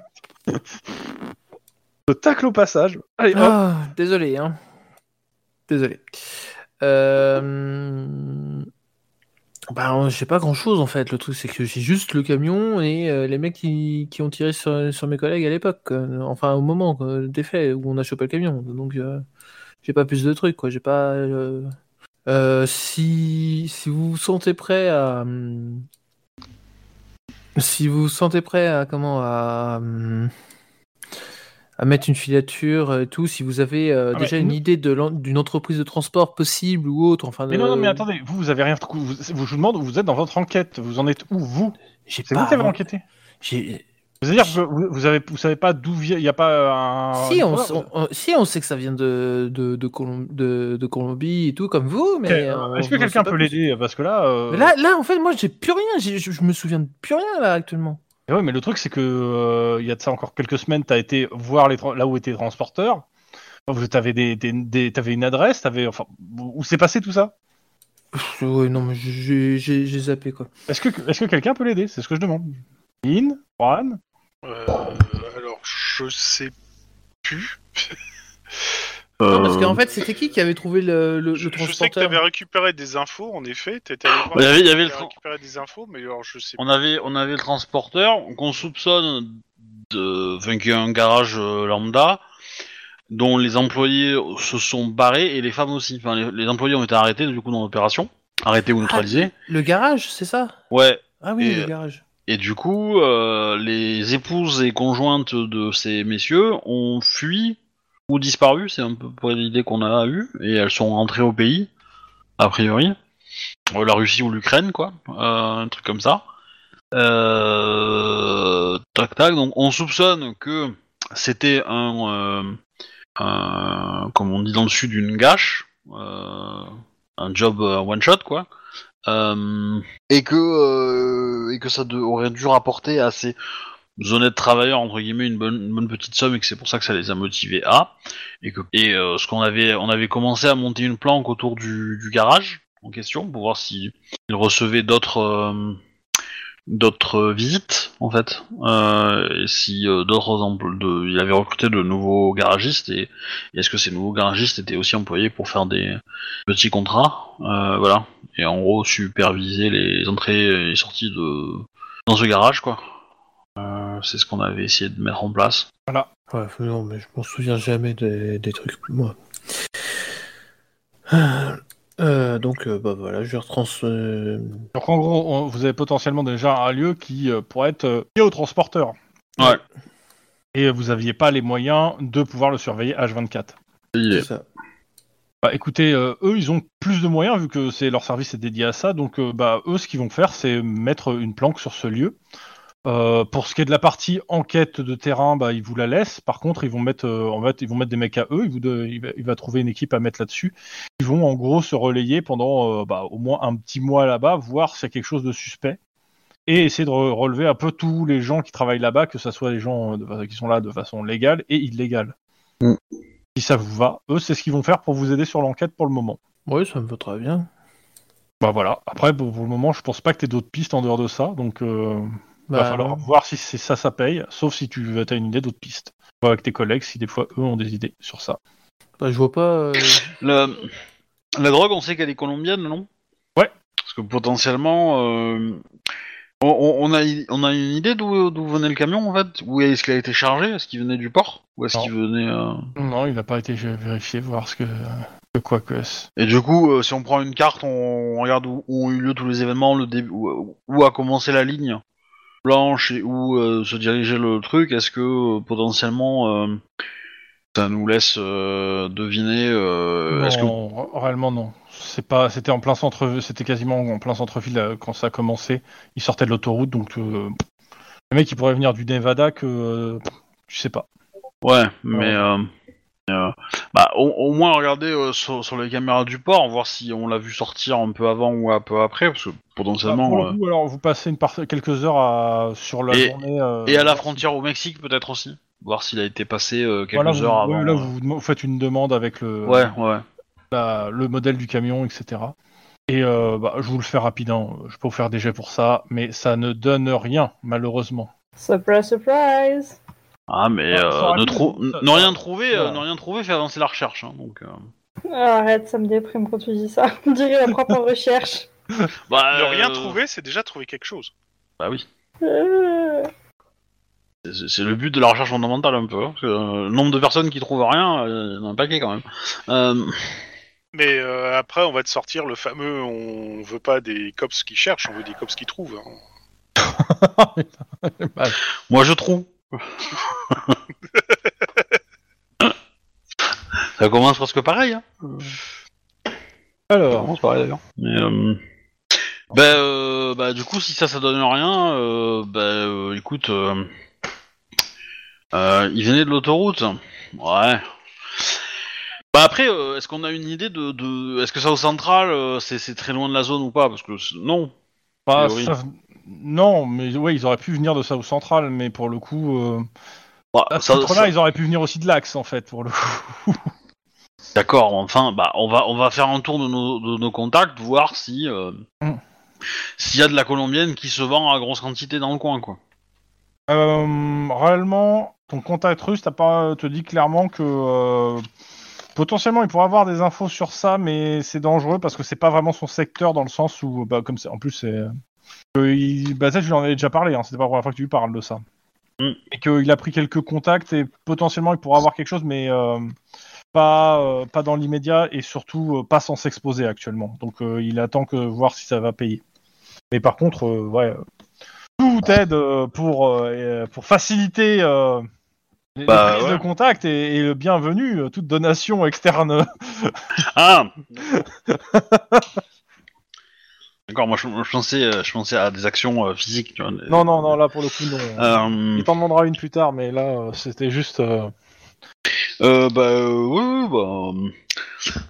S1: Le tacle au passage. Allez, hop.
S6: ah, désolé. Hein. Désolé. Euh, Bah, j'ai pas grand chose en fait. Le truc, c'est que j'ai juste le camion et euh, les mecs qui, qui ont tiré sur, sur mes collègues à l'époque. quoi. Enfin, au moment quoi, des faits où on a chopé le camion. Donc, euh, j'ai pas plus de trucs quoi. J'ai pas. euh, euh, si, si vous vous sentez prêt à. hum, Si vous vous sentez prêt à comment à. hum, à mettre une filature et tout, si vous avez euh,
S1: Ah,
S6: déjà
S1: mais
S6: une
S1: nous-
S6: idée de l'en- d'une entreprise de transport possible ou autre, enfin.
S1: Mais non, non,
S6: de-
S1: mais attendez, vous, vous avez rien. Vous, vous- je vous demande, vous êtes dans votre enquête. Vous en êtes où, vous
S6: J'ai
S1: C'est vous qui avez
S6: pas.
S1: enquêté
S6: j'ai-
S1: C'est-à-dire que vous, vous, avez, vous savez pas d'où vient. Il n'y a Ah, pas un.
S6: Si on,
S1: Voilà.
S6: on- on- si on sait que ça vient de de, de, Colom- de- de Colombie et tout comme vous, mais
S1: Ok, euh,
S6: euh,
S1: Est-ce que
S6: on sait
S1: quelqu'un
S6: pas
S1: peut
S6: plus.
S1: l'aider Parce que là. euh,
S6: Mais Là, là, en fait, moi, j'ai plus rien. J'ai- Je, je me souviens de plus rien là actuellement.
S1: eh ouais, mais le truc, c'est que euh, il y a de ça encore quelques semaines, t'as été voir les tra- là où étaient les transporteurs. Vous- T'avais des, des, des- t'avais une adresse, t'avais enfin où s'est passé tout ça
S6: Pff, ouais, non, mais j'ai j'ai- j'ai zappé quoi.
S1: Est-ce que, est-ce que quelqu'un peut l'aider C'est ce que je demande. In, Juan
S4: Euh, alors, je sais plus.
S2: Non, parce
S3: Euh,
S2: qu'en fait, c'était qui qui avait trouvé le, le, le
S4: Je, je sais que tu
S2: transporteur
S4: avais récupéré des infos, en effet. T'étais allé voir
S3: Il y avait- il y
S4: si
S3: avait le
S4: t'avais
S3: tra-
S4: récupéré des infos, mais alors je sais
S3: On avait, on avait le transporteur qu'on soupçonne de, enfin, qu'il y a un garage euh, lambda dont les employés se sont barrés et les femmes aussi. Enfin, les, les employés ont été arrêtés du coup dans l'opération, arrêtés ou
S6: Ah.
S3: neutralisés.
S2: Le garage, c'est ça
S3: Ouais.
S2: Ah oui,
S3: Et,
S2: le
S3: euh,
S2: garage.
S3: Et du coup, euh, les épouses et conjointes de ces messieurs ont fui ou disparu, c'est un peu près l'idée qu'on a eue, et elles sont rentrées au pays, a priori, Euh, la Russie ou l'Ukraine, quoi, Euh, un truc comme ça. Euh, tac tac, donc on soupçonne que c'était un, euh, un- comme on dit dans le sud, une gâche, euh, un job euh, one shot, quoi. Euh, et que euh, et que ça de- aurait dû rapporter à ces honnêtes travailleurs entre guillemets une bonne, une bonne petite somme et que c'est pour ça que ça les a motivés à et que et euh, ce qu'on avait on avait commencé à monter une planque autour du, du garage en question pour voir si ils recevaient d'autres euh, d'autres euh, visites en fait Euh, et si euh, d'autres empl- de il avait recruté de nouveaux garagistes et, et est-ce que ces nouveaux garagistes étaient aussi employés pour faire des petits contrats Euh, voilà et en gros superviser les entrées et sorties de dans ce garage quoi. Euh, c'est ce qu'on avait essayé de mettre en place.
S6: Ouais, faut- non, mais je m'en souviens jamais des, des trucs, moi. Ah, euh, donc, euh, bah voilà, je retrans. euh,
S1: Donc en gros, on- vous avez potentiellement déjà un lieu qui euh, pourrait être euh, lié au transporteur.
S3: Ouais.
S1: Et vous aviez pas les moyens de pouvoir le surveiller H24.
S3: Il
S6: c'est
S3: est-
S6: ça.
S1: Bah écoutez, euh, eux, ils ont plus de moyens vu que c'est leur service est dédié à ça. Donc euh, bah eux, ce qu'ils vont faire, c'est mettre une planque sur ce lieu. Euh, pour ce qui est de la partie enquête de terrain, bah, ils vous la laissent. Par contre, ils vont mettre, euh, en fait, ils vont mettre des mecs à eux. Ils vous de- il, va, il va trouver une équipe à mettre là-dessus. Ils vont en gros se relayer pendant euh, bah, au moins un petit mois là-bas, voir s'il y a quelque chose de suspect et essayer de re- relever un peu tous les gens qui travaillent là-bas, que ce soit les gens euh, de fa- qui sont là de façon légale et illégale.
S3: Mm.
S1: Si ça vous va, eux, c'est ce qu'ils vont faire pour vous aider sur l'enquête pour le moment.
S6: Oui, ça me va très bien.
S1: Bah voilà. Après, pour, pour le moment, je pense pas que t'aies d'autres pistes en dehors de ça, donc. euh,
S6: Bah,
S1: va falloir voir si c'est ça, ça paye, sauf si tu as une idée d'autres pistes. Voir avec tes collègues si des fois eux ont des idées sur ça.
S6: bah, je vois pas. euh,
S3: Le- La drogue, on sait qu'elle est colombienne, non
S1: Ouais.
S3: Parce que potentiellement, euh, on, on- on a, on a une idée d'où d'où venait le camion en fait Où est-ce qu'il a été chargé Est-ce qu'il venait du port Ou est-ce
S1: Non.
S3: qu'il venait euh,
S1: Non, il n'a pas été vérifié, voir ce que, que quoi que ce.
S3: Et du coup, euh, si on prend une carte, on, on regarde où, où ont eu lieu tous les événements, le début, où, où a commencé la ligne blanche et où euh, se dirigeait le truc. Est-ce que euh, potentiellement euh, ça nous laisse euh, deviner euh, Est-ce que
S1: non, réellement non. C'est pas, c'était en plein centre, c'était quasiment en plein centre-ville euh, quand ça a commencé. Il sortait de l'autoroute, donc euh, le mec il pourrait venir du Nevada que euh, tu sais pas.
S3: ouais, mais euh, euh, bah, au, au moins regarder euh, sur, sur les caméras du port, voir si on l'a vu sortir un peu avant ou un peu après, parce que
S1: Ah, pour
S3: potentiellement.
S1: le
S3: euh,
S1: coup, alors vous passez une par- quelques heures à- sur la
S3: Et-
S1: journée. euh,
S3: et à la frontière au Mexique peut-être aussi, voir s'il a été passé euh, quelques
S1: voilà, vous-
S3: heures avant.
S1: ouais, là, vous, vous faites une demande avec le.
S3: Ouais, ouais.
S1: la- le modèle du camion, etc. Et euh, bah, je vous le fais rapide, hein, je peux vous faire des jets pour ça, mais ça ne donne rien, malheureusement.
S5: Surprise, surprise.
S3: Ah mais
S1: Ah,
S3: euh,
S1: ça aurait
S3: ne,
S1: pu-
S3: trou-
S1: ça-
S3: ne
S1: ça-
S3: rien trouver, euh,
S1: voilà.
S3: ne rien trouver fait avancer la recherche. hein, donc, euh.
S5: Ah, Arrête, ça me déprime quand tu dis ça. [LAUGHS] On dirait
S4: [LAUGHS]
S5: la propre recherche.
S3: bah,
S4: pas. Ne rien
S3: euh,
S4: trouver, c'est déjà trouver quelque chose.
S3: Bah oui,
S5: Euh,
S3: c'est c'est le but de la recherche fondamentale un peu. hein, parce que, euh, le nombre de personnes qui trouvent rien, euh, il y en a un paquet quand même. Euh,
S4: Mais euh, après, on va te sortir le fameux on veut pas des cops qui cherchent, on veut des cops qui trouvent. hein.
S3: moi je trouve. [LAUGHS] Ça commence presque pareil. Hein. Ça
S1: Alors,
S3: commence pareil d'ailleurs. Mais, euh, bah, euh, bah, du coup si ça ça donne rien, euh, bah euh, écoute, euh, euh, il venait de l'autoroute. Ouais. Bah après, euh, est-ce qu'on a une idée de, de- est-ce que ça au central, euh, c'est, c'est très loin de la zone ou pas Parce que c'est- non.
S1: bah,
S3: théorie.
S1: ça- non, mais ouais, ils auraient pu venir de South Central, mais pour le coup, euh,
S3: Bah,
S1: à ce
S3: ça-
S1: titre-là,
S3: ça-
S1: ils auraient pu venir aussi de l'axe, en fait, pour le coup.
S3: D'accord. Enfin, bah on va on va faire un tour de nos, de nos contacts, voir si euh,
S1: Mm.
S3: s'il y a de la colombienne qui se vend à grosse quantité dans le coin, quoi.
S1: Euh, réellement, ton contact russe t'as pas, te dit clairement que euh, Potentiellement, il pourrait avoir des infos sur ça, mais c'est dangereux parce que c'est pas vraiment son secteur dans le sens où, bah, comme c'est, en plus, c'est. que il- bah, ça, je lui en avais déjà parlé, hein, c'était pas la première fois que tu lui parles de ça.
S3: Mm.
S1: Et qu'il a pris quelques contacts et potentiellement, il pourra avoir quelque chose, mais euh, pas, euh, pas dans l'immédiat et surtout euh, pas sans s'exposer actuellement. Donc, euh, il attend que voir si ça va payer. Mais par contre, euh, ouais, euh, tout
S3: Ah.
S1: aide euh, pour, euh, euh, pour faciliter. euh, les les
S3: Bah,
S1: prises
S3: ouais.
S1: de contact et, et le bienvenu, euh, toute donation externe [LAUGHS]
S3: Ah D'accord, moi je, je pensais, euh, je pensais à des actions euh, physiques. Tu vois, des-
S1: Non, non, non, là pour le coup, non.
S3: Euh,
S1: Il t'en demandera une plus tard, mais là, euh, c'était juste. euh,
S3: euh, bah, euh, oui, oui, bah. euh,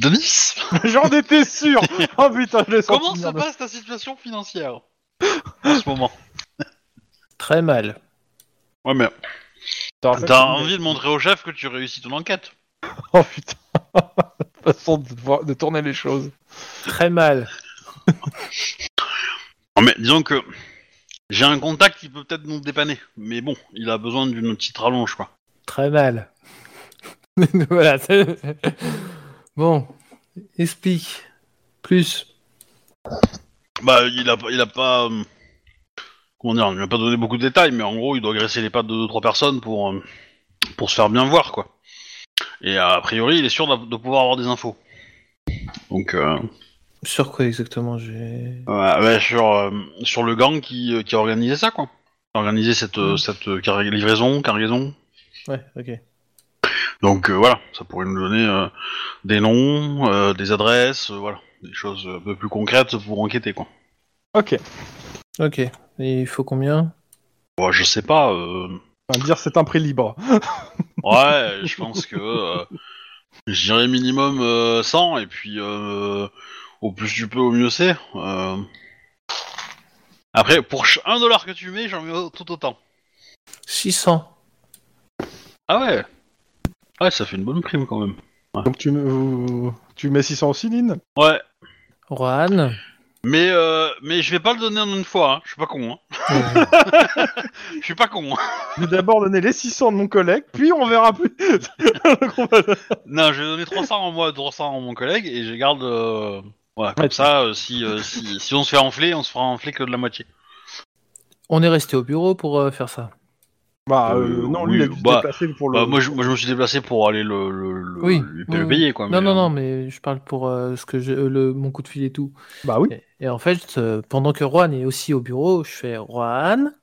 S3: Denis
S1: [LAUGHS] J'en étais sûr Oh putain, je l'ai senti
S3: Comment se
S1: venir de-
S3: passe ta situation financière en ce moment
S6: Très mal.
S3: Ouais, mais
S1: T'as raison.
S3: t'as envie de montrer au chef que tu réussis ton enquête.
S1: Oh putain [LAUGHS] Façon de, voir- de tourner les choses.
S6: Très mal.
S3: Non, mais disons que j'ai un contact qui peut peut-être nous dépanner, mais bon, il a besoin d'une petite rallonge, quoi.
S6: Très mal. [LAUGHS] voilà. [LAUGHS] c'est- bon. Explique. Plus.
S3: Bah, il a, il a pas. euh, Comment dire, il m'a pas donné beaucoup de détails, mais en gros, il doit graisser les pattes de deux trois personnes pour, euh, pour se faire bien voir, quoi. Et euh, a priori, il est sûr de, de pouvoir avoir des infos. Donc, euh,
S6: Sur quoi exactement j'ai.
S3: ouais, ouais, sur, euh, sur le gang qui, euh, qui a organisé ça, quoi. Qui a organisé cette, euh, cette euh, carga- livraison, cargaison.
S6: Ouais, ok.
S3: Donc, euh, voilà, ça pourrait nous donner euh, des noms, euh, des adresses, euh, voilà. Des choses un peu plus concrètes pour enquêter, quoi.
S1: Ok.
S6: Ok. Et il faut combien
S3: Ouais, je sais pas. euh,
S1: Enfin, dire c'est un prix libre.
S3: [LAUGHS] Ouais, je pense que. euh, je dirais minimum euh, 100, et puis euh, au plus tu peux, au mieux c'est. Euh. Après, pour ch- un dollar que tu mets, j'en mets au- tout autant.
S6: 600.
S3: Ah ouais Ouais, ça fait une bonne prime quand même.
S1: Donc tu, me- tu mets 600 aussi, Lynn
S3: Ouais,
S6: Juan.
S3: mais, euh, mais je vais pas le donner en une fois, hein. je suis pas con. Hein.
S6: Euh,
S3: Je suis pas con. hein.
S1: Je vais d'abord donner les 600 de mon collègue, puis on verra plus. [LAUGHS] Le gros bonheur.
S3: Non, je vais donner 300 en moi, 300 en mon collègue, et je garde. euh, Voilà, comme
S1: Ouais.
S3: ça, euh, si, euh, si, si on se fait enfler, on se fera enfler que de la moitié.
S6: On est resté au bureau pour euh, faire ça.
S1: bah, euh,
S3: Euh,
S1: non,
S3: oui,
S1: lui, il a dû se
S3: bah,
S1: déplacer pour le.
S3: Bah, moi, je, moi, je me suis déplacé pour aller le, le, le-
S6: Oui,
S3: lui-
S6: oui,
S3: le
S6: oui.
S3: payer quoi.
S6: Non,
S3: mais,
S6: non,
S3: euh,
S6: non, mais je parle pour euh, ce que j'ai- euh, le, mon coup de fil et tout.
S1: Bah oui.
S6: Et, et en fait, euh, pendant que Juan est aussi au bureau, je fais Juan.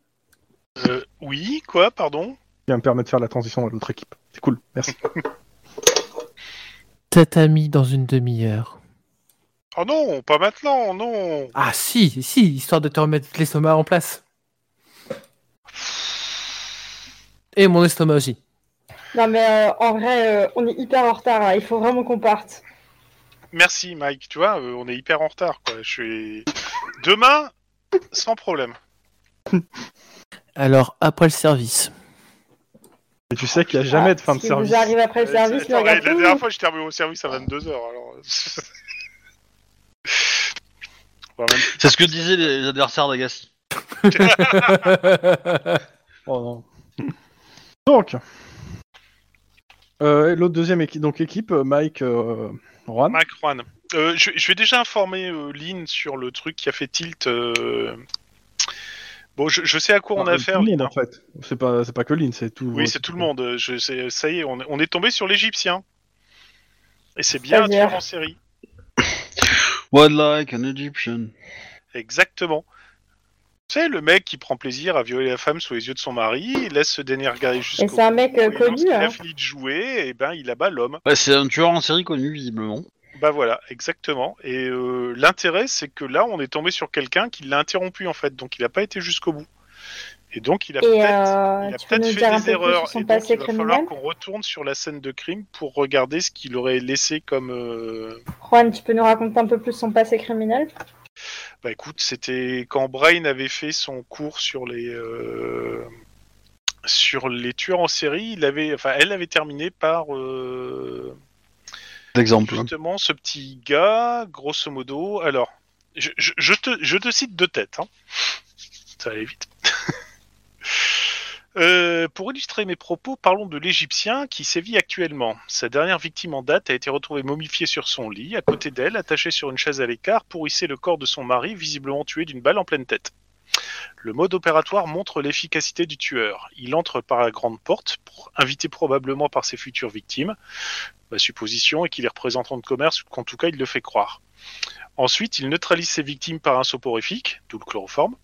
S4: Euh, oui, quoi, pardon
S1: Il va me permettre de faire la transition à l'autre équipe. C'est cool, merci.
S6: Tatami dans une demi-heure.
S4: Oh non, pas maintenant, non
S6: Ah si, si, histoire de te remettre l'estomac en place. Et mon estomac aussi.
S5: Non mais euh, en vrai, euh, on est hyper en retard. là. Il faut vraiment qu'on parte.
S4: Merci Mike, tu vois, euh, on est hyper en retard, quoi. Je suis... Demain, sans problème.
S6: Alors, après le service.
S1: Et tu sais qu'il n'y a jamais de fin de
S5: Ah, Si
S1: service.
S5: vous arrivez après le
S4: Euh,
S5: service,
S4: Attends, la, la
S5: regardez.
S4: dernière fois, je terminé mon service à 22h, alors... [LAUGHS] On va même-
S3: C'est ce que disaient les, les adversaires d'Agassi.
S1: Oh non. Donc, euh, et l'autre deuxième équipe, donc équipe, euh, Mike, euh, Juan.
S4: Mike Juan. Euh, je, je vais déjà informer euh, Lynn sur le truc qui a fait tilt. euh. Bon, je, je sais à quoi on a
S1: Enfin,
S4: affaire.
S1: Ah, tout le monde,
S4: Lynn.
S1: en fait. C'est pas, c'est pas que Lynn, c'est tout.
S4: Oui, c'est tout le monde. Je, sais- ça y est, on, est- on est tombé sur l'Égyptien. Et c'est bien un
S5: C'est-à-dire
S4: tueur en série.
S3: What like an Egyptian.
S4: Exactement. Tu sais, le mec qui prend plaisir à violer la femme sous les yeux de son mari, il laisse se dénergailler jusqu'au
S5: Et c'est un mec euh,
S4: bout, et
S5: connu.
S4: lorsqu'il a
S5: Hein.
S4: fini de jouer, et ben il abat l'homme.
S3: Ouais, c'est un tueur en série connu visiblement.
S4: Bah voilà, exactement. Et euh, l'intérêt, c'est que là, on est tombé sur quelqu'un qui l'a interrompu en fait, donc il n'a pas été jusqu'au bout. Et donc il a
S5: Et
S4: peut-être
S5: euh,
S4: Il a
S5: tu peux
S4: peut-être
S5: nous
S4: fait
S5: dire
S4: des
S5: un peu plus sur
S4: erreurs
S5: son
S4: et donc
S5: passé
S4: il va falloir
S5: criminel
S4: qu'on retourne sur la scène de crime pour regarder ce qu'il aurait laissé comme. euh,
S5: Juan, tu peux nous raconter un peu plus son passé criminel
S4: Bah écoute, c'était quand Brain avait fait son cours sur les euh, sur les tueurs en série. Il avait, enfin, elle avait terminé par euh,
S3: D'exemple.
S4: justement ce petit gars, grosso modo. Alors, je, je- je te je te cite de tête. Hein. Ça va aller vite. [LAUGHS] Euh, pour illustrer mes propos, parlons de l'Égyptien qui sévit actuellement. Sa dernière victime en date a été retrouvée momifiée sur son lit, à côté d'elle, attachée sur une chaise à l'écart, pour hisser le corps de son mari, visiblement tué d'une balle en pleine tête. Le mode opératoire montre l'efficacité du tueur. Il entre par la grande porte, pour- invité probablement par ses futures victimes. Ma supposition est qu'il est représentant de commerce, ou qu'en tout cas il le fait croire. Ensuite, il neutralise ses victimes par un soporifique, d'où le chloroforme,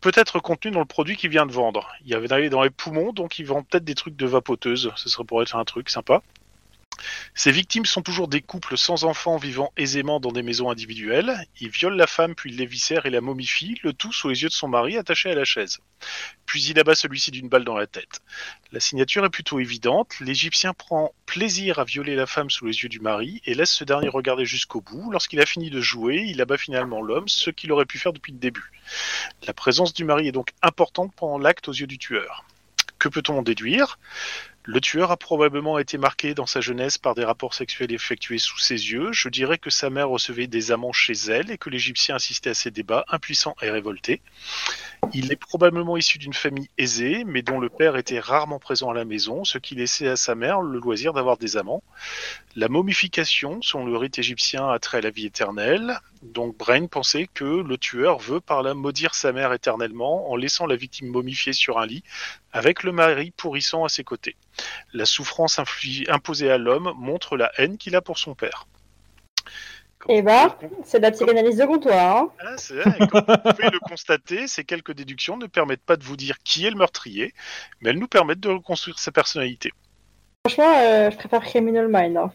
S4: peut-être contenu dans le produit qu'il vient de vendre. Il y avait d'ailleurs dans les poumons, donc il vend peut-être des trucs de vapoteuse. Ce serait pour être un truc sympa. Ses victimes sont toujours des couples sans enfants vivant aisément dans des maisons individuelles. Il viole la femme, puis il l'éviscère et la momifie, le tout sous les yeux de son mari attaché à la chaise. Puis il abat celui-ci d'une balle dans la tête. La signature est plutôt évidente. L'Égyptien prend plaisir à violer la femme sous les yeux du mari et laisse ce dernier regarder jusqu'au bout. Lorsqu'il a fini de jouer, il abat finalement l'homme, ce qu'il aurait pu faire depuis le début. La présence du mari est donc importante pendant l'acte aux yeux du tueur. Que peut-on en déduire Le tueur a probablement été marqué dans sa jeunesse par des rapports sexuels effectués sous ses yeux. Je dirais que sa mère recevait des amants chez elle et que l'Égyptien assistait à ces débats, impuissant et révolté. Il est probablement issu d'une famille aisée, mais dont le père était rarement présent à la maison, ce qui laissait à sa mère le loisir d'avoir des amants. La momification, selon le rite égyptien, a trait à la vie éternelle. Donc Brain pensait que le tueur veut par là maudire sa mère éternellement en laissant la victime momifiée sur un lit avec le mari pourrissant à ses côtés. La souffrance infli- imposée à l'homme montre la haine qu'il a pour son père.
S5: Eh ben, c'est de la psychanalyse de comptoir. hein.
S4: Ah, c'est vrai, comme vous pouvez le constater, ces quelques déductions ne permettent pas de vous dire qui est le meurtrier, mais elles nous permettent de reconstruire sa personnalité.
S5: Franchement, euh, je préfère Criminal
S1: [LAUGHS]
S5: Mind. hein.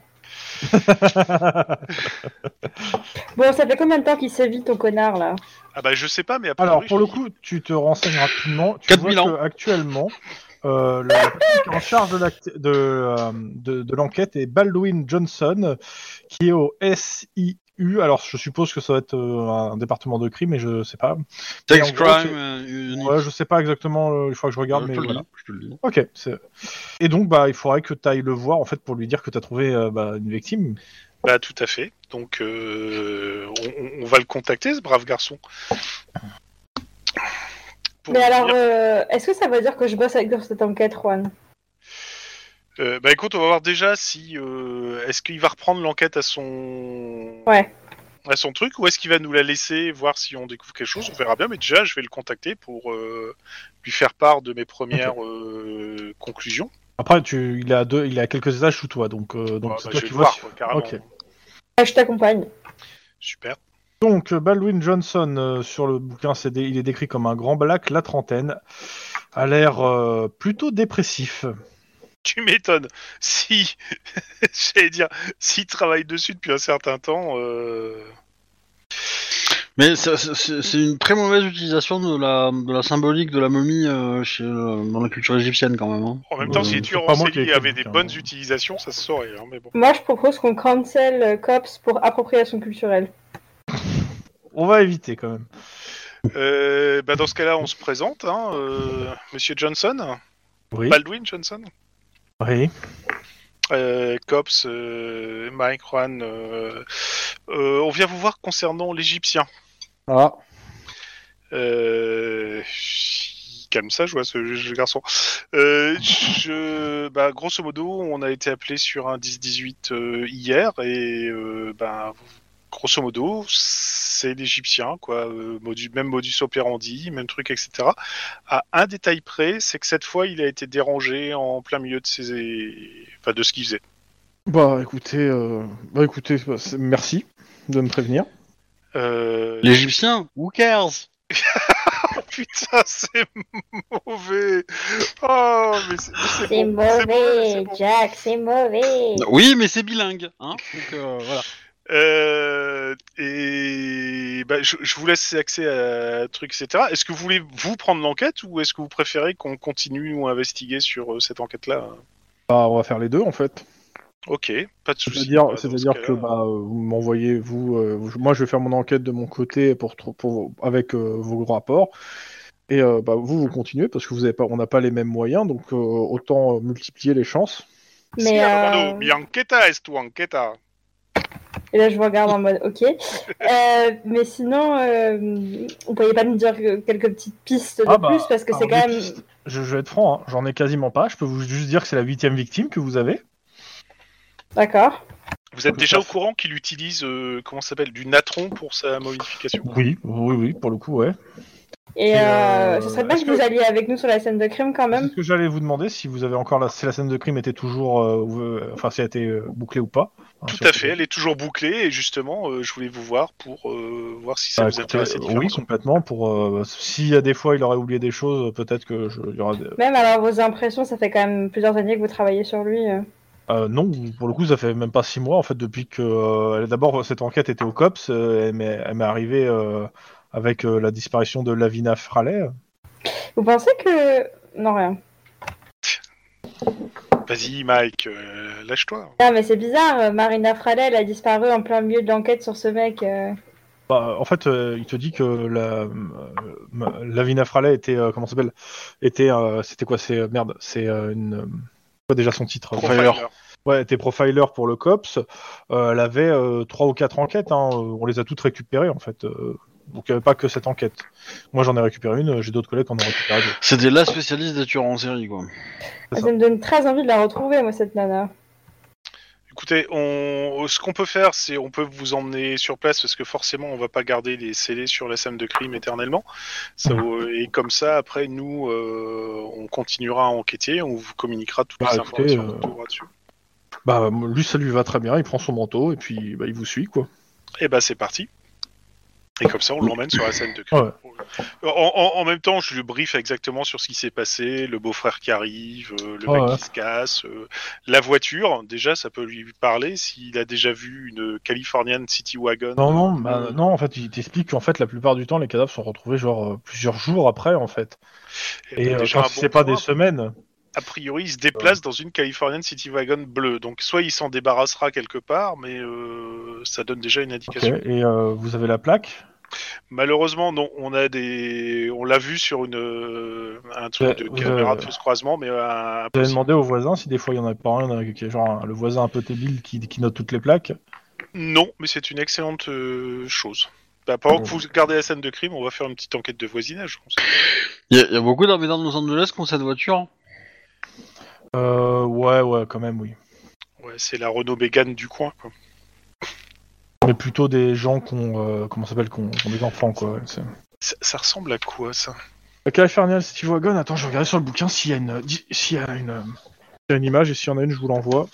S5: Bon, ça fait combien de temps qu'il sévit ton connard là
S4: Ah bah je sais pas, mais après...
S1: Alors, pour le coup, tu te renseignes rapidement. Tu
S3: 4000
S1: vois
S3: ans.
S1: que actuellement, euh, le- la personne qui est en charge de l'act- de, euh, de- de l'enquête est Baldwin Johnson, euh, qui est au SIU. Alors, je suppose que ça va être euh, un département de crime, mais je sais pas. Mais en
S3: Sex
S1: gros,
S3: crime,
S1: c'est-
S3: euh, unit.
S1: Ouais, je sais pas exactement. euh, Il faudra que je
S3: Euh,
S1: regarde,
S3: je
S1: mais
S3: te le
S1: voilà.
S3: dis, je te le dis.
S1: Ok. c'est- Et donc, bah, il faudrait que tu ailles le voir en fait pour lui dire que tu as trouvé euh, bah, une victime.
S4: Bah tout à fait, donc euh, on, on- on va le contacter ce brave garçon. Pour
S5: Mais
S4: lui
S5: alors,
S4: dire-
S5: euh, est-ce que ça veut dire que je bosse avec dans cette enquête, Juan
S4: Euh, bah écoute, on va voir déjà si euh, est-ce qu'il va reprendre l'enquête à son
S5: Ouais.
S4: à son truc ou est-ce qu'il va nous la laisser voir si on découvre quelque chose. On verra bien, mais déjà je vais le contacter pour euh, lui faire part de mes premières euh, conclusions.
S1: Après, tu, il a deux, il a quelques étages sous toi, donc euh, donc
S4: Ah,
S1: c'est
S4: bah,
S1: toi
S4: je
S1: qui
S4: vais le
S1: vois.
S4: voir
S1: si-
S4: quoi, carrément.
S1: Ok.
S5: Ah, Je t'accompagne.
S4: Super.
S1: Donc, euh, Baldwin Johnson, euh, sur le bouquin, c'est dé- il est décrit comme un grand black, la trentaine, a l'air euh, plutôt dépressif.
S4: Tu m'étonnes. [LAUGHS] Si j'allais dire s'il travaille dessus depuis un certain temps. euh,
S3: Mais ça- c'est- c'est c'est une très mauvaise utilisation de la, de la symbolique de la momie euh, chez, euh, dans la culture égyptienne quand même. hein.
S4: En même temps,
S3: Euh,
S4: si les tueurs
S1: pas
S4: en
S1: moi qui ai
S4: série
S1: écrit le
S4: avaient des
S1: bouquin,
S4: bonnes
S1: hein.
S4: utilisations, ça se saurait. hein, mais bon.
S5: Moi, je propose qu'on cancel euh, COPS pour appropriation culturelle.
S1: On va éviter quand même.
S4: Euh, bah, dans ce cas-là, on se présente, hein, euh, Monsieur Johnson.
S1: Oui.
S4: Baldwin Johnson,
S1: Oui.
S4: euh, Cops, euh, Mike Juan. euh, euh, on vient vous voir concernant l'Égyptien.
S1: Ah.
S4: Euh, calme ça, je vois ce, ce garçon. Euh, je, bah, grosso modo, on a été appelé sur un 10-18 euh, hier et euh, bah, grosso modo, c'est l'Égyptien, quoi. euh, modus- même modus operandi, même truc, etc. À un détail près, c'est que cette fois, il a été dérangé en plein milieu de ses, enfin, de ce qu'il faisait.
S1: Bah, écoutez, bah, écoutez, merci de me prévenir.
S4: Euh,
S3: L'Égyptien Who cares
S4: [LAUGHS] Putain, c'est mauvais. Oh, mais c'est mais
S5: C'est
S4: bon, c'est bon, c'est
S5: mauvais,
S4: bon.
S5: Jack, c'est mauvais.
S3: Oui, mais c'est bilingue. Hein Donc, euh, voilà.
S4: Euh, et bah, je, je vous laisse accès à trucs, etc. Est-ce que vous voulez vous prendre l'enquête ou est-ce que vous préférez qu'on continue ou investiguer sur euh, cette enquête-là
S1: Bah, on va faire les deux en fait.
S4: Ok, pas de souci.
S1: C'est-à-dire,
S4: Bah, dans ce
S1: c'est-à-dire
S4: cas-là,
S1: que bah, euh, vous m'envoyez, vous, euh, vous- moi, je vais faire mon enquête de mon côté pour, tr- pour avec euh, vos rapports. Et euh, bah, vous, vous continuez parce que vous avez pas, on n'a pas les mêmes moyens, donc euh, autant euh, multiplier les chances.
S5: Mais
S4: Si, Armando,
S5: euh,
S4: mi enqueta es tu enqueta.
S5: Et euh, là, je vous regarde en mode ok. Euh, mais sinon, euh, vous pourriez pas me dire que- quelques petites pistes de
S1: Ah bah,
S5: plus parce que c'est
S1: alors,
S5: quand
S1: des
S5: même.
S1: pistes, Je, je vais être franc, hein, j'en ai quasiment pas. Je peux vous juste dire que c'est la huitième victime que vous avez.
S5: D'accord.
S4: Vous êtes déjà au courant qu'il utilise, euh, comment ça s'appelle, du natron pour sa momification
S1: Oui, oui, oui, pour le coup, ouais.
S5: Et
S1: Et,
S5: euh,
S1: euh,
S5: ce serait bien
S1: est-ce
S5: que vous
S1: que-
S5: alliez avec nous sur la scène de crime quand
S1: C'est
S5: même.
S1: ce que j'allais vous demander si vous avez encore la, si la scène de crime était toujours, euh, ou- euh, enfin, si elle était euh, bouclée ou pas. Hein,
S4: Tout
S1: si
S4: à
S1: vous-
S4: fait, elle est toujours bouclée et justement, euh, je voulais vous voir pour euh, voir si ça
S1: Bah,
S4: vous
S1: écoutez,
S4: intéressait.
S1: euh, oui, complètement. Pour euh, s'il y a des fois, il aurait oublié des choses. euh, Peut-être que je, il y aura. des-
S5: Même alors, vos impressions, ça fait quand même plusieurs années que vous travaillez sur lui. euh.
S1: Euh, non, pour le coup, ça fait même pas six mois en fait depuis que euh, elle- d'abord cette enquête était au cops. euh, elle m'est elle m'est arrivée euh, avec euh, la disparition de Lavina Fraley.
S5: Vous pensez que. Non, rien.
S4: Vas-y, Mike, euh, lâche-toi.
S5: Ah, mais c'est bizarre, euh, Marina Fraley, elle a disparu en plein milieu de l'enquête sur ce mec. euh.
S1: Bah, en fait, euh, il te dit que la, euh, ma- Lavina Fraley était euh, comment ça s'appelle Était euh, c'était quoi C'est euh, merde, c'est euh, une euh, quoi déjà son titre
S3: Profiler.
S1: Ouais, elle était profiler pour le cops. Euh, elle avait euh, trois ou quatre enquêtes. hein, euh, On les a toutes récupérées en fait. euh, Donc il n'y avait pas que cette enquête. Moi j'en ai récupéré une. euh, J'ai d'autres collègues qui en ont récupéré deux.
S3: C'était la spécialiste des tueurs en série, quoi.
S1: C'est
S5: Ça me donne très envie de la retrouver, moi, cette nana.
S4: Écoutez, on... ce qu'on peut faire, c'est on peut vous emmener sur place parce que forcément, on va pas garder les scellés sur la scène de crime éternellement. Ça, vaut- et comme ça, après, nous, euh, on continuera à enquêter, on vous communiquera toutes
S1: Bah,
S4: les
S1: écoutez,
S4: informations
S1: euh,
S4: qu'on trouvera dessus.
S1: Bah lui ça lui va très bien. Il prend son manteau et puis bah, il vous suit quoi.
S4: Et bah c'est parti. Et comme ça, on l'emmène sur la scène de crime. En, en- en même temps, je le brief exactement sur ce qui s'est passé, le beau-frère qui arrive, euh, le
S1: Ouais,
S4: mec
S1: ouais.
S4: qui se casse, euh, la voiture. Déjà, ça peut lui parler s'il a déjà vu une Californian City Wagon.
S1: Non non bah, non en fait il t'explique qu'en fait la plupart du temps les cadavres sont retrouvés genre euh, plusieurs jours après en fait.
S4: ben,
S1: Et euh,
S4: déjà,
S1: quand
S4: un
S1: c'est
S4: bon
S1: pas
S4: point.
S1: des semaines.
S4: A priori, il se déplace dans une Californian City Wagon bleue. Donc, soit il s'en débarrassera quelque part, mais euh, ça donne déjà une
S1: ok,
S4: indication.
S1: Et euh, vous avez la plaque.
S4: Malheureusement, non. On a des, on l'a vu sur une euh, un truc de
S1: Vous
S4: caméra
S1: avez-
S4: de fausse croisement, mais euh,
S1: Vous avez
S4: impossible.
S1: demandé au voisin si des fois il y en avait pas un euh, qui est genre un- le voisin un peu débile qui, qui note toutes les plaques.
S4: non. Mais c'est une excellente euh, chose. Bah, pendant que vous gardez la scène de crime, on va faire une petite enquête de voisinage. On sait-
S3: Il y, a- y a beaucoup d'habitants de Los Angeles qui ont cette voiture.
S1: Euh, ouais, ouais, quand même, oui.
S4: Ouais, c'est la Renault Mégane du coin. Quoi.
S1: Mais plutôt des gens qui ont, euh, comment ça s'appelle, qui ont, qui ont des enfants, quoi. ouais, c'est-
S4: Ça, ça ressemble à quoi ça
S1: La Californian Steve Wagon, attends, je regarde sur le bouquin s'il y a une, di- s'il y a une, euh, s'il y a une image et s'il y en a une, je vous l'envoie.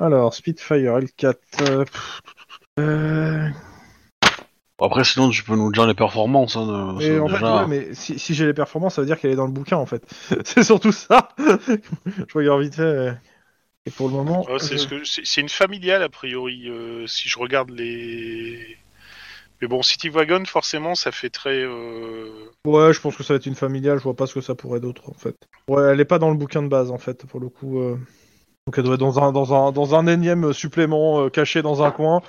S1: Alors, Spitfire L4. euh, pff, euh,
S3: Après, sinon, tu peux nous dire les performances. hein, de-
S1: mais
S3: c'est
S1: en fait,
S3: déjà-
S1: ouais, mais si, si j'ai les performances, ça veut dire qu'elle est dans le bouquin, en fait. [LAUGHS] c'est surtout ça. [LAUGHS] je regarde vite fait. euh, Et pour le moment.
S4: Ouais, C'est
S1: je-
S4: ce que- c'est- c'est une familiale a priori. euh, si je regarde les. Mais bon, City Wagon, forcément, ça fait très. euh,
S1: Ouais, je pense que ça va être une familiale, je vois pas ce que ça pourrait d'autre en fait. Ouais, elle est pas dans le bouquin de base en fait, pour le coup. euh. Donc elle doit être dans un, dans un, dans un énième supplément euh, caché dans un coin.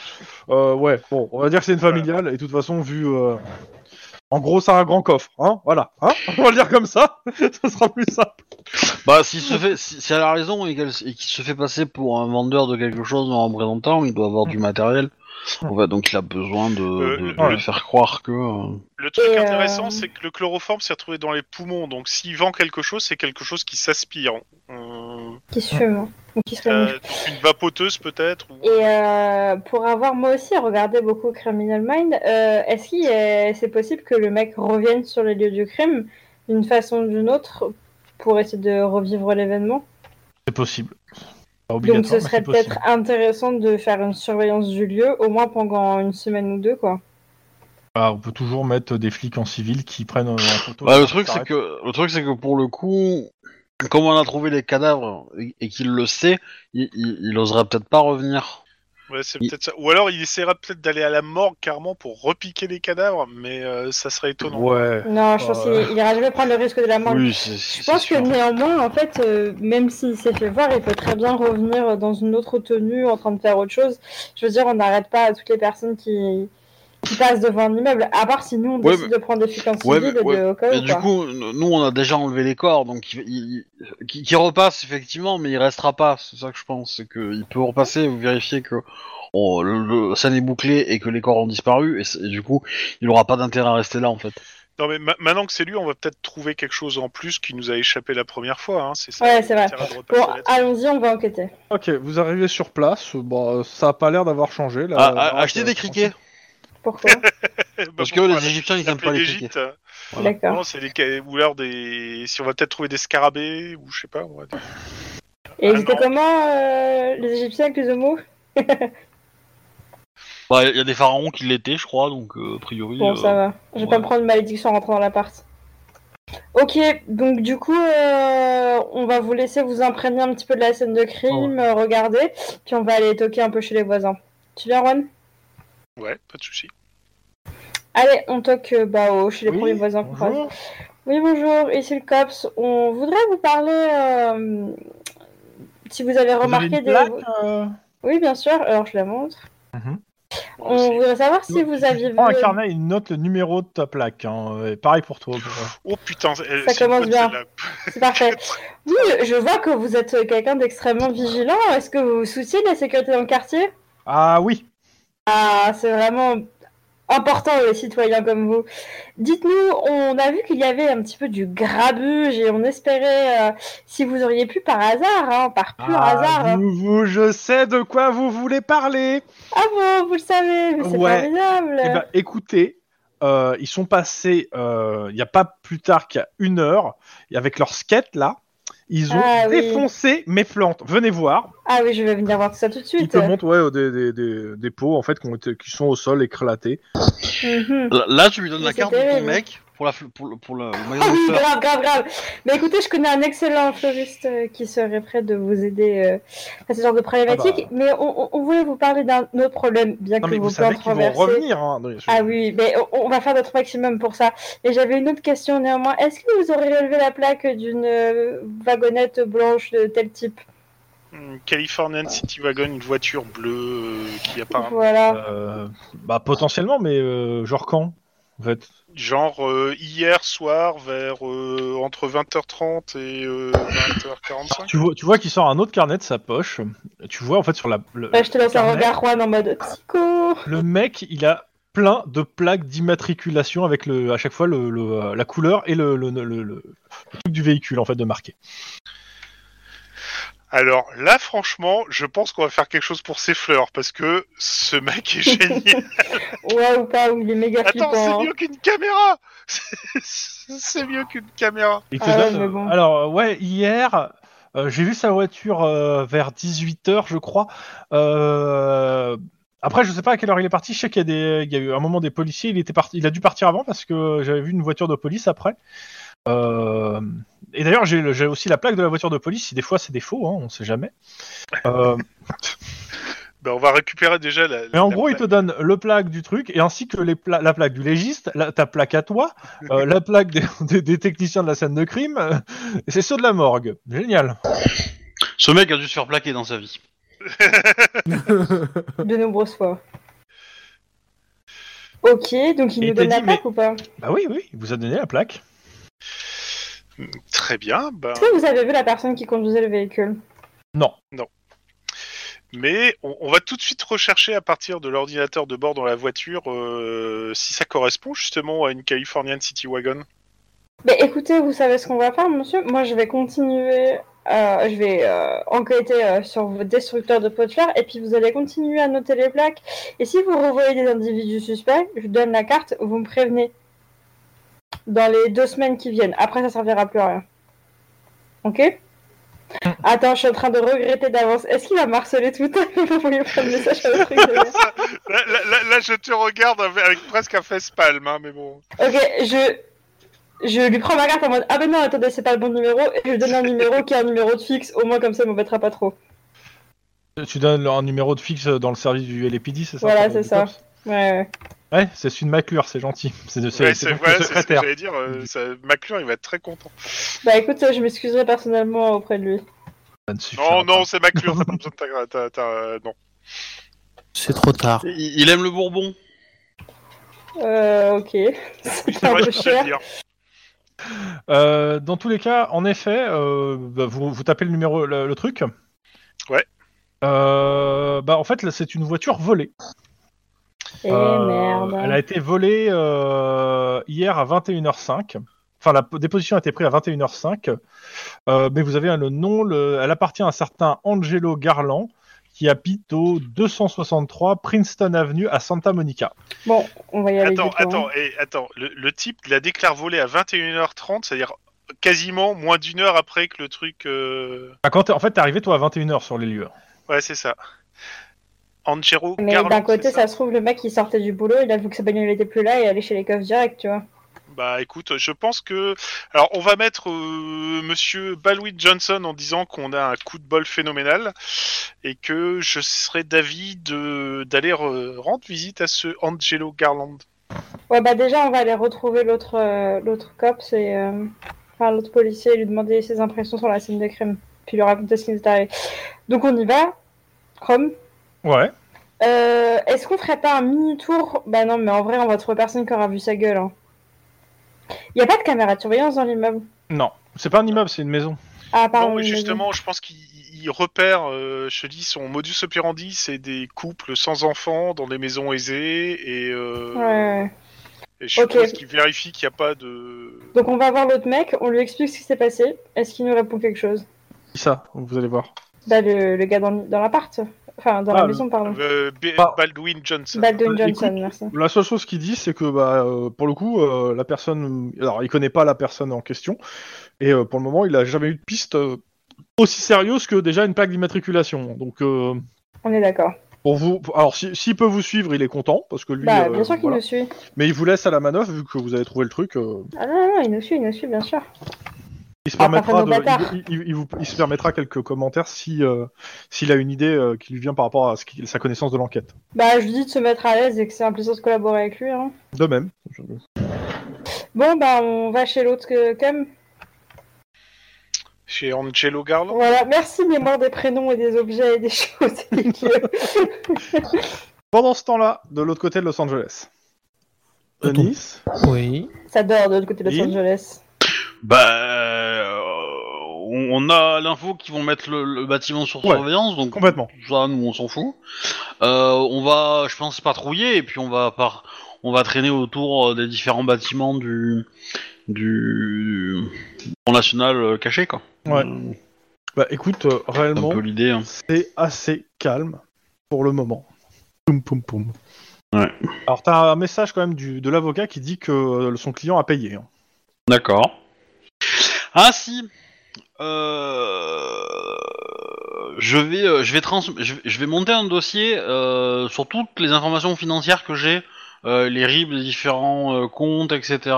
S1: Euh, ouais, bon, on va dire que c'est une familiale, et de toute façon, vu. euh, En gros, ça a un grand coffre, hein, voilà, hein [LAUGHS] on va le dire comme ça, [LAUGHS] ça sera plus simple.
S3: Bah, s'il se fait, si, si elle a raison et qu'elle s- et qu'il se fait passer pour un vendeur de quelque chose en représentant, il doit avoir du matériel. En fait, donc il a besoin de,
S4: Euh,
S3: de- de
S1: ouais.
S3: lui faire croire que. euh,
S4: Le truc
S5: Et, euh,
S4: intéressant, c'est que le chloroforme s'est retrouvé dans les poumons, donc s'il vend quelque chose, c'est quelque chose qui s'aspire. Euh,
S5: Qui se fume. Ou qui se fume.
S4: euh, donc une vapoteuse peut-être ou-
S5: Et euh, pour avoir moi aussi regardé beaucoup Criminal Mind, euh, est-ce qu'il est, c'est possible que le mec revienne sur les lieux du crime d'une façon ou d'une autre pour essayer de revivre l'événement
S1: C'est possible. Pas
S5: Donc
S1: obligatoire,
S5: ce
S1: mais
S5: serait
S1: c'est possible.
S5: peut-être intéressant de faire une surveillance du lieu au moins pendant une semaine ou deux quoi.
S1: Ah, on peut toujours mettre des flics en civil qui prennent euh, en photo.
S3: Bah, le truc, c'est
S1: S'arrêtent.
S3: que, le truc, c'est que pour le coup, comme on a trouvé les cadavres et, et qu'il le sait, il, il, il osera peut-être pas revenir.
S4: Ouais, c'est
S3: Il-
S4: peut-être ça. Ou alors il essaiera peut-être d'aller à la morgue carrément pour repiquer les cadavres, mais euh, ça serait étonnant.
S1: Ouais.
S5: Non, je pense
S1: Euh.
S5: qu'il il ira jamais prendre le risque de la mort.
S3: Oui, c'est c'est
S5: Je pense que
S3: sûr.
S5: néanmoins, en fait, euh, même s'il s'est fait voir, il peut très bien revenir dans une autre tenue, en train de faire autre chose. Je veux dire, on n'arrête pas toutes les personnes qui, qui passe devant un immeuble, à part si nous on
S3: Ouais,
S5: décide de prendre des flics en
S3: ouais,
S5: civil
S3: mais- ouais.
S5: de- au cas
S3: Et
S5: où.
S3: du
S5: quoi.
S3: coup, n- nous, on a déjà enlevé les corps, donc il, il- il- qui, qui repasse effectivement, mais il restera pas. C'est ça que je pense, c'est qu'il peut repasser, vous vérifiez que on- le, le- ça n'est bouclé et que les corps ont disparu, et, c'est- et du coup, il aura pas d'intérêt à rester là en fait.
S4: Non, mais ma- maintenant que c'est lui, on va peut-être trouver quelque chose en plus qui nous a échappé la première fois. Hein. C'est ça.
S5: Ouais, c'est vrai.
S4: l'intérêt de repasser
S5: Bon, ah,
S4: là-dessus. [LAUGHS]
S5: allons-y, on va enquêter.
S1: Ok, vous arrivez sur place. Bon, euh, ça a pas l'air d'avoir changé. Là,
S3: Ah, ah,
S1: Alors,
S3: achetez
S1: euh,
S3: des criquets,
S5: Pourquoi
S4: Eh ben,
S3: parce que
S4: pourquoi
S3: les
S4: la-
S3: Égyptiens ils
S4: la
S3: aiment pas les
S4: plaie d'Égypte,
S3: criquets.
S4: euh,
S5: D'accord.
S4: Non, c'est les ca- ou alors des. Si on va peut-être trouver des scarabées ou je sais pas. on va dire.
S5: Et
S4: Ah,
S5: ils étaient
S4: non.
S5: comment euh, les Égyptiens avec les homos
S3: Bah, Il y a des pharaons qui l'étaient, je crois, donc euh, a priori.
S5: Bon,
S3: euh,
S5: ça va. Je vais pas
S3: ouais.
S5: me prendre une malédiction en rentrant dans l'appart. Ok, donc du coup, euh, on va vous laisser vous imprégner un petit peu de la scène de crime, euh, regarder, puis on va aller toquer un peu chez les voisins. Tu viens, Juan
S4: Ouais, pas de souci.
S5: Allez, on toque euh, bah, au- chez les
S1: Oui,
S5: premiers voisins qu'on croise.
S1: bonjour.
S5: Oui, bonjour, ici le COPS. On voudrait vous parler, euh, si vous avez
S1: Vous avez
S5: remarqué
S1: une
S5: des...
S1: plaque, euh,
S5: Oui, bien sûr, alors je la montre.
S4: Bon,
S5: On
S4: c'est-
S5: voudrait savoir si vous aviez vu...
S1: Prends un carnet, Euh, il note le numéro de ta plaque. hein, et pareil pour toi.
S4: Oh putain, c'est- elle-
S5: Ça
S4: c'est une
S5: commence
S4: bonne,
S5: bien.
S4: celle-là.
S5: C'est parfait. Oui, je vois que vous êtes quelqu'un d'extrêmement vigilant. Est-ce que vous vous souciez de la sécurité dans le quartier
S1: Ah oui.
S5: Ah, c'est vraiment important les citoyens comme vous. Dites-nous, on a vu qu'il y avait un petit peu du grabuge et on espérait euh, si vous auriez pu par hasard, hein, par pur
S1: Ah,
S5: hasard. hein.
S1: vous- vous- je sais de quoi vous voulez parler.
S5: Ah bon, vous le savez, mais c'est
S1: Ouais.
S5: formidable.
S1: Eh ben, écoutez, euh, ils sont passés, euh, il n'y a pas plus tard qu'à une heure, et avec leur skate là, ils ont
S5: Ah oui.
S1: défoncé mes plantes. Venez voir.
S5: Ah oui, je vais venir voir tout ça tout de
S1: Ils
S5: suite.
S1: te montrent ouais, euh, des, des, des, des pots en fait qui, ont été- qui sont au sol éclatés.
S5: Mhm.
S3: Là, là, tu lui donnes
S5: Mais
S3: la
S5: c'est
S3: carte de ton
S5: terrible.
S3: mec pour la fl- pour le, [LAUGHS] pour la- le
S5: Ah
S3: magasin de
S5: oui,
S3: fleurs.
S5: grave, grave, grave. Mais écoutez, je connais un excellent fleuriste euh, qui serait prêt de vous aider euh, à ce genre de problématique.
S1: Ah bah.
S5: Mais on, on- on voulait vous parler d'un autre problème, bien
S1: Non
S5: que
S1: mais vous
S5: vos
S1: savez
S5: plantes
S1: qu'ils vont
S5: renversées.
S1: revenir. hein. Non, je-
S5: Ah oui, mais on, on va faire notre maximum pour ça. Et j'avais une autre question néanmoins. Est-ce que vous aurez relevé la plaque d'une euh, wagonnette blanche de tel type
S4: Hum, Californian City Wagon, une voiture bleue euh, qui
S1: Ah,
S4: apparaît.
S5: Voilà.
S1: Euh, bah potentiellement, mais euh, genre quand en fait.
S4: Genre euh, hier soir, vers euh, entre 20h30 et euh, 20h45.
S1: Tu vois, tu vois qu'il sort un autre carnet de sa poche. Tu vois en fait sur la. Le,
S5: Ouais, Bah, je te lance un
S1: carnet,
S5: regard, Juan, en mode psycho.
S1: Le mec, il a plein de plaques d'immatriculation avec le, à chaque fois le, le, euh, la couleur et le, le, le- le- le truc du véhicule en fait de marqué.
S4: Alors là, franchement, je pense qu'on va faire quelque chose pour ces fleurs parce que ce mec est
S5: [LAUGHS]
S4: génial.
S5: Ouais ou pas, ou il est méga
S4: Attends,
S5: flippant.
S4: c'est
S5: hein.
S4: mieux qu'une caméra. [LAUGHS] C'est c'est mieux qu'une caméra.
S1: Il
S5: Ah ouais,
S1: donne,
S5: mais
S1: euh,
S5: bon.
S1: Alors euh, ouais, hier, euh, j'ai vu sa voiture euh, vers 18h je crois. Euh, Après, je sais pas à quelle heure il est parti. Je sais qu'il y a des, il y a eu un moment des policiers. Il était parti, il a dû partir avant parce que j'avais vu une voiture de police après. Euh, Et d'ailleurs, j'ai le- j'ai aussi la plaque de la voiture de police. Si des fois c'est des faux, hein, on sait jamais. Euh,
S4: Ben, on va récupérer déjà la.
S1: Mais en
S4: la-
S1: gros, il
S4: la-
S1: te donne le plaque du truc et ainsi que les pla- la plaque du légiste, la- ta plaque à toi, euh, la plaque des, [LAUGHS] des- des techniciens de la scène de crime, [LAUGHS] euh, et c'est ceux de la morgue. Génial.
S3: Ce mec a dû se faire plaquer dans sa vie.
S5: De nombreuses fois. Ok, donc il
S1: Et
S5: nous
S1: t'as
S5: donne la
S1: dit, mais-
S5: plaque ou pas
S1: Bah oui, oui, il vous a donné la plaque.
S4: Très bien. Ben,
S5: Est-ce que vous avez vu la personne qui conduisait le véhicule
S1: Non.
S4: mais on, on va tout de suite rechercher à partir de l'ordinateur de bord dans la voiture euh, si ça correspond justement à une Californian City Wagon.
S5: Mais écoutez, vous savez ce qu'on va faire, monsieur Moi, je vais continuer, euh, je vais euh, enquêter euh, sur vos destructeurs de pots de fleurs, et puis vous allez continuer à noter les plaques. Et si vous revoyez des individus suspects, je vous donne la carte, vous me prévenez. Dans les deux semaines qui viennent. Après, ça servira plus à rien. Ok Attends, je suis en train de regretter d'avance. Est-ce qu'il va marceler tout le temps [LAUGHS] pour lui prendre le message sur le truc de-
S4: Là, là- là- là, je te regarde avec, avec presque un face palme, hein, mais bon.
S5: Ok, je... je lui prends ma carte en mode Ah ben non, attendez, c'est pas le bon numéro, et je lui donne un numéro qui est un numéro de fixe, au moins comme ça il m'embêtera pas trop.
S1: Tu donnes un numéro de fixe dans le service du LPD, c'est ça
S5: Voilà,
S1: pour
S5: c'est
S1: le
S5: ça.
S1: cops
S5: Ouais,
S1: Ouais, c'est une maclure, c'est gentil. [LAUGHS] C'est de
S4: Ouais,
S1: c'est-
S4: c'est
S1: c'est donc
S4: voilà,
S1: le
S4: c'est ce que
S1: secrétaire.
S4: j'allais dire. euh, ça- Maclure, il va être très content.
S5: bah écoute, je m'excuserai personnellement auprès de lui.
S1: Ça ne suffira pas.
S4: Non, non, c'est Maclure. t'as pas besoin de ta- ta- ta- non.
S6: C'est trop tard.
S3: Il, il aime le bourbon.
S5: Euh, ok. [LAUGHS] C'est un
S4: vrai, je
S5: peu
S4: sais
S5: cher.
S4: le dire.
S1: Euh, dans tous les cas, en effet, euh, bah, vous, vous tapez le numéro, le, le truc.
S4: Ouais.
S1: Euh, bah en fait, là, c'est une voiture volée.
S5: Eh
S1: Euh,
S5: merde.
S1: Elle a été volée euh, hier à 21h05. Enfin, la p- déposition a été prise à 21h05. Euh, mais vous avez euh, le nom. le- Elle appartient à un certain Angelo Garland qui habite au 263 Princeton Avenue à Santa Monica.
S5: Bon, on va y aller.
S4: Attends,
S5: du coup, hein.
S4: attends, et, attends. Le, le type la déclare volée à 21h30, c'est-à-dire quasiment moins d'une heure après que le truc. euh,
S1: Enfin, Ah, quand t'es- en fait, t'es arrivé toi à 21h sur les lieux.
S4: Ouais, c'est ça. Angelo.
S5: Mais
S4: Garland,
S5: d'un côté,
S4: c'est
S5: ça. se trouve, le mec il sortait du boulot, il a vu que sa bagnole était plus là et allait chez les coffres direct, tu vois.
S4: Bah écoute, je pense que. Alors on va mettre euh, Monsieur Balwit Johnson en disant qu'on a un coup de bol phénoménal et que je serais d'avis de d'aller re- rendre visite à ce Angelo Garland.
S5: Ouais, bah déjà, on va aller retrouver l'autre euh, l'autre cops et. euh, Enfin, l'autre policier et lui demander ses impressions sur la scène de crime. Puis lui raconter ce qui nous est arrivé. Donc on y va. Chrome.
S1: Ouais.
S5: Euh, Est-ce qu'on ferait pas un mini tour Bah non, mais en vrai, on va trouver personne qui aura vu sa gueule. Il Y a pas de caméra de surveillance dans l'immeuble.
S1: Non, c'est pas un immeuble, c'est une maison.
S5: Ah, pardon.
S4: non, mais
S5: une maison.
S4: justement, je pense qu'il il repère, euh, je te dis, son modus operandi, c'est des couples sans enfants dans des maisons aisées et, euh,
S5: Ouais, ouais.
S4: et je
S5: Ok.
S4: suppose qu'il vérifie qu'il n'y a pas de.
S5: Donc on va voir l'autre mec, on lui explique ce qui s'est passé. Est-ce qu'il nous répond quelque chose
S1: Qui ça Vous allez voir.
S5: Bah le, le gars dans, dans l'appart. Enfin, dans
S1: Ah,
S5: la maison, pardon.
S4: Euh, B-
S1: Ah.
S4: Baldwin Johnson.
S5: Baldwin
S1: Euh,
S5: Johnson, merci.
S1: La seule chose qu'il dit, c'est que bah, euh, pour le coup, euh, la personne. Alors, il connaît pas la personne en question, et euh, pour le moment, il a jamais eu de piste euh, aussi sérieuse que déjà une plaque d'immatriculation. Donc, euh,
S5: On est d'accord.
S1: pour vous. Alors, si- s'il peut vous suivre, il est content, parce que lui.
S5: Bah,
S1: euh,
S5: bien sûr qu'il
S1: voilà.
S5: nous suit.
S1: Mais il vous laisse à la manœuvre, vu que vous avez trouvé le truc. euh,
S5: Ah non, non, non, il nous suit, il nous suit, bien sûr.
S1: il, se
S5: Ah, pas
S1: permettra
S5: comme nos bâtards.
S1: de, il, il- il vous- il se permettra quelques commentaires si, euh, s'il a une idée euh, qui lui vient par rapport à ce qu'il- sa connaissance de l'enquête.
S5: Bah, je lui dis de se mettre à l'aise et que c'est un plaisir de collaborer avec lui. Hein.
S1: De même. Je-
S5: Bon, bah, on va chez l'autre euh, que- comme.
S4: Chez Angelo Garland.
S5: Voilà, merci mémoire des prénoms et des objets et des [LAUGHS] choses et des lieux.
S1: Pendant ce temps-là, de l'autre côté de Los Angeles.
S6: Euh, ton-
S1: Nice.
S6: Oui.
S5: Ça dort de l'autre côté de Los
S1: Oui.
S5: Angeles.
S3: Bah, euh, on on a l'info qu'ils vont mettre le, le bâtiment sur
S1: Ouais,
S3: surveillance, donc
S1: Complètement.
S3: ça, nous, on s'en fout. Euh, on va, je pense, patrouiller et puis on va par, on va traîner autour euh, des différents bâtiments du du, du Front national euh, caché, quoi.
S1: Ouais.
S3: Euh,
S1: Bah écoute, euh,
S3: C'est un
S1: réellement,
S3: peu l'idée. hein.
S1: c'est assez calme pour le moment. Poum poum poum.
S3: Ouais.
S1: Alors t'as un message quand même du, de l'avocat qui dit que euh, son client a payé. hein.
S3: D'accord. Ah si. Euh, Je vais, euh, je vais trans, je vais- je vais monter un dossier euh, sur toutes les informations financières que j'ai, euh, les RIB, les différents euh, comptes, etc.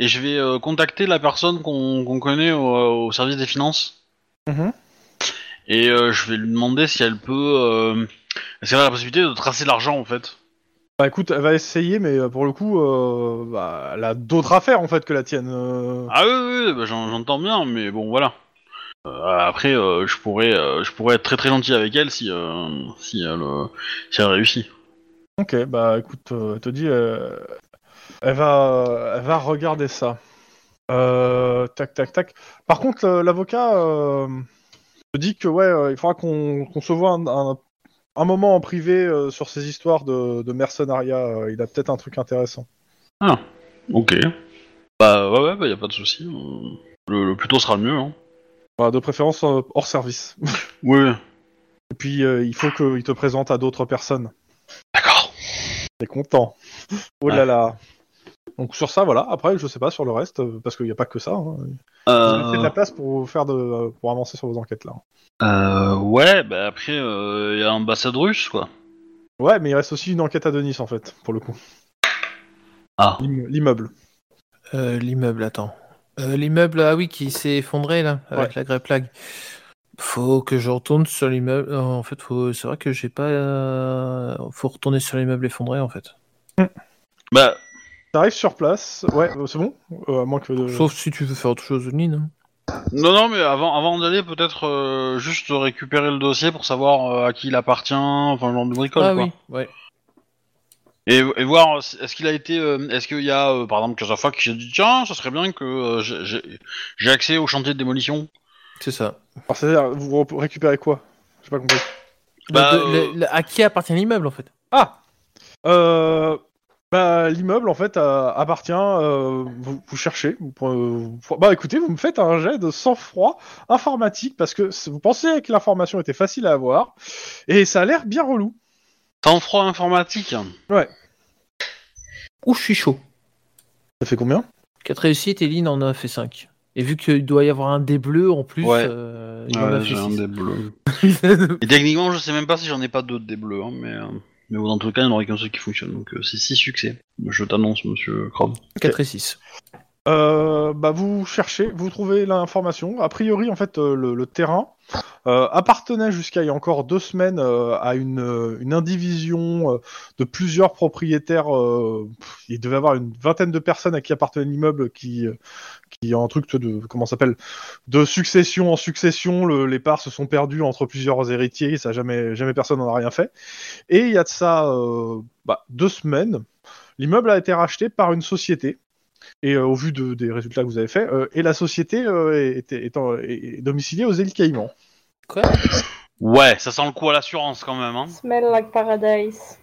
S3: Et je vais euh, contacter la personne qu'on qu'on connaît au, au service des finances.
S1: Mhm.
S3: Et euh, je vais lui demander si elle peut, euh, est-ce qu'elle a la possibilité de tracer l'argent en fait.
S1: Bah écoute, elle va essayer, mais euh, pour le coup, euh, bah, elle a d'autres affaires en fait que la tienne. euh.
S3: Ah oui, oui, oui, bah, j'en- j'entends bien, mais bon, voilà. Euh, après, euh, je pourrais, euh, je pourrais être très très gentil avec elle si, euh, si elle, euh, si elle réussit.
S1: Ok, bah écoute, euh, elle te dit, euh, elle va, elle va regarder ça. Euh, tac, tac, tac. Par contre, le- l'avocat euh, te dit que ouais, euh, il faudra qu'on qu'on se voit un, un- un moment en privé euh, sur ces histoires de, de mercenariat. euh, il a peut-être un truc intéressant.
S3: Ah, ok. Bah ouais, ouais, bah y a pas de souci. euh, Le, le plus tôt sera le mieux. Hein.
S1: Voilà, de préférence euh, hors service.
S3: Oui, oui.
S1: Et puis, euh, il faut qu'il te présente à d'autres personnes.
S3: D'accord.
S1: T'es content. [LAUGHS] Oh là
S3: Ouais.
S1: là. Donc sur ça, voilà. Après, je sais pas sur le reste, euh, parce qu'il n'y a pas que ça. hein. Vous laissez de
S3: Euh,
S1: la place pour vous faire de, euh, pour avancer sur vos enquêtes là.
S3: euh, ouais, bah après, euh, y a ambassade russe, quoi.
S1: Ouais, mais il reste aussi une enquête à Denis en fait, pour le coup.
S3: Ah.
S1: L'imme- L'immeuble.
S6: Euh, L'immeuble, attends. Euh, L'immeuble, ah oui, qui s'est effondré là, avec
S1: Ouais.
S6: la grêpe plague. Faut que je retourne sur l'immeuble. euh, En fait, faut... c'est vrai que j'ai pas. euh, Faut retourner sur l'immeuble effondré en fait.
S3: Bah,
S1: T'arrives sur place. Ouais, euh, c'est bon. Euh, à moins que.
S6: Sauf si tu veux faire autre chose, Nine. hein.
S3: non, non, mais avant, avant d'aller, peut-être euh, juste
S1: Bah
S3: récupérer le dossier pour savoir euh, à qui il appartient, enfin, genre de bricole,
S6: Ah
S3: quoi.
S6: oui, ouais.
S3: et, et voir euh, est-ce qu'il a été, euh, est-ce qu'il y a euh, par exemple Kazafa qui s'est dit tiens, ça serait bien que euh, j'ai- j'ai- j'ai accès au chantier de démolition.
S6: C'est ça.
S1: Alors, c'est-à-dire, vous re- récupérez quoi J'ai pas compris.
S3: Bah,
S6: Le- le-
S3: euh,
S6: le- à qui appartient l'immeuble en fait
S1: Ah euh, bah, L'immeuble, en fait, euh, appartient. euh, vous, vous cherchez. Vous, pre- vous- bah, écoutez, vous me faites un jet de sang-froid informatique parce que c- vous pensez que l'information était facile à avoir et ça a l'air bien relou.
S3: Sans froid informatique.
S6: Ouh, je suis chaud.
S1: Ça fait combien
S6: 4 réussites et Lynn en a fait 5. Et vu qu'il doit y avoir un dé bleu en plus,
S3: Ouais.
S6: euh, il en a
S3: Ouais,
S6: fait
S3: j'ai un
S6: six.
S3: des bleus.
S6: [LAUGHS]
S3: Et techniquement, je sais même pas si j'en ai pas d'autres des bleus, hein, mais euh, mais bon, dans tout cas, il n'y en aurait qu'un seul qui fonctionne. Donc euh, c'est six succès. Je t'annonce, Monsieur Crom.
S6: 4 et 6.
S1: Euh, bah vous cherchez, vous trouvez l'information. A priori, en fait, euh, le, le terrain euh, appartenait jusqu'à il y a encore deux semaines euh, à une, euh, une indivision euh, de plusieurs propriétaires. euh, pff, il devait y avoir une vingtaine de personnes à qui appartenait l'immeuble, qui, euh, qui en truc de comment ça s'appelle de succession en succession. le- les parts se sont perdues entre plusieurs héritiers. Ça jamais, jamais personne n'en a rien fait. Et il y a de ça euh, bah, deux semaines, l'immeuble a été racheté par une société et euh, au vu de- des résultats que vous avez faits, euh, et la société euh, est, est- est en- est- est domiciliée aux îles Caïmans. [LAUGHS]
S6: Quoi
S3: Ouais, ça sent le coup à l'assurance quand même. Hein.
S5: Smell like paradise.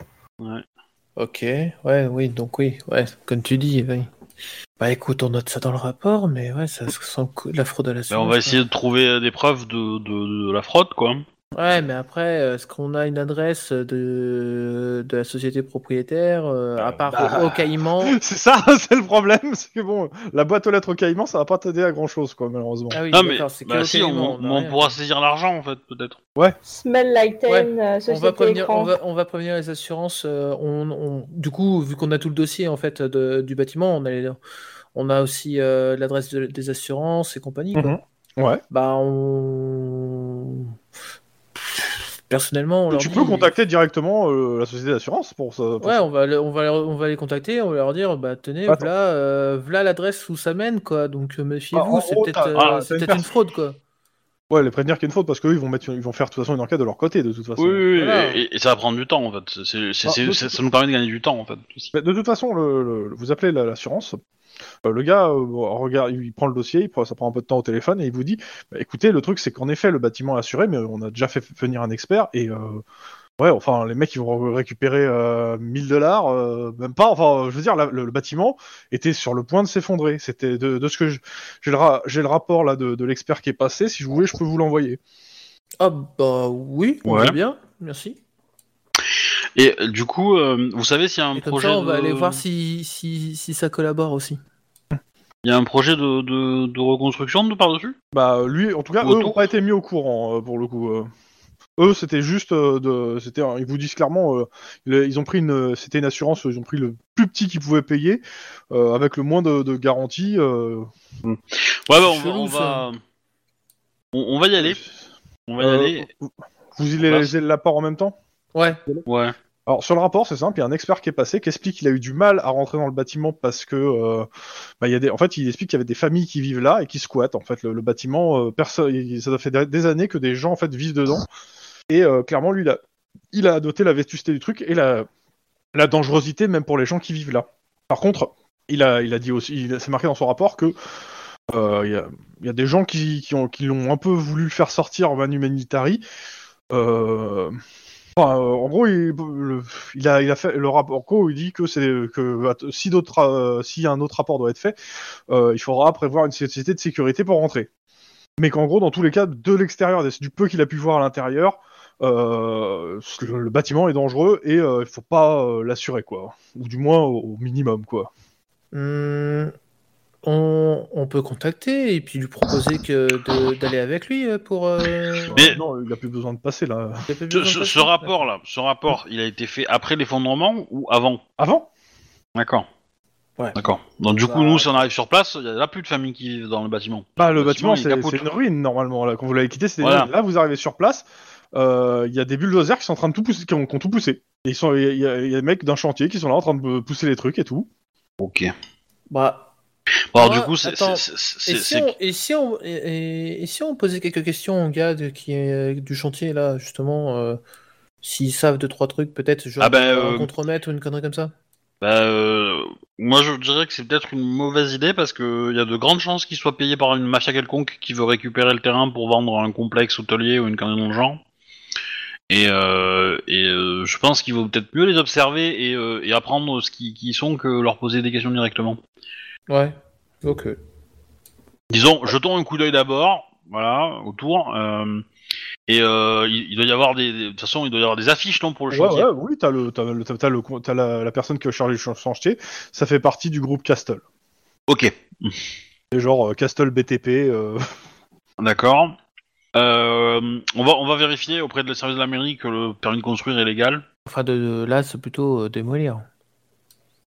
S6: Ok, ouais, oui, donc oui, ouais, comme tu dis, oui. Bah écoute, on note ça dans le rapport, mais ouais, ça sent le coup- la fraude à la
S3: Ben, on va essayer de trouver euh, des preuves de, de, de la fraude, quoi.
S6: Ouais, mais après, euh, est-ce qu'on a une adresse de, de la société propriétaire, euh, à part
S1: bah.
S6: au Caïman
S1: C'est ça, [LAUGHS] c'est le problème, c'est que bon, la boîte aux lettres aux Caïmans, ça va pas t'aider à grand chose, quoi, malheureusement.
S6: Ah oui,
S3: non mais
S6: d'accord, c'est que
S3: bah,
S6: au
S3: si,
S6: Caïman,
S3: on,
S6: on a
S3: on
S6: rien.
S3: pourra saisir l'argent en fait, peut-être.
S5: Smell like
S6: Ouais.
S5: ten, euh,
S6: On va,
S5: société
S6: prévenir,
S5: écran.
S6: on, va, on va prévenir les assurances. euh, on, on- Du coup, vu qu'on a tout le dossier en fait de- du bâtiment, on a, les- on a aussi euh, l'adresse de- des assurances et compagnie. quoi.
S1: Mhm. Ouais.
S6: Bah, on... personnellement, on leur
S1: tu
S6: dit-
S1: peux contacter directement euh, la société d'assurance pour ça. pour
S6: Ouais,
S1: ça.
S6: on va, le- on va, leur- on va les contacter, on va leur dire, bah tenez,
S1: Attends.
S6: voilà, euh, voilà l'adresse où ça mène, quoi. Donc
S1: Ah,
S6: euh,
S1: en
S6: méfiez-vous, c'est
S1: gros,
S6: peut-être
S1: t'as-
S6: euh,
S1: ah,
S6: c'est
S1: t'as une
S6: peut-être
S1: personne-
S6: une fraude, quoi.
S1: Ouais, les prévenir qu'il y a une faute parce qu'eux, ils vont mettre, ils vont faire de toute façon une enquête de leur côté, de toute façon.
S3: Oui, oui, oui,
S6: Voilà.
S3: et, et ça va prendre du temps en fait. C'est- c'est- c'est-
S1: Ah,
S3: c'est-
S1: oui,
S3: c'est-
S1: tout-
S3: ça nous permet de gagner du temps en fait. aussi.
S1: Mais de toute façon, le, le- vous appelez la- l'assurance. euh, le gars, euh, regarde, il prend le dossier, il prend- ça prend un peu de temps au téléphone et il vous dit Bah, écoutez, le truc, c'est qu'en effet, le bâtiment est assuré, mais on a déjà fait venir un expert et. euh, Ouais, enfin, les mecs, ils vont récupérer euh, 1000 dollars, euh, même pas. Enfin, je veux dire, la- le, le bâtiment était sur le point de s'effondrer. C'était de, de ce que je- j'ai le, ra- j'ai le rapport là de, de l'expert qui est passé. Si vous voulez, je peux vous l'envoyer.
S6: Ah bah oui, on
S3: Ouais.
S6: veut bien, merci.
S3: Et euh, du coup, euh, vous savez s'il y a un
S6: Et comme
S3: projet,
S6: ça, on va
S3: de-
S6: aller voir si, si, si ça collabore aussi.
S3: il y a un projet de, de, de reconstruction de par dessus.
S1: Bah, lui, en tout cas,
S3: Ou
S1: eux
S3: autour.
S1: n'ont pas été mis au courant euh, pour le coup. euh. Eux, c'était juste euh, de, c'était, un- ils vous disent clairement, euh, le- ils ont pris une, c'était une assurance, ils ont pris le plus petit qu'ils pouvaient payer euh, avec le moins de, de garantie. euh.
S3: Ouais, bah, on, va-
S6: Chelou,
S3: on
S6: ça.
S3: va, on, on va y aller. On va y
S1: Euh,
S3: aller.
S1: vous- Vous y
S3: On va-
S1: lisez le rapport en même temps.
S6: Ouais,
S3: Ouais.
S1: Alors sur le rapport, c'est simple, il y a un expert qui est passé qui explique qu'il a eu du mal à rentrer dans le bâtiment parce que, euh, bah, il y a des, en fait, il explique qu'il y avait des familles qui vivent là et qui squattent. En fait, le, le bâtiment, euh, perso- il- ça fait des- des années que des gens en fait vivent dedans. Et euh, clairement, lui, il a, il a noté la vétusté du truc et la, la dangerosité même pour les gens qui vivent là. Par contre, il a, il a dit aussi, il a- c'est marqué dans son rapport que euh, il y, a, il y a des gens qui, qui ont, qui l'ont un peu voulu faire sortir en manu humanitari. Euh, Enfin, euh, en gros, il, le- il a, il a fait le rapport. En gros, il dit que c'est que att- si d'autres, euh, si un autre rapport doit être fait, euh, il faudra prévoir une société de sécurité pour rentrer. Mais qu'en gros, dans tous les cas, de l'extérieur, des- du peu qu'il a pu voir à l'intérieur, euh, le, le bâtiment est dangereux et euh, il faut pas euh, l'assurer, quoi. Ou du moins au, au minimum, quoi.
S6: Hum, on, on peut contacter et puis lui proposer que de- d'aller avec lui euh, pour. euh,
S3: Mais-
S1: Euh, non, il a plus besoin de passer là.
S6: il a pas
S3: Ce,
S6: besoin de
S3: ce-
S6: passer.
S3: ce rapport-là, ce rapport, il a été fait après l'effondrement ou avant
S1: Avant
S3: D'accord.
S6: Ouais.
S3: D'accord. Donc du coup,
S6: Bah-
S3: nous, si on arrive sur place, il n'y a là plus de famille qui vivent dans le bâtiment.
S1: Bah, le
S3: Le bâtiment,
S1: bâtiment,
S3: il
S1: c'est
S3: capote.
S1: c'est une ruine normalement. Là. Quand vous l'avez quitté, c'était une
S3: Voilà.
S1: ruine. Là, vous arrivez sur place, euh, il y a des bulldozers qui sont en train de tout pousser, qui ont, qui ont tout poussé. Et ils sont- Il y, a il y a des mecs d'un chantier qui sont là en train de pousser les trucs et tout.
S3: Ok.
S6: Bah,
S3: Bon, alors,
S6: Ah,
S3: du coup, c'est
S6: attends.
S3: c'est- c'est-
S6: Et
S3: c'est-
S6: si,
S3: c'est-
S6: on, et, si on, et- et- et si on posait quelques questions au gars de- qui est, du chantier, là, justement, euh, S'ils savent deux trois trucs, peut-être genre
S3: Ah ben,
S6: un
S3: euh,
S6: contremaître ou une connerie comme ça.
S3: Bah, euh, moi je dirais que c'est peut-être une mauvaise idée parce que il y a de grandes chances qu'il soit payé par une mafia quelconque qui veut récupérer le terrain pour vendre un complexe hôtelier ou une connerie dans le genre. Et, euh, et euh, je pense qu'il vaut peut-être mieux les observer et, euh, et apprendre ce qui, qui ils sont que leur poser des questions directement.
S6: Ouais. Ok.
S3: Disons, jetons un coup d'œil d'abord, voilà, autour. euh, et euh, il, il doit y avoir des, des- de toute façon, il doit y avoir des affiches non pour le
S1: Ouais,
S3: chantier.
S1: ouais, oui, t'as le, t'as le, t'as- t'as le, t'as la, la personne qui est chargée du ch- chantier. Ça fait partie du groupe Castle.
S3: Ok.
S1: C'est genre euh, Castle BTP. euh, [LAUGHS]
S3: D'accord. Euh, on, va, on va vérifier auprès de la service de la mairie que le permis de construire est légal.
S6: Enfin de, de- là, c'est plutôt euh, démolir.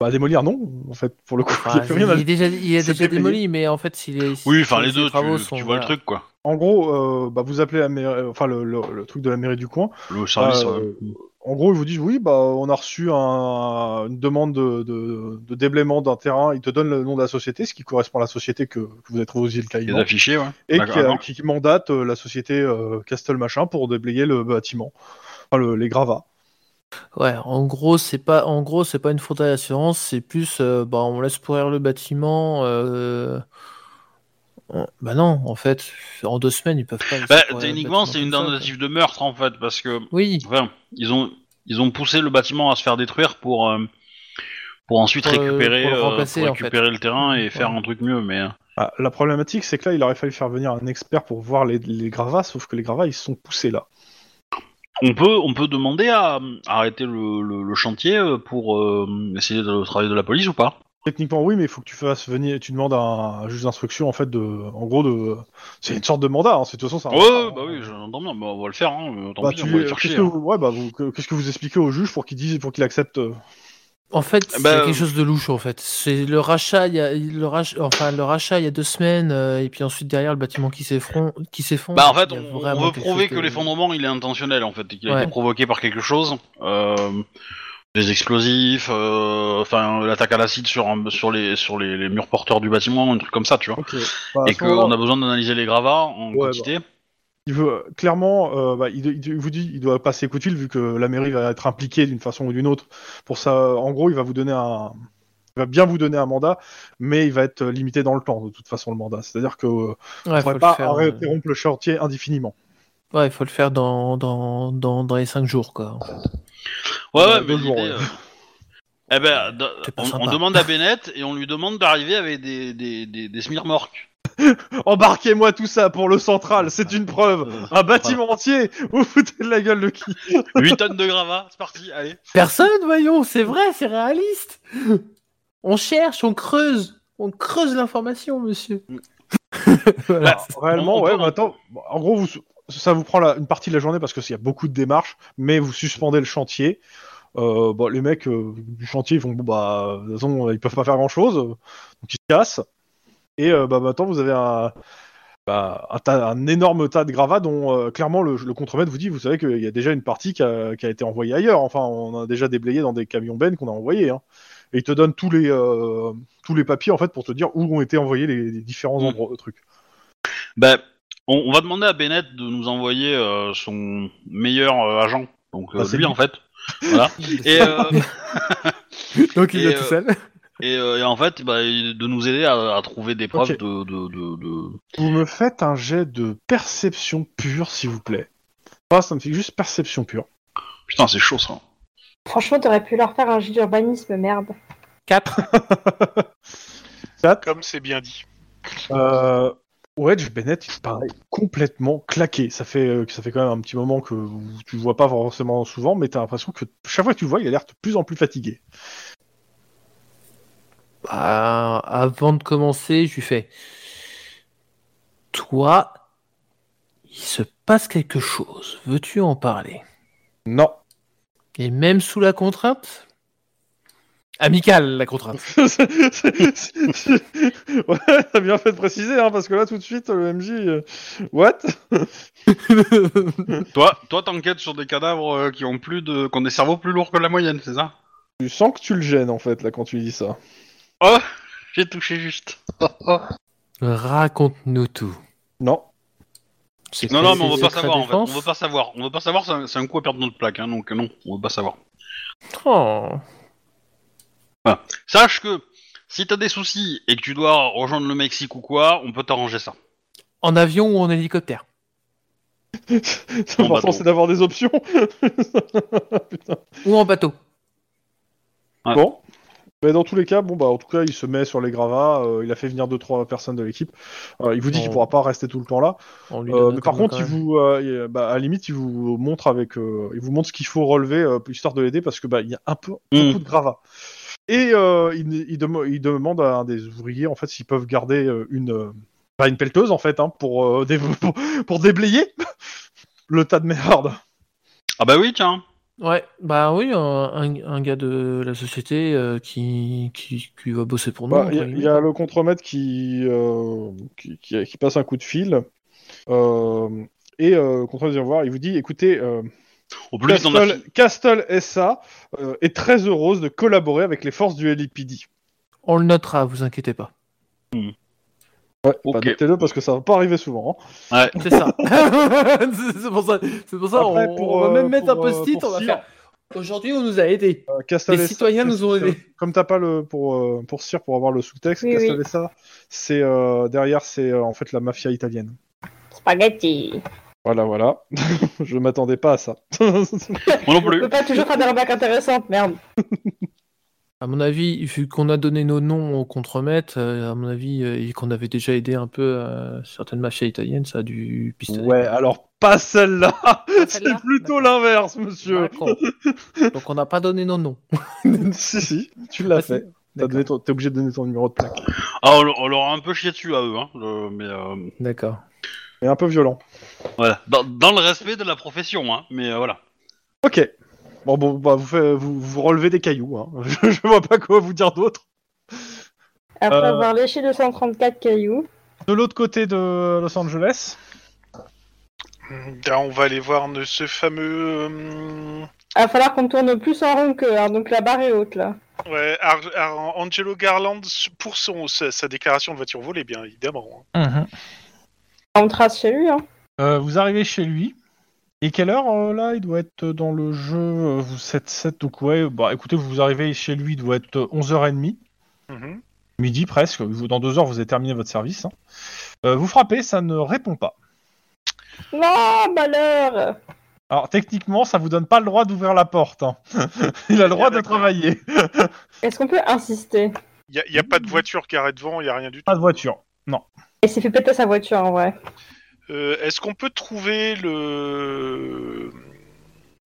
S1: bah, démolir, non, en fait, pour le coup. [LAUGHS]
S6: Enfin,
S1: y a
S6: il,
S1: plus rien à-
S6: est déjà, il est
S1: c'est
S6: déjà
S1: payé.
S6: démoli, mais en fait, s'il est.
S3: Oui, enfin les
S6: si
S3: deux, tu,
S6: travaux
S3: tu
S6: sont-
S3: vois
S6: voilà.
S3: le truc quoi.
S1: En gros, euh, bah, vous appelez la mairie- enfin, le, le, le truc de la mairie du coin.
S3: Le service. euh,
S1: Ah,
S3: ouais.
S1: En gros, ils vous disent oui, bah, on a reçu un- une demande de, de, de déblaiement d'un terrain. Ils te donnent le nom de la société, ce qui correspond à la société que, que vous avez trouvée aux îles
S3: Les
S1: Caïmans,
S3: affichés, ouais.
S1: et qui,
S3: D'accord.
S1: qui- qui mandate euh, la société euh, Castle Machin pour déblayer le bâtiment, enfin, le- les gravats.
S6: Ouais, en gros, c'est pas, en gros, c'est pas une faute à l'assurance, c'est plus, euh, bah, on laisse pourrir le bâtiment. euh, on- Bah non, en fait, en deux semaines, ils peuvent pas. laisser
S3: Bah,
S6: pourrir le
S3: techniquement,
S6: bâtiment
S3: c'est une
S6: comme ça, quoi.
S3: tentative de meurtre en fait, parce que
S6: Oui,
S3: enfin, ils ont ils ont poussé le bâtiment à se faire détruire pour euh, pour ensuite
S6: Pour le-
S3: récupérer
S6: pour le
S3: euh,
S6: remplacer, en fait.
S3: récupérer le terrain et faire
S6: Ouais.
S3: un truc mieux, mais euh,
S1: Ah, la problématique, c'est que là, il aurait fallu faire venir un expert pour voir les, les gravats, sauf que les gravats, ils sont poussés là.
S3: on peut on peut demander à, à arrêter le, le- le chantier euh, pour euh, essayer de travailler de la police ou pas
S1: Techniquement, oui, mais il faut que tu fasses venir, tu demandes à un juge d'instruction, en fait, de, en gros, de, c'est une sorte de mandat. Hein, c'est de toute façon, c'est un-
S3: Ouais, bah oui, j'entends bien, bah, on va le faire, hein, euh, tant
S1: Bah,
S3: pis,
S1: tu-
S3: on va les
S1: qu'est-ce
S3: faire chier.
S1: que
S3: hein.
S1: vous- ouais, bah, vous- que- qu'est-ce que vous expliquez au juge pour qu'il dise, pour qu'il accepte euh,
S6: En fait, c'est
S3: bah, euh,
S6: quelque chose de louche en fait. C'est le rachat, il y a le rach- enfin le rachat il y a deux semaines euh, et puis ensuite derrière le bâtiment qui s'effondre, qui s'effondre.
S3: Bah en fait,
S6: il y a
S3: on, on
S6: vraiment
S3: veut
S6: quelque
S3: prouver
S6: chose
S3: que
S6: de-
S3: l'effondrement il est intentionnel en fait, et qu'il a
S6: Ouais.
S3: été provoqué par quelque chose. Euh, des explosifs, euh, enfin l'attaque à l'acide sur, un- sur, les, sur les, les murs porteurs du bâtiment, un truc comme ça, tu vois.
S1: bah, à
S3: et
S1: ce moment-là,
S3: qu'on a besoin d'analyser les gravats en
S1: Ouais, bah,
S3: quantité.
S1: il veut, clairement, euh, bah, il, il vous dit, il doit passer coup de fil vu que la mairie va être impliquée d'une façon ou d'une autre. Pour ça, euh, en gros, il va vous donner un, il va bien vous donner un mandat, mais il va être euh, limité dans le temps de toute façon le mandat. C'est-à-dire que euh, vous
S6: Ouais, faut
S1: pourrez
S6: le
S1: pas
S6: faire, euh,
S1: interrompre le chantier indéfiniment.
S6: ouais, faut le faire dans dans, dans dans les cinq jours quoi.
S3: Ouais,
S1: Dans
S3: ouais,
S1: deux
S3: mais
S1: jours,
S3: l'idée,
S1: ouais.
S3: euh, Eh ben, d-
S6: C'est pas
S3: on,
S6: sympa.
S3: on demande à Bennett et on lui demande d'arriver avec des, des, des, des smirmorques.
S1: Embarquez-moi tout ça pour le central, c'est une preuve.
S3: Euh,
S1: Un bâtiment entier, vous foutez de la gueule de qui
S3: 8 tonnes de gravats, c'est parti, allez.
S6: Personne, voyons, c'est vrai, c'est réaliste. On cherche, on creuse, on creuse l'information, monsieur. Voilà.
S3: Bah,
S1: Réellement,
S3: On- on
S1: ouais,
S3: peut-
S1: bah, attends, bon, en gros, vous, ça vous prend la- une partie de la journée parce qu'il y a beaucoup de démarches, mais vous suspendez le chantier. Euh, bah, les mecs euh, du chantier, ils font, bon, bah, de toute façon, ils peuvent pas faire grand chose, donc ils se cassent. Et euh, bah, maintenant, vous avez un, bah, un, tas- un énorme tas de gravats dont euh, clairement le, le contremaître vous dit, vous savez qu'il y a déjà une partie qui a, qui a été envoyée ailleurs. Enfin, on a déjà déblayé dans des camions bennes qu'on a envoyés. hein. Et il te donne tous les, euh, tous les papiers en fait pour te dire où ont été envoyés les, les différents
S3: Mm.
S1: endroits, euh, trucs.
S3: Ben, on, on va demander à Bennett de nous envoyer euh, son meilleur euh, agent, donc
S6: Ah,
S3: euh,
S1: Bah, c'est
S3: lui
S1: lui.
S3: en fait. Voilà. Et, euh,
S6: [LAUGHS] Donc il
S3: et,
S6: est tout
S3: euh,
S6: seul.
S3: et, euh, et en fait, bah, il- de nous aider à, à trouver des preuves
S1: Ok.
S3: de, de, de, de-
S1: Vous me faites un jet de perception pure, s'il vous plaît. Pas, ça me fait juste perception pure.
S3: Putain, c'est chaud ça.
S5: Franchement, t'aurais pu leur faire un jet d'urbanisme, merde.
S6: 4
S4: Comme c'est bien dit.
S1: Euh, Wedge Bennett, il paraît complètement claqué. Ça fait, euh, ça fait quand même un petit moment que vous- tu le vois pas forcément souvent, mais t'as l'impression que chaque fois que tu le vois, il a l'air de plus en plus fatigué.
S6: Bah, avant de commencer, je lui fais Toi, il se passe quelque chose. Veux-tu en parler
S1: Non.
S6: Et même sous la contrainte Amicale, la [LAUGHS] contrainte.
S1: [LAUGHS] ouais, t'as bien fait de préciser, hein, parce que là, tout de suite, le MJ... euh, What
S3: Toi, toi, t'enquêtes sur des cadavres euh, qui ont plus de, qui ont des cerveaux plus lourds que la moyenne, c'est ça
S1: Tu sens que tu le gênes, en fait, là, quand tu dis ça.
S3: Oh, j'ai touché juste.
S6: Raconte-nous tout.
S1: Non.
S6: C'est-
S3: Non, non, mais on
S6: c'est-
S3: veut pas
S6: c'est très
S3: savoir. En fait. On
S6: défense.
S3: veut pas savoir. On veut pas savoir. C'est un, c'est un coup à perdre notre plaque. Hein, donc non, on veut pas savoir.
S6: Oh.
S3: Sache que si t'as des soucis et que tu dois rejoindre le Mexique ou quoi, on peut t'arranger ça.
S6: En avion ou en hélicoptère
S3: bateau.
S1: L'important, c'est d'avoir des options. [LAUGHS]
S6: Ou en bateau
S1: Bon. Mais dans tous les cas, bon bah en tout cas, il se met sur les gravats. euh, il a fait venir deux trois personnes de l'équipe. Euh, il vous dit qu'il
S6: Oh.
S1: pourra pas rester tout le temps là.
S6: On lui
S1: Euh,
S6: donne un
S1: mais par
S6: commun
S1: contre,
S6: quand
S1: il
S6: même.
S1: vous, euh, il- bah, à la limite, il vous montre avec, euh, il vous montre ce qu'il faut relever euh, histoire de l'aider parce que bah il y a un peu beaucoup de gravats. Et euh, il, il, demo- il demande à un des ouvriers en fait s'ils peuvent garder euh, une, euh, bah, une pelleteuse en fait hein, pour, euh, [LAUGHS] dé- pour pour déblayer [LAUGHS] le tas de merde.
S3: Ah bah oui, tiens.
S6: Ouais, bah oui, un, un- un gars de la société euh, qui, qui, qui va bosser pour nous.
S1: Bah,
S6: entre
S1: Il y a- il
S6: guillemets.
S1: y, a le contremaître qui, euh, qui, qui- qui passe un coup de fil. euh, et euh, le contremaître vient voir, il vous dit écoutez, euh,
S3: Au plus vite, on a
S1: Castle, Castle SA euh, est très heureuse de collaborer avec les forces du LAPD.
S6: On le notera, vous inquiétez pas.
S1: Ouais,
S3: Ok.
S1: bah, notez-le parce que ça va pas arriver souvent. hein.
S6: C'est ça.
S1: [LAUGHS]
S6: [LAUGHS] c'est pour ça, c'est pour ça
S1: Après,
S6: on,
S1: pour,
S6: on va
S1: euh,
S6: même mettre
S1: pour,
S6: un post-it,
S1: euh,
S6: on va
S1: pour
S6: faire. Aujourd'hui, on nous a aidés.
S1: Euh, Castle
S6: Les
S1: SA,
S6: citoyens nous ont
S1: Castle-
S6: aidés.
S1: Comme t'as pas le pour euh, pour Cyr, pour avoir le sous-texte,
S5: Oui,
S1: Castle
S5: oui.
S1: SA, c'est euh, derrière c'est euh, en fait la mafia italienne.
S5: Spaghetti.
S1: Voilà, voilà. [LAUGHS] Je m'attendais pas à ça. [LAUGHS]
S3: Moi non
S5: Je
S3: plus.
S5: peux pas toujours faire des remarques intéressantes, merde.
S6: À mon avis, vu qu'on a donné nos noms au contremaître, euh, à mon avis, euh, et qu'on avait déjà aidé un peu euh, certaines mafias italiennes, ça a dû pistolet.
S1: Ouais, alors pas celle-là.
S6: celle-là
S1: [LAUGHS] C'est plutôt
S6: D'accord.
S1: l'inverse, monsieur.
S6: Donc on n'a pas donné nos noms.
S1: [LAUGHS] si, si, tu l'as
S6: Ah, si.
S1: fait. T'as
S6: D'accord.
S1: donné ton- T'es obligé de donner ton numéro de plaque.
S3: Ah, on, on leur a un peu chié dessus à eux, hein. le- mais euh,
S6: D'accord.
S1: Et un peu violent.
S3: voilà. Dans, dans le respect de la profession, hein. Mais euh, voilà.
S1: Ok. Bon, bon, bah, vous, fait- vous, vous relevez des cailloux. Hein. [LAUGHS] Je, je vois pas quoi vous dire d'autre.
S5: Après
S1: Euh.
S5: avoir léché 234 cailloux.
S1: De l'autre côté de Los Angeles.
S4: Là, Bah, on va aller voir ne- ce fameux. euh,
S5: Il va falloir qu'on tourne plus en rond que, hein, donc la barre est haute là.
S4: ouais, Ar- Ar- Angelo Garland pour son, sa, sa déclaration de voiture volée, bien évidemment. hein.
S6: Mhm.
S5: On trace chez lui, hein.
S1: Euh, vous arrivez chez lui. Et quelle heure euh, là Il doit être dans le jeu. euh, Vous 7-7, donc ouais. Bah écoutez, vous arrivez chez lui, il doit être euh, 11h30.
S4: Mhm.
S1: Midi presque. Vous- Dans deux heures, vous avez terminé votre service. hein. Euh, vous frappez, ça ne répond pas.
S5: Non, malheur
S1: Alors techniquement, ça vous donne pas le droit d'ouvrir la porte. hein. [LAUGHS] Il a le droit de
S4: d'accord.
S1: travailler.
S5: Est-ce qu'on peut insister
S4: Y a, y a pas de voiture carrée devant, y a rien du tout.
S1: Pas de voiture.
S5: Et s'est fait péter sa voiture en vrai.
S4: Euh, Est-ce qu'on peut trouver le.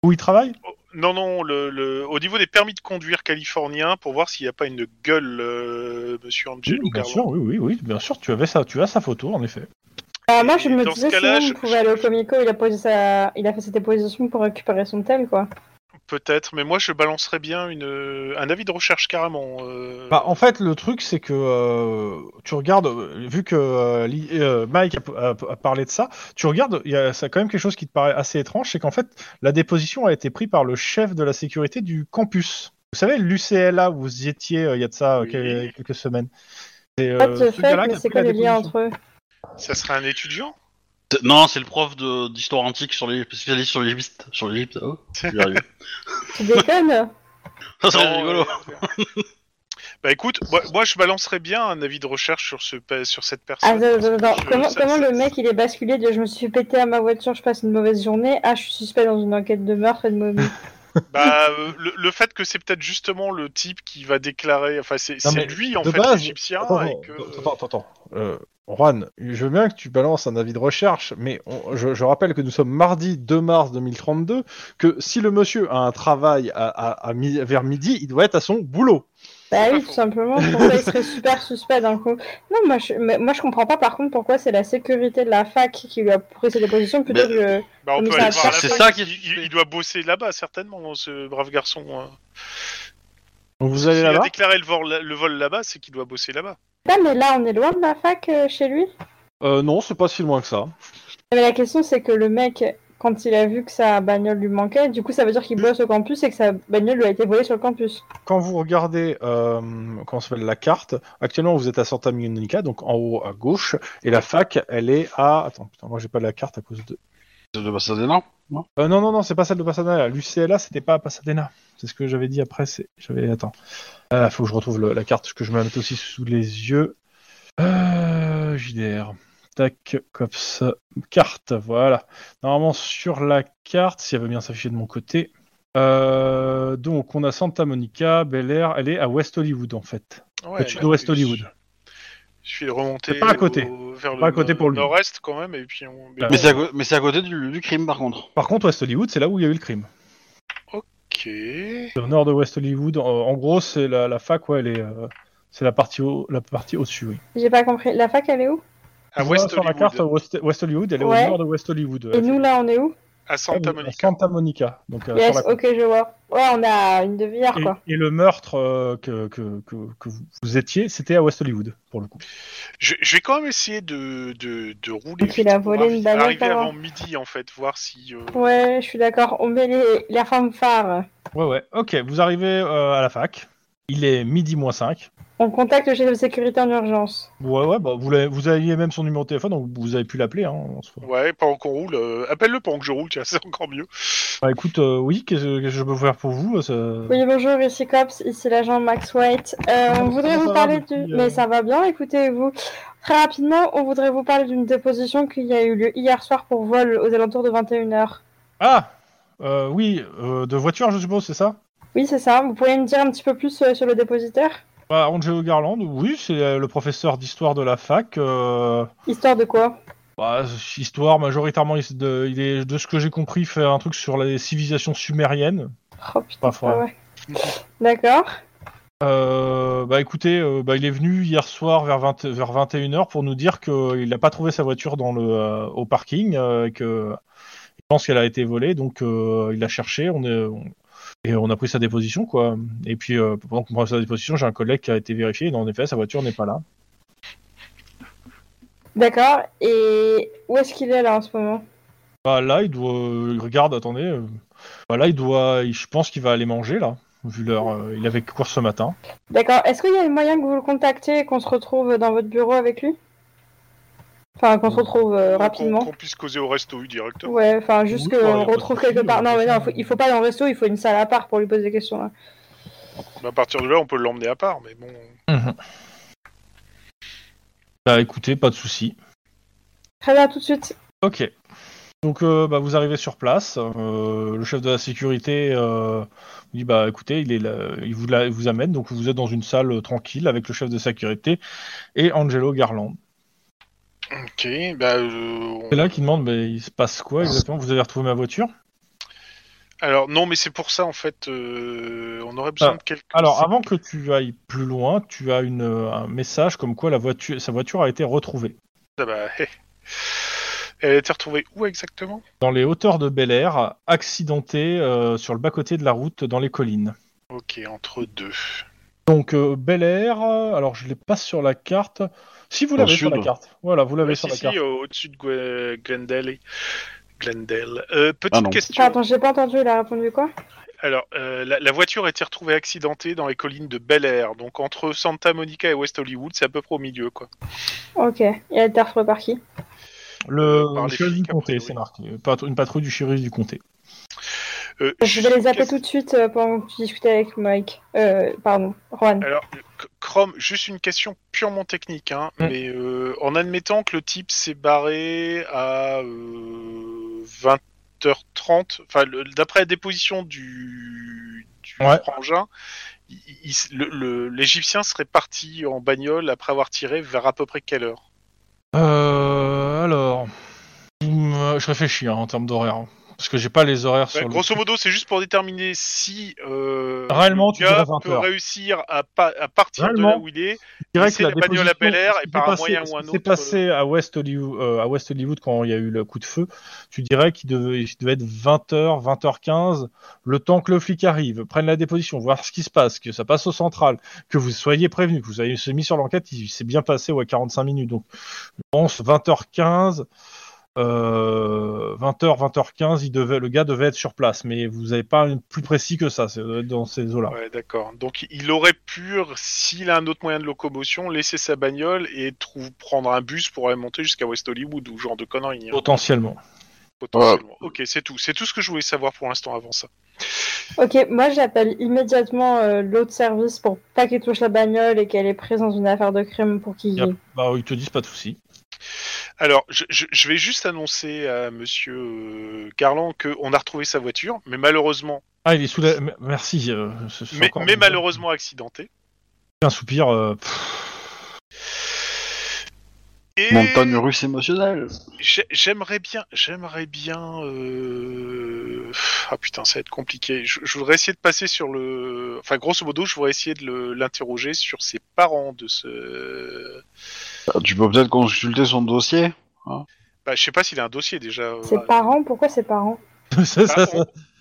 S1: Où il travaille
S4: Non, non, le, le- au niveau des permis de conduire californiens, pour voir s'il n'y a pas une gueule, euh, monsieur Angelo
S1: Oui, Bien
S4: Garland.
S1: sûr, oui, oui, oui, bien sûr. Tu avais ça, tu as sa photo en effet.
S5: Euh, moi je me
S4: Dans ce
S5: disais
S4: cas-là,
S5: sinon
S4: je-
S5: on pouvait aller au Comico, il a, posé sa... il a fait ses dépositions pour récupérer son tel quoi.
S4: Peut-être, mais moi je balancerais bien une, euh, un avis de recherche carrément. euh.
S1: Bah, en fait, le truc, c'est que euh, tu regardes, euh, vu que euh, Li- euh, Mike a, a- a parlé de ça, tu regardes, il y a ça a quand même quelque chose qui te paraît assez étrange, c'est qu'en fait, la déposition a été prise par le chef de la sécurité du campus. Vous savez, l'UCLA, où vous y étiez euh, il y a de ça euh,
S4: Oui.
S1: quel- quelques semaines. C'est
S5: Pas
S1: euh,
S5: de
S1: ce
S5: fait,
S1: gars-là qui
S5: mais
S1: a
S5: c'est
S1: pris
S5: quoi
S1: la
S5: les liens
S1: déposition.
S5: entre eux
S4: Ça serait un étudiant
S3: C'est- Non, c'est le prof de- d'histoire antique sur les spécialiste sur l'Égypte. Sur l'Égypte.
S4: [LAUGHS]
S3: Oh, je vais y arriver.
S5: Tu déconnes
S3: [LAUGHS] ça serait
S4: Non,
S3: rigolo.
S4: euh, Bah écoute, moi, moi, je balancerais bien un avis de recherche sur, ce, pa- sur cette personne.
S5: Ah, Attends, attends, attends.
S4: Je-
S5: Comment,
S4: ça-
S5: comment
S4: ça-
S5: le mec il est basculé de je me suis pété à ma voiture, je passe une mauvaise journée, ah je suis suspect dans une enquête de meurtre et
S4: [LAUGHS]
S5: de momie.
S4: Bah, euh, le, le fait que c'est peut-être justement le type qui va déclarer, enfin c'est
S1: Non,
S4: c'est
S1: mais
S4: lui en
S1: de
S4: fait
S1: base-
S4: l'égyptien.
S1: Attends,
S4: et
S1: attends,
S4: que-
S1: attends, attends, attends. Euh, Juan, je veux bien que tu balances un avis de recherche, mais on- je, je rappelle que nous sommes mardi 2 mars 2032, que si le monsieur a un travail à, à- à mi- vers midi, il doit être à son boulot.
S5: Bah
S4: C'est pas
S5: oui,
S4: faux.
S5: tout simplement. Pourquoi il serait super suspect d'un coup Non, moi je, mais moi je comprends pas par contre pourquoi c'est la sécurité de la fac qui lui a pris ses dépositions plutôt
S3: Mais-
S5: que.
S4: Bah, on
S5: Mais
S4: peut
S5: ça-
S4: aller voir à la
S5: c'est
S4: fac.
S3: ça qui est
S4: Il- il,
S3: suspect.
S4: il doit bosser là-bas certainement, hein, ce brave garçon. hein.
S1: Donc vous
S4: S'il
S1: allez
S4: a
S1: là-bas
S4: déclaré le vol, le vol là-bas, c'est qu'il doit bosser là-bas.
S5: Non, Ah, mais là on est loin de la fac euh, chez lui. Ah,
S1: euh, Non, c'est pas si loin que ça.
S5: Mais la question c'est que le mec quand il a vu que sa bagnole lui manquait. Du coup, ça veut dire
S1: Mm.
S5: qu'il bosse au campus et que sa bagnole lui a été volée sur le campus.
S1: Quand vous regardez euh, comment s'appelle la carte, actuellement vous êtes à Santa Monica, donc en haut à gauche, et la fac, elle est à. Attends, putain, moi j'ai pas la carte à cause de.
S3: C'est de Pasadena non
S1: Euh, non, non, non, c'est pas celle de Pasadena. L'UCLA, c'était pas à Pasadena. C'est ce que j'avais dit après. C'est... J'avais... Attends. Euh, faut que je retrouve le- la carte, que je me la mette aussi sous les yeux. Euh, JDR. Tac, comme ça. Carte, voilà. Normalement, sur la carte, si elle veut bien s'afficher de mon côté. Euh, donc, on a Santa Monica, Bel Air. Elle est à West Hollywood, en fait.
S4: Ouais, bah,
S1: Au-dessus
S4: là,
S1: de West
S4: je-
S1: Hollywood.
S4: Je suis remonté
S1: C'est pas à côté.
S4: au- vers
S1: Pas
S4: le
S1: à côté pour lui.
S4: nord-est quand même, et puis on... mais
S1: Bah,
S4: bon,
S3: Mais c'est à, co- mais c'est à côté du, du crime par contre.
S1: Par contre, West Hollywood, c'est là où il y a eu le crime.
S4: ok.
S1: C'est au nord de West Hollywood. En, en gros, c'est la, la fac, ouais, elle est. euh, c'est la partie, au, la partie au-dessus, oui.
S5: J'ai pas compris. La fac, elle est où
S4: À
S1: Je
S4: West
S1: vois sur la
S4: Hollywood,
S1: carte hein. West, West Hollywood, elle est
S5: Ouais.
S1: au nord de West Hollywood.
S5: Et nous, là, on est où
S4: à Santa Monica.
S1: Santa Monica. Donc, euh,
S5: Yes,
S1: sur la-
S5: ok, je vois. Ouais, on a une demi-heure, quoi.
S1: et, et le meurtre euh, que, que, que, que vous, vous étiez, c'était à West Hollywood, pour le coup.
S4: Je, je vais quand même essayer de, de, de rouler
S5: Donc, il
S4: vite
S5: a
S4: pour
S5: volé une
S4: arri-
S5: bagnole
S4: arriver
S5: avant.
S4: avant midi, en fait, voir si... euh,
S1: Mm.
S5: Ouais, je suis d'accord. On met les, la femme phare.
S1: Ouais, ouais. Ok, vous arrivez euh, à la fac. Il est midi moins 5.
S5: On contacte le chef de sécurité en urgence.
S1: Ouais, ouais, bah, vous, l'avez- vous aviez même son numéro de téléphone, donc vous avez pu l'appeler. Hein, en soi.
S4: Ouais, pendant qu'on roule, euh, appelle-le pendant que je roule, tiens, [LAUGHS] c'est encore mieux.
S1: Bah, écoute, euh, oui, qu'est-ce que qu'est-ce que je peux faire pour vous ça-
S5: Oui, bonjour, ici Cops, ici l'agent Max White. Euh, on
S1: Comment
S5: voudrait
S1: ça
S5: vous
S1: va
S5: parler
S1: depuis,
S5: du...
S1: euh,
S5: Mais ça va bien, écoutez-vous. Très rapidement, on voudrait vous parler d'une déposition qui a eu lieu hier soir pour vol aux alentours de 21h.
S1: Ah euh, Oui, euh, de voiture, je suppose, c'est ça
S5: Oui, c'est ça. Vous pouvez me dire un petit peu plus euh, sur le dépositaire
S1: bah, Angelo Garland, oui, c'est euh, le professeur d'histoire de la fac. euh,
S5: Histoire de quoi
S1: Bah, histoire, majoritairement, il- de, il est, de ce que j'ai compris, fait un truc sur les civilisations sumériennes.
S5: Oh putain,
S1: Pas fort.
S5: ah ouais. D'accord.
S1: Euh, bah écoutez, euh, bah, il est venu hier soir vers, 20 vers 21h pour nous dire qu'il n'a pas trouvé sa voiture dans le, euh, au parking, euh, et que il pense qu'elle a été volée, donc euh, il l'a cherchée, on est, on- et on a pris sa déposition, quoi. Et puis, euh, pendant qu'on prend sa déposition, j'ai un collègue qui a été vérifié, et en effet, sa voiture n'est pas là.
S5: D'accord. Et où est-ce qu'il est là en ce moment
S1: Bah là, il doit. il regarde, attendez. euh, Bah là, il doit. il- Je pense qu'il va aller manger là, vu l'heure. euh, il avait cours ce matin.
S5: D'accord. Est-ce qu'il y a moyen que vous le contactiez et qu'on se retrouve dans votre bureau avec lui Enfin, qu'on se retrouve euh,
S4: Qu'on-
S5: rapidement.
S4: Qu'on puisse causer au resto U directement.
S5: Ouais, enfin, juste
S1: Oui, bah, y
S5: qu'on
S1: a pas de
S5: retrouve
S1: souci,
S5: quelque part.
S1: euh,
S5: Non, mais non,
S1: franchement,
S5: faut- il faut pas dans le resto, il faut une salle à part pour lui poser des questions. hein. Là.
S4: Mais à partir de là, on peut l'emmener à part, mais bon...
S1: Bah écoutez, pas de souci.
S5: Très bien, tout de suite.
S1: Ok. Donc euh, bah, vous arrivez sur place. euh, le chef de la sécurité euh, vous dit bah écoutez, il est là- il vous, la- il vous amène. Donc vous êtes dans une salle euh, tranquille avec le chef de sécurité et Angelo Garland.
S4: Ok, bah... euh, on-
S1: C'est là qui demande mais il se passe quoi exactement Vous avez retrouvé ma voiture
S4: Alors, non, mais c'est pour ça, en fait, euh, on aurait besoin
S1: Ah.
S4: de quelques...
S1: Alors, avant que tu ailles plus loin, tu as une, euh, un message comme quoi la voiture, sa voiture a été retrouvée
S4: Ah bah, hé. Elle a été retrouvée où exactement
S1: dans les hauteurs de Bel Air, accidentée euh, sur le bas-côté de la route dans les collines.
S4: Ok, entre deux.
S1: Donc, euh, Bel Air, euh, alors je l'ai pas sur la carte. Si vous
S3: Au
S1: l'avez sur
S3: sud.
S1: la carte, voilà, vous l'avez
S4: Ouais,
S1: sur
S4: si,
S1: la
S4: Bah, si, euh,
S1: carte.
S4: au- au-dessus de Gwe- Glendale. Glendale. Euh,
S3: Ah
S4: petite
S3: non.
S4: question.
S5: Pardon, j'ai pas entendu, il a répondu quoi
S4: Alors, euh, la, la voiture a été retrouvée accidentée dans les collines de Bel Air, donc entre Santa Monica et West Hollywood, c'est à peu près au milieu, quoi.
S5: Ok. Il a été retrouvé par qui
S1: Le
S4: par les
S1: shérif du
S4: flics, a
S1: comté,
S4: priori.
S1: c'est marqué. Pat- Une patrouille du shérif du comté.
S4: Euh,
S5: Je vais les appeler
S4: juste
S5: tout de suite euh, pendant que tu discutais avec Mike. Euh, pardon, Juan.
S4: Alors, C- Chrome, juste une question purement technique, hein,
S1: Mm.
S4: mais euh, en admettant que le type s'est barré à euh, 20h30, enfin, le- d'après la déposition du, du
S1: Ouais.
S4: frangin, il- il s- le- le- l'Égyptien serait parti en bagnole après avoir tiré vers à peu près quelle heure
S1: Euh, alors, Hum, euh, je réfléchis hein, en termes d'horaire, hein, parce que j'ai pas les horaires
S4: Ouais,
S1: sur. le-
S4: Bah, Grosso modo, c'est juste pour déterminer si euh,
S1: Réellement,
S4: le
S1: tu
S4: gars
S1: dirais 20
S4: peut
S1: heures.
S4: réussir à, pa- à partir de
S1: Réellement,
S4: là où il est.
S1: Je dirais
S4: Laisser la bagnole à
S1: déposition,
S4: Bel Air
S1: ce
S4: et
S1: qui
S4: par
S1: s'est
S4: un
S1: passé-
S4: moyen ou un
S1: ce qui s'est
S4: autre,
S1: passé à West, Hollywood, euh, à West Hollywood quand il y a eu le coup de feu, tu dirais qu'il devait, il devait être 20h, 20h15, le temps que le flic arrive, prenne la déposition, voir ce qui se passe, que ça passe au central, que vous soyez prévenu, que vous ayez se mis sur l'enquête, il s'est bien passé ouais, 45 minutes. Donc, je pense 20h15, euh, 20h, 20h15, il devait, le gars devait être sur place, mais vous n'avez pas une- plus précis que ça, c'est doit être dans ces eaux-là.
S4: Ouais, d'accord. Donc il aurait pu, s'il a un autre moyen de locomotion, laisser sa bagnole et trou- prendre un bus pour aller monter jusqu'à West Hollywood ou genre de conneries. hein,
S1: Potentiellement.
S4: potentiellement. Ok, c'est tout. C'est tout ce que je voulais savoir pour l'instant avant ça.
S5: Ok, moi j'appelle immédiatement euh, l'autre service pour pas qu'il touche la bagnole et qu'elle est prise dans une affaire de crime pour qu'il.
S1: Yep. Bah, ils te disent pas de soucis.
S4: Alors, je, je- je vais juste annoncer à Monsieur euh, Garland qu'on a retrouvé sa voiture, mais malheureusement,
S1: Ah, il est sous la. m- Merci. euh, ce- ce
S4: mais,
S1: encore-
S4: mais malheureusement accidentée.
S1: Un soupir. euh, pff, [LAUGHS]
S4: Et
S3: Montagne russe émotionnelle.
S4: j'ai- j'aimerais bien, j'aimerais bien. euh, Ah putain, ça va être compliqué. Je, je voudrais essayer de passer sur le. Enfin, grosso modo, je voudrais essayer de le- l'interroger sur ses parents de ce.
S3: Bah, Tu peux peut-être consulter son dossier.
S4: Bah, je sais pas s'il a un dossier déjà.
S5: Ses
S4: euh,
S5: parents Pourquoi ses parents
S1: ça, ça,
S4: Bah,
S1: ça-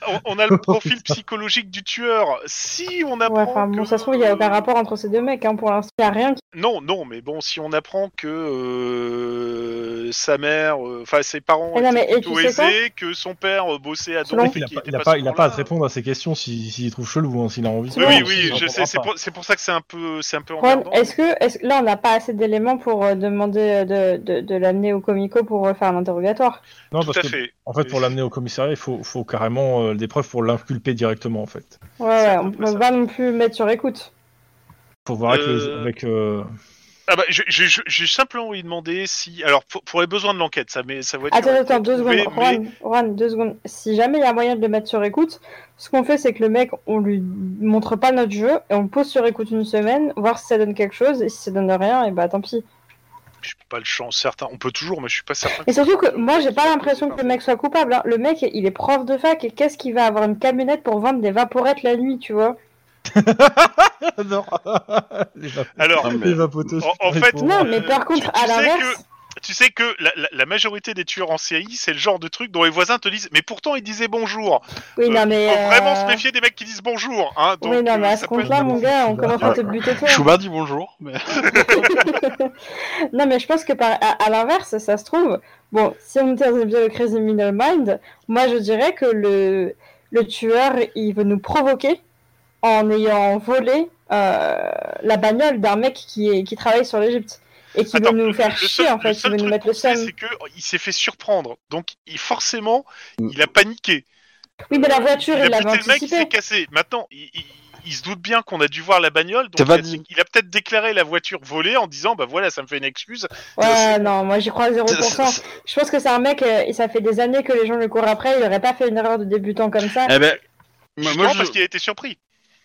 S4: on, on- on a le profil psychologique du tueur. Si on apprend.
S5: Ouais, enfin, bon,
S4: que-
S5: ça se trouve, il n'y
S4: euh,
S5: a aucun rapport entre ces deux mecs. Hein. Pour l'instant, il n'y a rien qui.
S4: Non, non, mais bon, si on apprend que euh, sa mère, euh, enfin ses parents
S5: Eh non, mais,
S4: étaient
S5: et
S4: plutôt
S5: tu sais quoi
S4: aisés, que son père euh, bossait à
S5: Selon-
S4: Dolph et
S1: Il a
S4: qu'il
S1: pas-
S4: était
S1: il a
S4: pas
S1: pas, il a
S4: souvent
S1: pas à
S4: là.
S1: se répondre à ces questions s'il s'il trouve chelou, hein, s'il a envie.
S4: Oui,
S5: Oui, Non,
S4: oui,
S5: mais
S4: oui,
S1: il
S4: je sais,
S1: répondra
S4: c'est
S1: pas.
S4: pour, c'est pour ça que c'est un peu, c'est un peu
S5: Juan,
S4: emmerdant.
S5: est-ce que, est-ce que- là, on n'a pas assez d'éléments pour euh, demander euh, de, de, de l'amener au comico pour euh, faire un interrogatoire
S1: Non,
S4: Tout
S1: parce
S4: à
S1: que,
S4: fait.
S1: en fait, pour l'amener au commissariat, il faut, faut carrément euh, des preuves pour l'inculper directement, en fait.
S4: C'est
S5: Ouais, ouais,
S4: à peu
S5: on
S4: près ça.
S5: peut pas non plus mettre sur écoute.
S1: Faut voir avec. les-
S4: Euh,
S1: avec, euh,
S4: Ah bah, je- je- je- j'ai simplement lui demandé si, alors pour, pour les besoins de l'enquête, ça, mais ça va être.
S5: Attends, attends, deux secondes.
S4: Mais- mais-
S5: Juan, Juan, deux secondes. Si jamais il y a moyen de le mettre sur écoute, ce qu'on fait, c'est que le mec, on lui montre pas notre jeu et on le pose sur écoute une semaine, voir si ça donne quelque chose. Et si ça donne rien, et bah tant pis.
S4: Je suis pas le champ certain. On peut toujours, mais je suis pas certain.
S5: Et surtout que moi, j'ai pas l'impression que le mec soit coupable. hein. Le mec, il est prof de fac et qu'est-ce qu'il va avoir une camionnette pour vendre des vaporettes la nuit, tu vois
S1: non. les vap- [LAUGHS]
S4: Alors,
S3: Non, mais-
S1: les vapoteuses,
S4: en- en
S1: les
S4: fait,
S1: pauvres.
S5: Non, mais
S4: Euh,
S5: par contre,
S4: tu- tu sais
S5: à l'inverse.
S4: tu sais que la, la- la majorité des tueurs en série, c'est le genre de truc dont les voisins te disent, mais pourtant ils disaient bonjour.
S5: Oui, non, mais.
S4: Faut vraiment
S5: euh,
S4: se méfier des mecs qui disent bonjour. Hein, donc,
S5: oui, non, mais
S4: euh,
S5: à
S4: ça
S5: ce
S4: peut être-
S5: compte-là, mon gars, on commence à te
S3: Ouais.
S5: buter toi.
S3: Chouba dit bonjour. Mais...
S5: [LAUGHS] non, mais je pense que par, à, à l'inverse, ça se trouve. Bon, si on était dans une bio Crazy Middle Mind, moi je dirais que le, le tueur, il veut nous provoquer en ayant volé euh, la bagnole d'un mec qui, est, qui travaille sur l'Egypte. Et qui
S4: Attends,
S5: veut nous
S4: le-
S5: faire
S4: le
S5: chier,
S4: seul-
S5: en fait,
S4: le
S5: qui
S4: seul
S5: veut nous
S4: truc
S5: mettre le
S4: qu'on sait,
S5: seum.
S4: C'est que il s'est fait surprendre, donc il, forcément il a paniqué.
S5: Oui, mais la voiture, il
S4: il a
S5: l'avait
S4: pété le mec, il
S5: anticipé.
S4: s'est cassé. Maintenant, il, il- il se doute bien qu'on a dû voir la bagnole, donc
S3: T'as
S4: il
S3: pas
S4: a,
S3: dit.
S4: il a peut-être déclaré la voiture volée en disant bah voilà, ça me fait une excuse.
S5: Ouais, non, moi j'y crois à
S3: C'est- [LAUGHS]
S5: 0%.
S3: c'est-
S5: Je pense que c'est un mec, euh, et ça fait des années que les gens le courent après, il aurait pas fait une erreur de débutant comme ça.
S3: Eh ben, moi,
S4: Justement
S3: moi,
S4: parce
S3: je,
S4: qu'il a été surpris.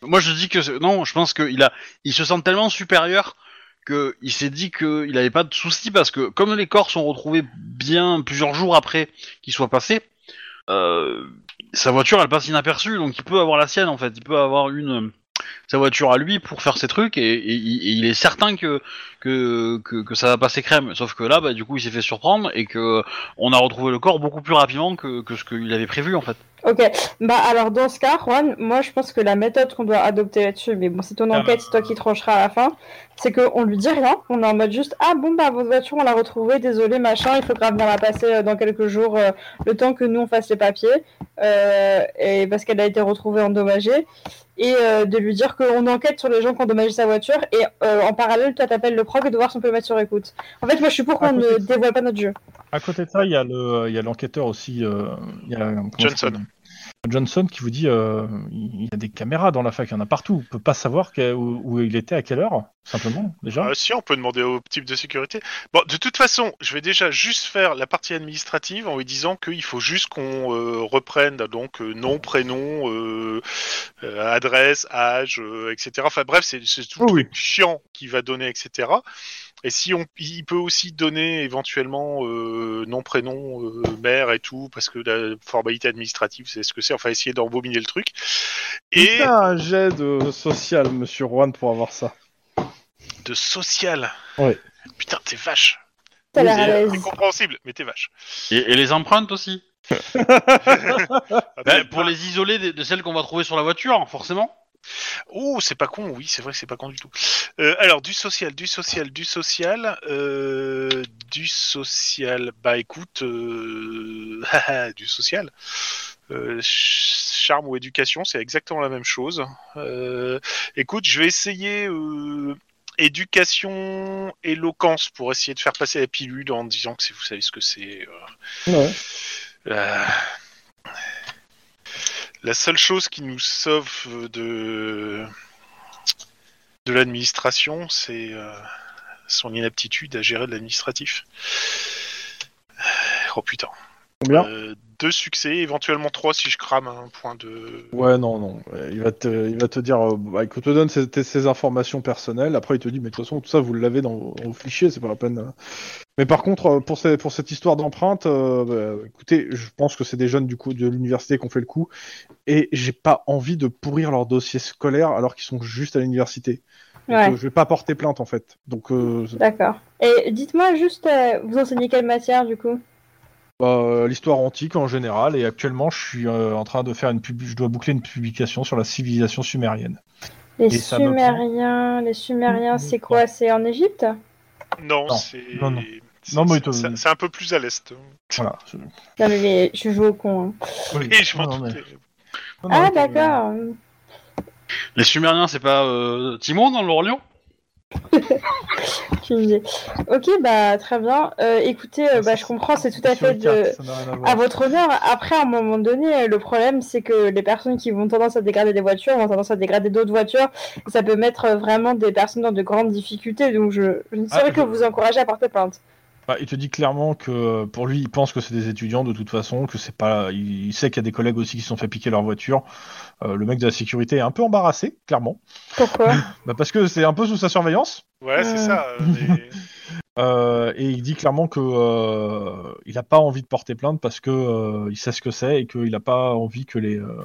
S3: moi, je dis que c'est- non, je pense qu'il a, il se sent tellement supérieur que il s'est dit qu'il n'avait pas de soucis parce que comme les corps sont retrouvés bien plusieurs jours après qu'ils soient passés, euh, sa voiture elle passe inaperçue donc il peut avoir la sienne en fait, il peut avoir une sa voiture à lui pour faire ses trucs et, et- et il est certain que que, que que ça va passer crème. Sauf que là bah du coup il s'est fait surprendre et que on a retrouvé le corps beaucoup plus rapidement que, que ce qu'il avait prévu en fait.
S5: Ok, bah alors dans ce cas, Juan, moi je pense que la méthode qu'on doit adopter là-dessus, mais bon, c'est ton enquête, c'est toi qui trancheras à la fin, c'est qu'on lui dit rien, on est en mode juste Ah bon, bah votre voiture, on l'a retrouvée, désolé, machin, il faudra venir la passer euh, dans quelques jours, euh, le temps que nous on fasse les papiers, euh, et parce qu'elle a été retrouvée endommagée, et euh, de lui dire qu'on enquête sur les gens qui ont endommagé sa voiture, et euh, en parallèle, toi t'appelles le proc et de voir si on peut le mettre sur écoute. En fait, moi je suis pour
S1: Ah,
S5: qu'on ne dévoile pas notre jeu.
S1: À côté de ça, il y a le, il y a l'enquêteur aussi, euh, il y a- comment ça
S4: Johnson.
S1: s'appelle Johnson qui vous dit, euh, il y a des caméras dans la fac, il y en a partout. On peut pas savoir que- où, où il était à quelle heure, simplement déjà.
S4: Euh, si on peut demander au type de sécurité. Bon, de toute façon, je vais déjà juste faire la partie administrative en lui disant qu'il faut juste qu'on euh, reprenne donc euh, nom, prénom, euh, euh, adresse, âge, euh, etc. Enfin bref, c'est c'est tout
S1: Oh Oui, oui.
S4: chiant qu'il va donner, etc. Et si on, il peut aussi donner éventuellement euh, nom, prénom, euh, mère et tout, parce que la formalité administrative, c'est ce que c'est. Enfin, essayer d'embobiner le truc. Et
S1: un jet de social, Monsieur Juan, pour avoir ça.
S4: de social.
S1: Ouais.
S4: Putain, t'es vache.
S5: T'as l'air à
S4: C'est
S5: l'aise.
S4: c'est compréhensible, euh, mais t'es vache.
S3: Et- et les empreintes aussi.
S4: Ah,
S1: Euh,
S3: Bah,
S4: t'es-
S3: pour les isoler de, de celles qu'on va trouver sur la voiture, hein, forcément.
S4: Oh, c'est pas con, oui, c'est vrai que c'est pas con du tout. Euh, alors, du social, du social, du social, euh, du social. Bah écoute, euh, [LAUGHS] haha, du social. Euh, ch- charme ou éducation, c'est exactement la même chose. Euh, écoute, je vais essayer euh, éducation, éloquence pour essayer de faire passer la pilule en disant que c'est- vous savez ce que c'est. euh,
S2: Ouais.
S4: la... la seule chose qui nous sauve de, de l'administration, c'est euh, son inaptitude à gérer de l'administratif. Oh putain.
S1: Combien
S4: Euh, Deux succès, éventuellement trois si je crame un point de.
S1: Ouais, non, non. Euh, Il va te, il va te dire, euh, bah, écoute, te donne ses, tes- ses informations personnelles. Après, il te dit, mais de toute façon, tout ça, vous l'avez dans vos, dans vos fichiers, c'est pas la peine. euh. Mais par contre, euh, pour, ces- pour cette histoire d'empreinte, euh, bah, écoutez, je pense que c'est des jeunes du coup de l'université qui ont fait le coup, et j'ai pas envie de pourrir leur dossier scolaire alors qu'ils sont juste à l'université. Donc,
S5: Ouais.
S1: euh, je vais pas porter plainte en fait. Donc, euh, c'est-
S5: D'accord. Et dites-moi juste, euh, vous enseignez quelle matière du coup
S1: bah, euh, l'histoire antique en général, et actuellement, je suis euh, en train de faire une pub, je dois boucler une publication sur la civilisation sumérienne.
S5: Les
S1: Et ça me prend.
S5: Sumériens, les Sumériens, c'est quoi C'est en Égypte
S4: Non,
S1: Non,
S4: c'est.
S1: non, non.
S4: c'est-
S1: Non, mais
S4: c'est-
S1: te-
S4: c'est c'est un peu plus à l'est.
S1: Voilà. Je-
S5: Non mais les- je joue au con. hein.
S1: Oui.
S4: Et je m'en
S1: Non, mais-
S4: doutais.
S1: non,
S5: Ah
S1: non,
S5: d'accord.
S3: Les Sumériens, c'est pas euh, Timon dans l'Orient
S5: Aucune idée. Ok bah très bien. Euh, écoutez, euh, bah, je comprends, c'est tout à
S1: Sur
S5: fait
S1: les
S5: de...
S1: cartes, ça n'a rien à voir.
S5: à votre honneur. Après, à un moment donné, euh, le problème c'est que les personnes qui vont tendance à dégrader des voitures vont tendance à dégrader d'autres voitures. Et ça peut mettre euh, vraiment des personnes dans de grandes difficultés. Donc je, je ne
S1: Ah,
S5: saurais que
S1: je-
S5: vous encourager à porter plainte.
S1: Bah, il te dit clairement que euh, pour lui, il pense que c'est des étudiants de toute façon, que c'est pas. Il il sait qu'il y a des collègues aussi qui se sont fait piquer leur voiture. Euh, le mec de la sécurité est un peu embarrassé, clairement,
S5: Pourquoi
S1: Bah, parce que c'est un peu sous sa surveillance.
S4: Ouais, c'est
S5: Euh.
S4: ça.
S1: [LAUGHS]
S4: euh, mais-
S1: Euh, et il dit clairement que euh, il a pas envie de porter plainte parce que euh, il sait ce que c'est et qu'il a pas envie que les euh,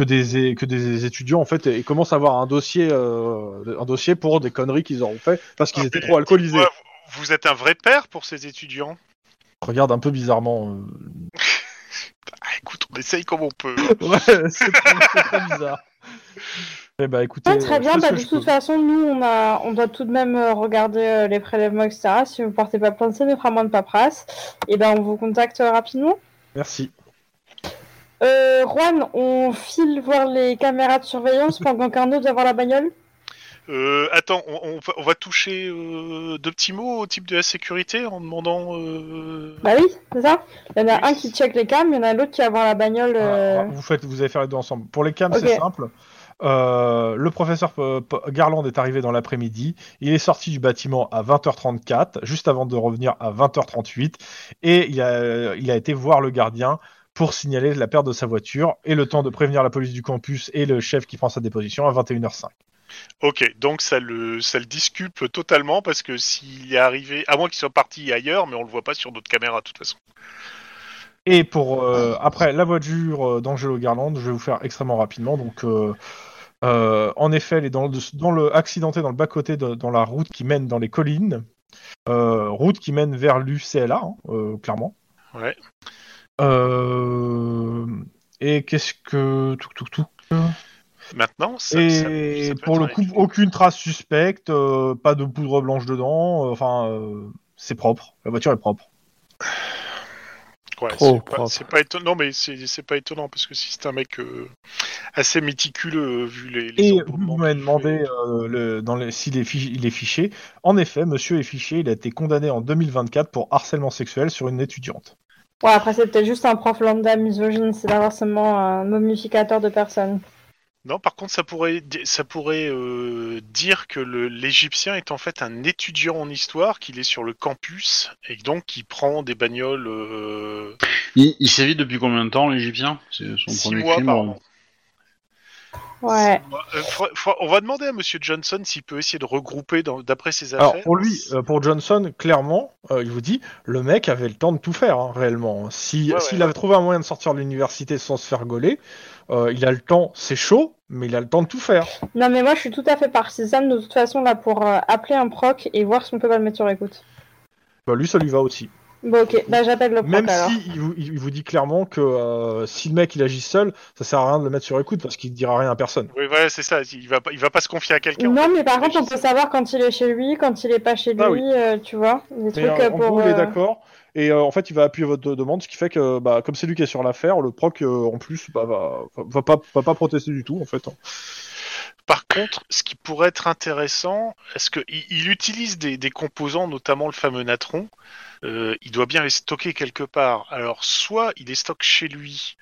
S1: que des que des étudiants en fait et commencent à avoir un dossier euh, un dossier pour des conneries qu'ils auront fait parce qu'ils étaient trop alcoolisés.
S4: Ouais, vous êtes un vrai père pour ces étudiants
S1: Regarde un peu bizarrement. euh,
S5: [LAUGHS]
S4: Ah, Écoute, on essaye comme on peut.
S1: Ouais, c'est c'est très bizarre. Eh bah écoutez,
S5: Ouais, très
S1: je
S5: bien,
S1: fais ce
S5: bah,
S1: que
S5: de
S1: je
S5: toute
S1: peux.
S5: façon, nous, on, a, on doit tout de même euh, regarder euh, les prélèvements, etc. Si vous portez pas plainte, ça nous fera moins de paperasse. Et ben, on vous contacte euh, rapidement.
S1: Merci.
S5: Euh, Juan, on file voir les caméras de surveillance pendant qu'un autre va voir la bagnole
S4: Euh, attends, on, on va, on va toucher euh, deux petits mots au type de la sécurité en demandant. euh,
S5: Bah oui, c'est ça Il y en a un qui check les cams, il y en a l'autre qui va voir la bagnole. euh,
S1: Alors, Vous, faites, vous allez faire les deux ensemble. Pour les cams,
S5: Ok.
S1: c'est simple. Euh, le professeur euh, P- Garland est arrivé dans l'après-midi. Il est sorti du bâtiment à 20h34, juste avant de revenir à 20h38. Et il a, il a été voir le gardien pour signaler la perte de sa voiture et le temps de prévenir la police du campus et le chef qui prend sa déposition à 21h05.
S4: Ok, donc ça le, ça le disculpe totalement parce que s'il est arrivé, à moins qu'il soit parti ailleurs, mais on le voit pas sur d'autres caméras de toute façon.
S1: Et pour euh, après la voiture euh, d'Angelo Garland, je vais vous faire extrêmement rapidement. Donc, euh, euh, en effet, elle est dans le, dans le accidenté dans le bas côté de, dans la route qui mène dans les collines, Euh, route qui mène vers l'UCLA, hein, euh, clairement.
S4: Ouais.
S1: Euh, et qu'est-ce que tout tout tout
S4: Maintenant, ça, ça-
S1: et
S4: ça peut
S1: pour
S4: être
S1: le
S4: un
S1: coup,
S4: élément.
S1: aucune trace suspecte, euh, pas de poudre blanche dedans. euh, Enfin, euh, c'est propre. La voiture est propre.
S4: Ouais,
S6: Trop
S4: c'est pas,
S6: propre.
S4: c'est pas étonnant, mais c'est c'est pas étonnant parce que si c'est un mec euh, assez méticuleux euh, vu les. les
S1: Et vous
S4: embaumements
S1: m'avez
S4: qu'il
S1: demandé
S4: fait.
S1: euh, le, dans les- s'il est, fich- il est fiché. En effet, monsieur est fiché. Il a été condamné en 2024 pour harcèlement sexuel sur une étudiante.
S5: Ouais, après, c'est peut-être juste un prof lambda misogyne, c'est pas forcément un momificateur de personnes.
S4: Non, par contre, ça pourrait, di- ça pourrait euh, dire que le- l'Égyptien est en fait un étudiant en histoire, qu'il est sur le campus et que donc il prend des bagnoles euh,
S3: Il, il sévit depuis combien de temps, l'Égyptien C'est son
S4: six
S3: premier
S4: mois
S3: crime.
S4: par
S1: hein.
S3: euh.
S4: an.
S5: Ouais.
S4: Euh, faudrait- faudrait- on va demander à Monsieur Johnson s'il peut essayer de regrouper dans- d'après ses affaires.
S1: Alors pour lui, euh, pour Johnson, clairement, euh, il vous dit, le mec avait le temps de tout faire hein, réellement. Si s'il
S4: Ouais, ouais.
S1: avait trouvé un moyen de sortir de l'université sans se faire gauler, euh, il a le temps. C'est chaud, mais il a le temps de tout faire.
S5: Non, mais moi, je suis tout à fait partisane de toute façon là pour euh, appeler un proc et voir si on peut pas le mettre sur écoute.
S1: Bah, lui, ça lui va aussi.
S5: Bon, ok, bah j'appelle le proc
S1: Même
S5: alors.
S1: si il vous, il vous dit clairement que euh, si le mec il agit seul, ça sert à rien de le mettre sur écoute parce qu'il dira rien à personne.
S4: Oui, voilà, c'est ça. Il va, pas- il va pas se confier à quelqu'un.
S5: Non, mais par contre, on peut savoir quand il est chez lui, quand il est pas chez lui,
S1: Ah oui.
S5: euh, tu vois. Des
S1: Mais,
S5: trucs
S1: euh,
S5: euh,
S1: en
S5: pour.
S1: gros, il est
S5: euh,
S1: d'accord. Et euh, en fait, il va appuyer votre de- demande, ce qui fait que, bah, comme c'est lui qui est sur l'affaire, le proc, euh, en plus, bah, va, va pas, va pas protester du tout, en fait. hein.
S4: Par contre, ce qui pourrait être intéressant, est-ce que il, il utilise des, des composants, notamment le fameux natron. euh, il doit bien les stocker quelque part. Alors, soit il les stocke chez lui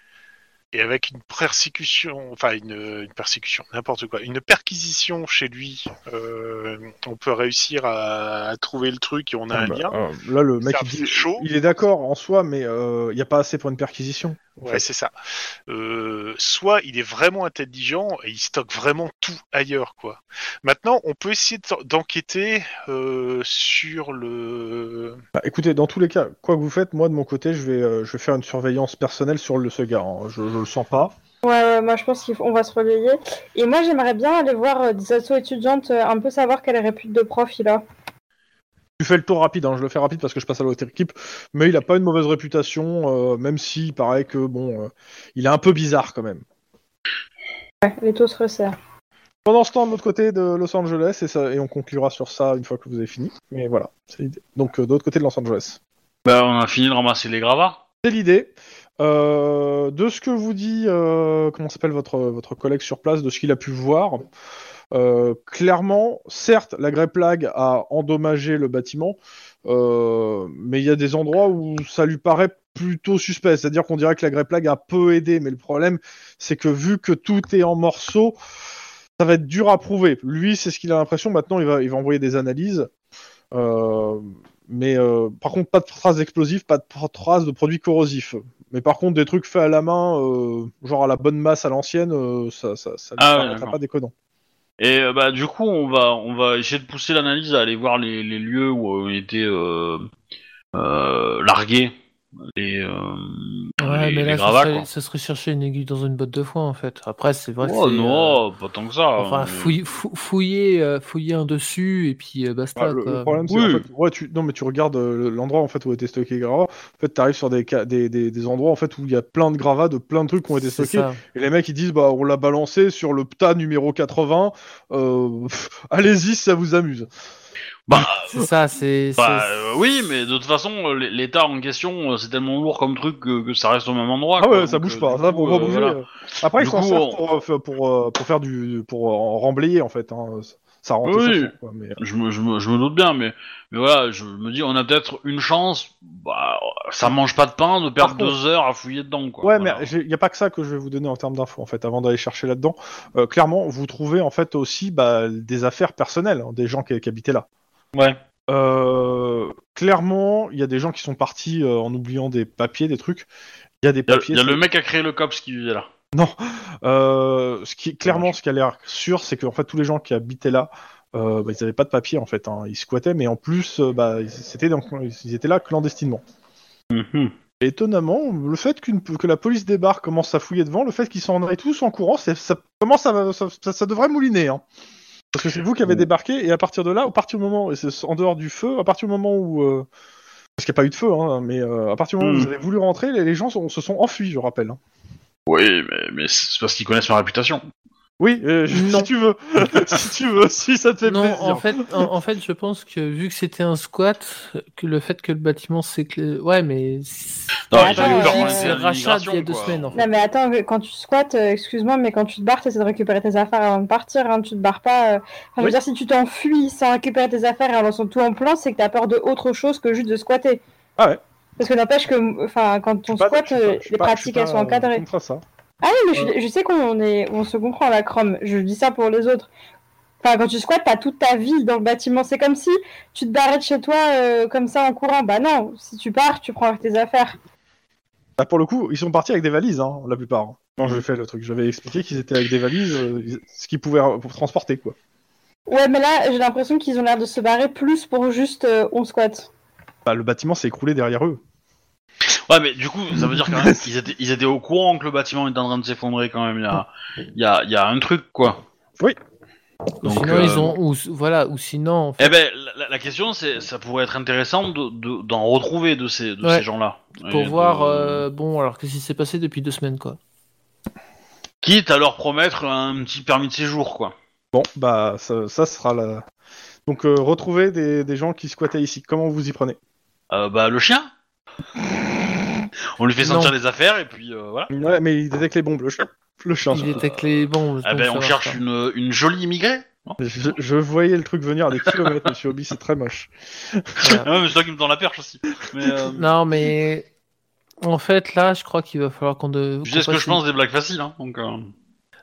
S4: et avec une persécution, enfin une, une persécution, n'importe quoi, une perquisition chez lui, euh, on peut réussir à, à trouver le truc et on a un
S1: Bah,
S4: lien.
S1: euh, là, le mec,
S4: C'est un
S1: il,
S4: peu
S1: dit-
S4: chaud.
S1: il est d'accord en soi, mais euh, il n'y a pas assez pour une perquisition. en
S4: Ouais,
S1: fait.
S4: c'est ça. Euh, soit il est vraiment intelligent et il stocke vraiment tout ailleurs, quoi. Maintenant, on peut essayer de- d'enquêter euh, sur le.
S1: Bah, écoutez, dans tous les cas, quoi que vous faites, moi, de mon côté, je vais, euh, je vais faire une surveillance personnelle sur le, ce gars. hein. Je, je le sens pas.
S5: Ouais, ouais, moi je pense qu'on va se relayer. Et moi j'aimerais bien aller voir euh, des assos étudiantes, euh, un peu savoir quelle répute de prof il a.
S1: Tu fais le tour rapide, hein, je le fais rapide parce que je passe à l'autre équipe, mais il a pas une mauvaise réputation, euh, même s'il paraît que, bon, euh, il est un peu bizarre quand même.
S5: Ouais, les taux se resserrent.
S1: Pendant ce temps, de l'autre côté de Los Angeles, et, ça, et on conclura sur ça une fois que vous avez fini. Mais voilà, c'est l'idée. Donc, euh, de l'autre côté de Los Angeles.
S3: Bah, on a fini de ramasser les gravats.
S1: C'est l'idée. Euh, de ce que vous dit, euh, comment s'appelle votre, votre collègue sur place, de ce qu'il a pu voir, euh, clairement, certes, la Grey Plague a endommagé le bâtiment, euh, mais il y a des endroits où ça lui paraît plutôt suspect. C'est-à-dire qu'on dirait que la Grey Plague a peu aidé, mais le problème, c'est que vu que tout est en morceaux, ça va être dur à prouver. Lui, c'est ce qu'il a l'impression. Maintenant, il va, il va envoyer des analyses. Euh, mais euh, par contre, pas de traces d'explosifs, pas de tra- traces de produits corrosifs. Mais par contre, des trucs faits à la main, euh, genre à la bonne masse à l'ancienne, euh, ça, ça, ça lui
S3: Ah ouais,
S1: paraîtra
S3: d'accord.
S1: pas déconnant.
S3: Et euh, bah du coup on va on va essayer de pousser l'analyse à aller voir les, les lieux où ont été euh, euh, largués les, euh,
S6: Ouais,
S3: les,
S6: mais
S3: les
S6: là, ça
S3: gravats
S6: serait, ça serait chercher une aiguille dans une botte de foin, en fait. Après, c'est
S3: quoi.
S6: vrai.
S3: oh
S6: c'est, euh,
S3: non, pas tant que ça. hein.
S6: Enfin, fouiller, fou- fouiller, euh, fouiller un dessus et puis euh, basta.
S1: Ah, le,
S6: quoi.
S1: le problème, c'est en
S3: Oui.
S1: fait, ouais, tu, non, mais tu regardes euh, le- l'endroit en fait où étaient stockés les gravats. En fait, t'arrives sur des, ca- des, des, des endroits en fait où il y a plein de gravats, de plein de trucs qui ont été
S6: C'est
S1: stockés.
S6: ça.
S1: Et les mecs ils disent bah on l'a balancé sur le pta numéro 80. Euh, pff, Allez-y, si ça vous amuse.
S6: C'est ça, c'est.
S3: Bah
S6: c'est-
S3: euh, oui, mais de toute façon euh, l'état en question euh, c'est tellement lourd comme truc que, que ça reste au même endroit.
S1: Ah
S3: quoi.
S1: ouais, ça
S3: Donc, euh,
S1: bouge pas.
S3: du
S1: ça,
S3: coup,
S1: pour pas
S3: euh,
S1: bouger,
S3: voilà.
S1: euh. Après, ils
S3: Du
S1: s'en
S3: coup,
S1: servent
S3: on-
S1: pour, euh, f- pour, euh, pour faire du pour euh, en remblayer en fait. Hein. Ça rend
S3: Oui.
S1: quoi, mais...
S3: Je me, je, me, je me doute bien, mais, mais voilà, je me dis, on a peut-être une chance, bah, ça mange pas de pain de perdre
S1: Par contre-
S3: deux heures à fouiller dedans, quoi.
S1: Ouais,
S3: Voilà.
S1: mais il n'y a pas que ça que je vais vous donner en termes d'infos, en fait, avant d'aller chercher là-dedans. Euh, clairement, vous trouvez, en fait, aussi bah, des affaires personnelles, hein, des gens qui, qui habitaient là.
S3: Ouais.
S1: Euh, clairement, il y a des gens qui sont partis euh, en oubliant des papiers, des trucs. Il y a des
S3: Y a-
S1: papiers.
S3: y a le mec qui a créé le COPS qui vivait là.
S1: Euh, ce qui, clairement, ce qui a l'air sûr, c'est que en fait, tous les gens qui habitaient là, euh, bah, ils n'avaient pas de papiers, en fait. hein. Ils squattaient, mais en plus, euh, bah, ils, c'était dans- ils étaient là clandestinement. Et étonnamment, le fait qu'une- que la police débarque, commence à fouiller devant, le fait qu'ils s'en aillent tous en courant, c'est- ça commence à- ça, ça- ça devrait mouliner. hein. Parce que c'est vous qui avez débarqué, et à partir de là, à partir du moment, et c'est en dehors du feu, à partir du moment où. euh, parce qu'il n'y a pas eu de feu, hein, mais euh, à partir du moment où
S3: Mm.
S1: vous avez voulu rentrer, les, les gens sont- se sont enfuis, je rappelle. hein.
S3: Oui, mais, mais c'est parce qu'ils connaissent ma réputation.
S1: Oui, euh, [LAUGHS]
S6: Non.
S1: si tu veux. si tu veux, si ça te fait
S6: Non,
S1: plaisir.
S6: en fait, en, en fait, je pense que vu que c'était un squat, que le fait que le bâtiment s'éclate. Ouais, mais. c'est-
S3: Non,
S6: c'est
S5: attends, j'ai eu peur
S6: logique,
S5: qu'on ait
S6: c'est
S5: fait
S3: une
S6: rachat
S3: immigration,
S6: il y a deux
S3: quoi.
S6: semaines, en fait.
S5: Non, mais attends, mais quand tu squattes, euh, excuse-moi, mais quand tu te barres, t'essaies de récupérer tes affaires avant de partir, hein, tu te barres pas. euh, enfin, je veux
S1: Oui.
S5: dire, si tu t'enfuis sans récupérer tes affaires et en lançant tout en plan, c'est que t'as peur de autre chose que juste de squatter.
S1: Ah ouais.
S5: Parce que n'empêche que, enfin, quand on
S1: Je suis pas-
S5: squatte,
S1: je suis pas-
S5: euh,
S1: je suis
S5: les
S1: pas- je suis
S5: pratiques, elles
S1: pas,
S5: sont
S1: euh,
S5: encadrées.
S1: contre ça.
S5: Ah oui, mais je, je sais qu'on est, on se comprend la Chrome. Je dis ça pour les autres. Enfin, quand tu squattes, t'as toute ta vie dans le bâtiment. C'est comme si tu te barrais de chez toi euh, comme ça en courant. Bah non, si tu pars, tu prends tes affaires.
S1: Bah, pour le coup, ils sont partis avec des valises, hein, la plupart. Quand j'ai fait le truc, j'avais expliqué qu'ils étaient avec des valises, euh, ils- ce qu'ils pouvaient euh, pour transporter, quoi.
S5: Ouais, mais là, j'ai l'impression qu'ils ont l'air de se barrer plus pour juste euh, on squatte.
S1: Bah, le bâtiment s'est écroulé derrière eux.
S3: Ouais, mais du coup, ça veut dire quand
S1: [LAUGHS]
S3: même qu'ils étaient, ils étaient au courant que le bâtiment était en train de s'effondrer quand même. Il y a, il y a, il y a un truc, quoi. Donc,
S6: sinon,
S3: euh,
S6: ils ont. Ou, voilà, ou sinon. en fait-
S3: Eh ben, la- la, la question, c'est, ça pourrait être intéressant de, de- d'en retrouver de ces, de
S6: Ouais.
S3: ces gens-là. Et
S6: pour
S3: de-
S6: voir, euh, bon, alors qu'est-ce qui s'est passé depuis deux semaines, quoi.
S3: Quitte à leur promettre un petit permis de séjour, quoi.
S1: Bon, bah ça, ça sera la. Donc euh, retrouvez des, des gens qui squattaient ici. Comment vous y prenez
S3: Euh, bah, le chien On lui fait sentir
S6: Non.
S3: les affaires, et puis euh, voilà.
S1: Ouais, mais ils détectent les bombes. Le chien. Le chien.
S6: Il
S1: surtout.
S6: était avec les bombes.
S3: Eh
S6: donc
S3: ben,
S6: ça
S3: on
S6: marche
S3: cherche
S6: pas.
S3: une, une jolie immigrée non
S1: Je, je voyais le truc venir à des kilomètres, [LAUGHS] Monsieur Obi, c'est très moche.
S3: Ah [LAUGHS] ouais, mais c'est toi qui me donne la perche aussi. Mais, euh,
S6: Non, mais. En fait, là, je crois qu'il va falloir qu'on. De...
S3: tu
S6: qu'on
S3: sais ce que
S6: fasse
S3: je
S6: une-
S3: pense des blagues faciles, hein, donc... euh,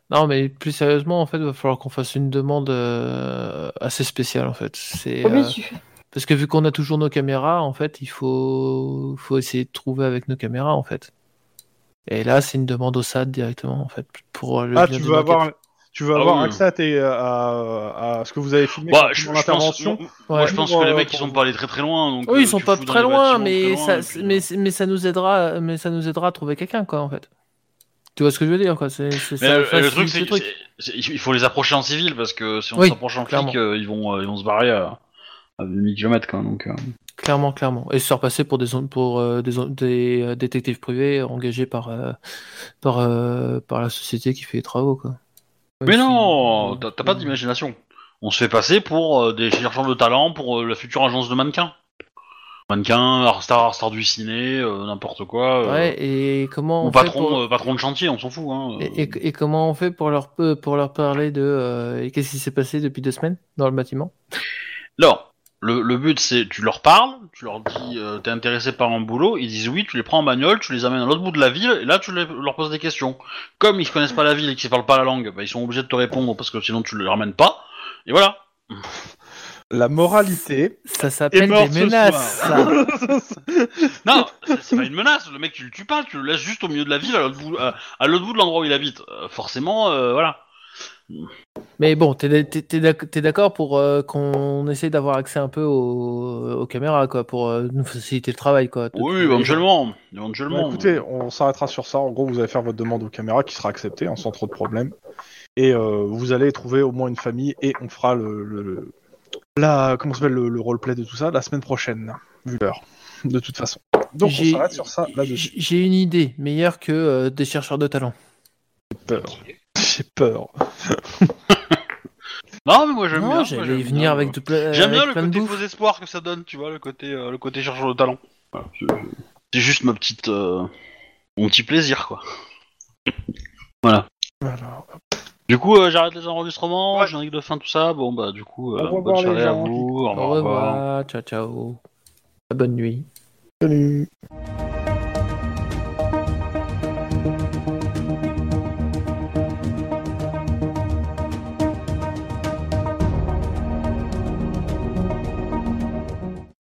S6: Non, mais plus sérieusement, en fait, il va falloir qu'on fasse une demande euh, assez spéciale, en fait. C'est. euh,
S5: Obi, tu-
S6: Parce que vu qu'on a toujours nos caméras, en fait, il faut, faut essayer de trouver avec nos caméras, en fait. Et là, c'est une demande au SAD directement, en fait, pour le
S1: Ah,
S6: bilan
S1: tu
S6: d'une
S1: veux
S6: enquête.
S1: avoir, tu veux
S3: Ah
S1: avoir
S3: oui.
S1: accès à, tes, euh, à, à ce que vous avez filmé
S3: bah,
S1: quand
S3: je,
S1: ils font
S3: je pense,
S1: l'intervention.
S6: Ouais.
S3: moi, je pense que les
S1: Pour,
S3: mecs,
S1: euh,
S3: ils
S1: pour-
S3: sont pas allés très très loin. Donc,
S6: Oui,
S3: euh,
S6: ils sont
S3: tu
S6: pas
S3: fous
S6: très
S3: dans les
S6: loin,
S3: bâtiments
S6: mais
S3: très loin,
S6: ça,
S3: et puis,
S6: mais,
S3: euh,
S6: mais ça nous aidera, mais ça nous aidera à trouver quelqu'un, quoi, en fait. Tu vois ce que je veux dire, quoi C'est c'est-
S3: Mais
S6: ça
S3: le, le
S6: facilite
S3: truc,
S6: le
S3: c'est que c'est- c'est- il faut les approcher en civil parce que si on
S6: Oui,
S3: s'approche en
S6: clairement.
S3: flic, euh, ils vont euh, ils vont se barrer à, à 1000 km quand même. Donc, euh.
S6: Clairement, clairement. Et se faire passer pour des on- pour euh, des, on- des, euh, détectives privés engagés par euh, par euh, par la société qui fait les travaux, quoi. Même
S3: Mais
S6: si-
S3: non, t'as t'as pas d'imagination. On se fait passer pour euh, des chercheurs de talent pour euh, la future agence de mannequins. Mannequins, art star, art star du ciné, euh, n'importe quoi. euh,
S6: Ouais. Et comment
S3: ou
S6: on fait
S3: patron,
S6: pour-
S3: euh, patron de chantier, on s'en fout. Hein,
S6: Et, et- et comment on fait pour leur, peu- pour leur parler de euh, et qu'est-ce qui s'est passé depuis deux semaines dans le bâtiment
S3: Alors, le, le but c'est tu leur parles, tu leur dis euh, t'es intéressé par un boulot, ils disent oui, tu les prends en bagnole, tu les amènes à l'autre bout de la ville, et là tu les- leur poses des questions. Comme ils connaissent pas la ville et qu'ils parlent pas la langue, bah, ils sont obligés de te répondre parce que sinon tu les ramènes pas, et voilà.
S1: La moralité.
S6: Ça s'appelle
S4: mort
S6: des
S4: ce
S6: menaces.
S3: [LAUGHS]
S6: ça.
S3: Non, c'est- c'est pas une menace, le mec tu le tues pas, tu le laisses juste au milieu de la ville, à l'autre bout, à- à l'autre bout de l'endroit où il habite. Euh, forcément, euh, voilà.
S6: Mais bon, t'es d'ac- t'es- t'es d'ac- t'es d'accord pour euh, qu'on essaye d'avoir accès un peu aux, aux caméras, quoi, pour euh, nous faciliter le travail, quoi. de-
S3: Oui, bah, éventuellement, Bah, éventuellement.
S1: Bon, Bah, écoutez, on s'arrêtera sur ça. En gros, vous allez faire votre demande aux caméras qui sera acceptée, hein, sans trop de problème. Et euh, vous allez trouver au moins une famille et on fera le, le- le- la comment s'appelle le, le roleplay de tout ça la semaine prochaine, vu l'heure. De toute façon. Donc on
S6: J'ai-
S1: s'arrête sur ça là-dessus.
S6: J- J'ai une idée meilleure que euh, des chercheurs de talent.
S1: J'ai peur. J'ai peur.
S3: Non, mais moi j'aime bien.
S6: Non,
S3: moi,
S6: j'allais y
S3: j'aime
S6: venir
S3: bien,
S6: avec,
S3: euh,
S6: de pla-
S3: J'aime bien
S6: avec
S3: le
S6: plein de
S3: côté
S6: bouffe.
S3: faux espoir que ça donne, tu vois, le côté, euh, le côté chercheur de talent. Voilà, Ah, c'est- c'est juste ma petite, euh, mon petit plaisir, quoi.
S1: Alors,
S3: Du coup, euh, j'arrête les enregistrements,
S4: Ouais.
S3: générique de fin, tout ça. Bon, bah, du coup, euh,
S1: Au revoir,
S3: bonne
S1: les
S3: soirée à
S1: gens. hein.
S3: vous. Au revoir.
S6: Au revoir, ciao, ciao. Bonne nuit.
S1: salut.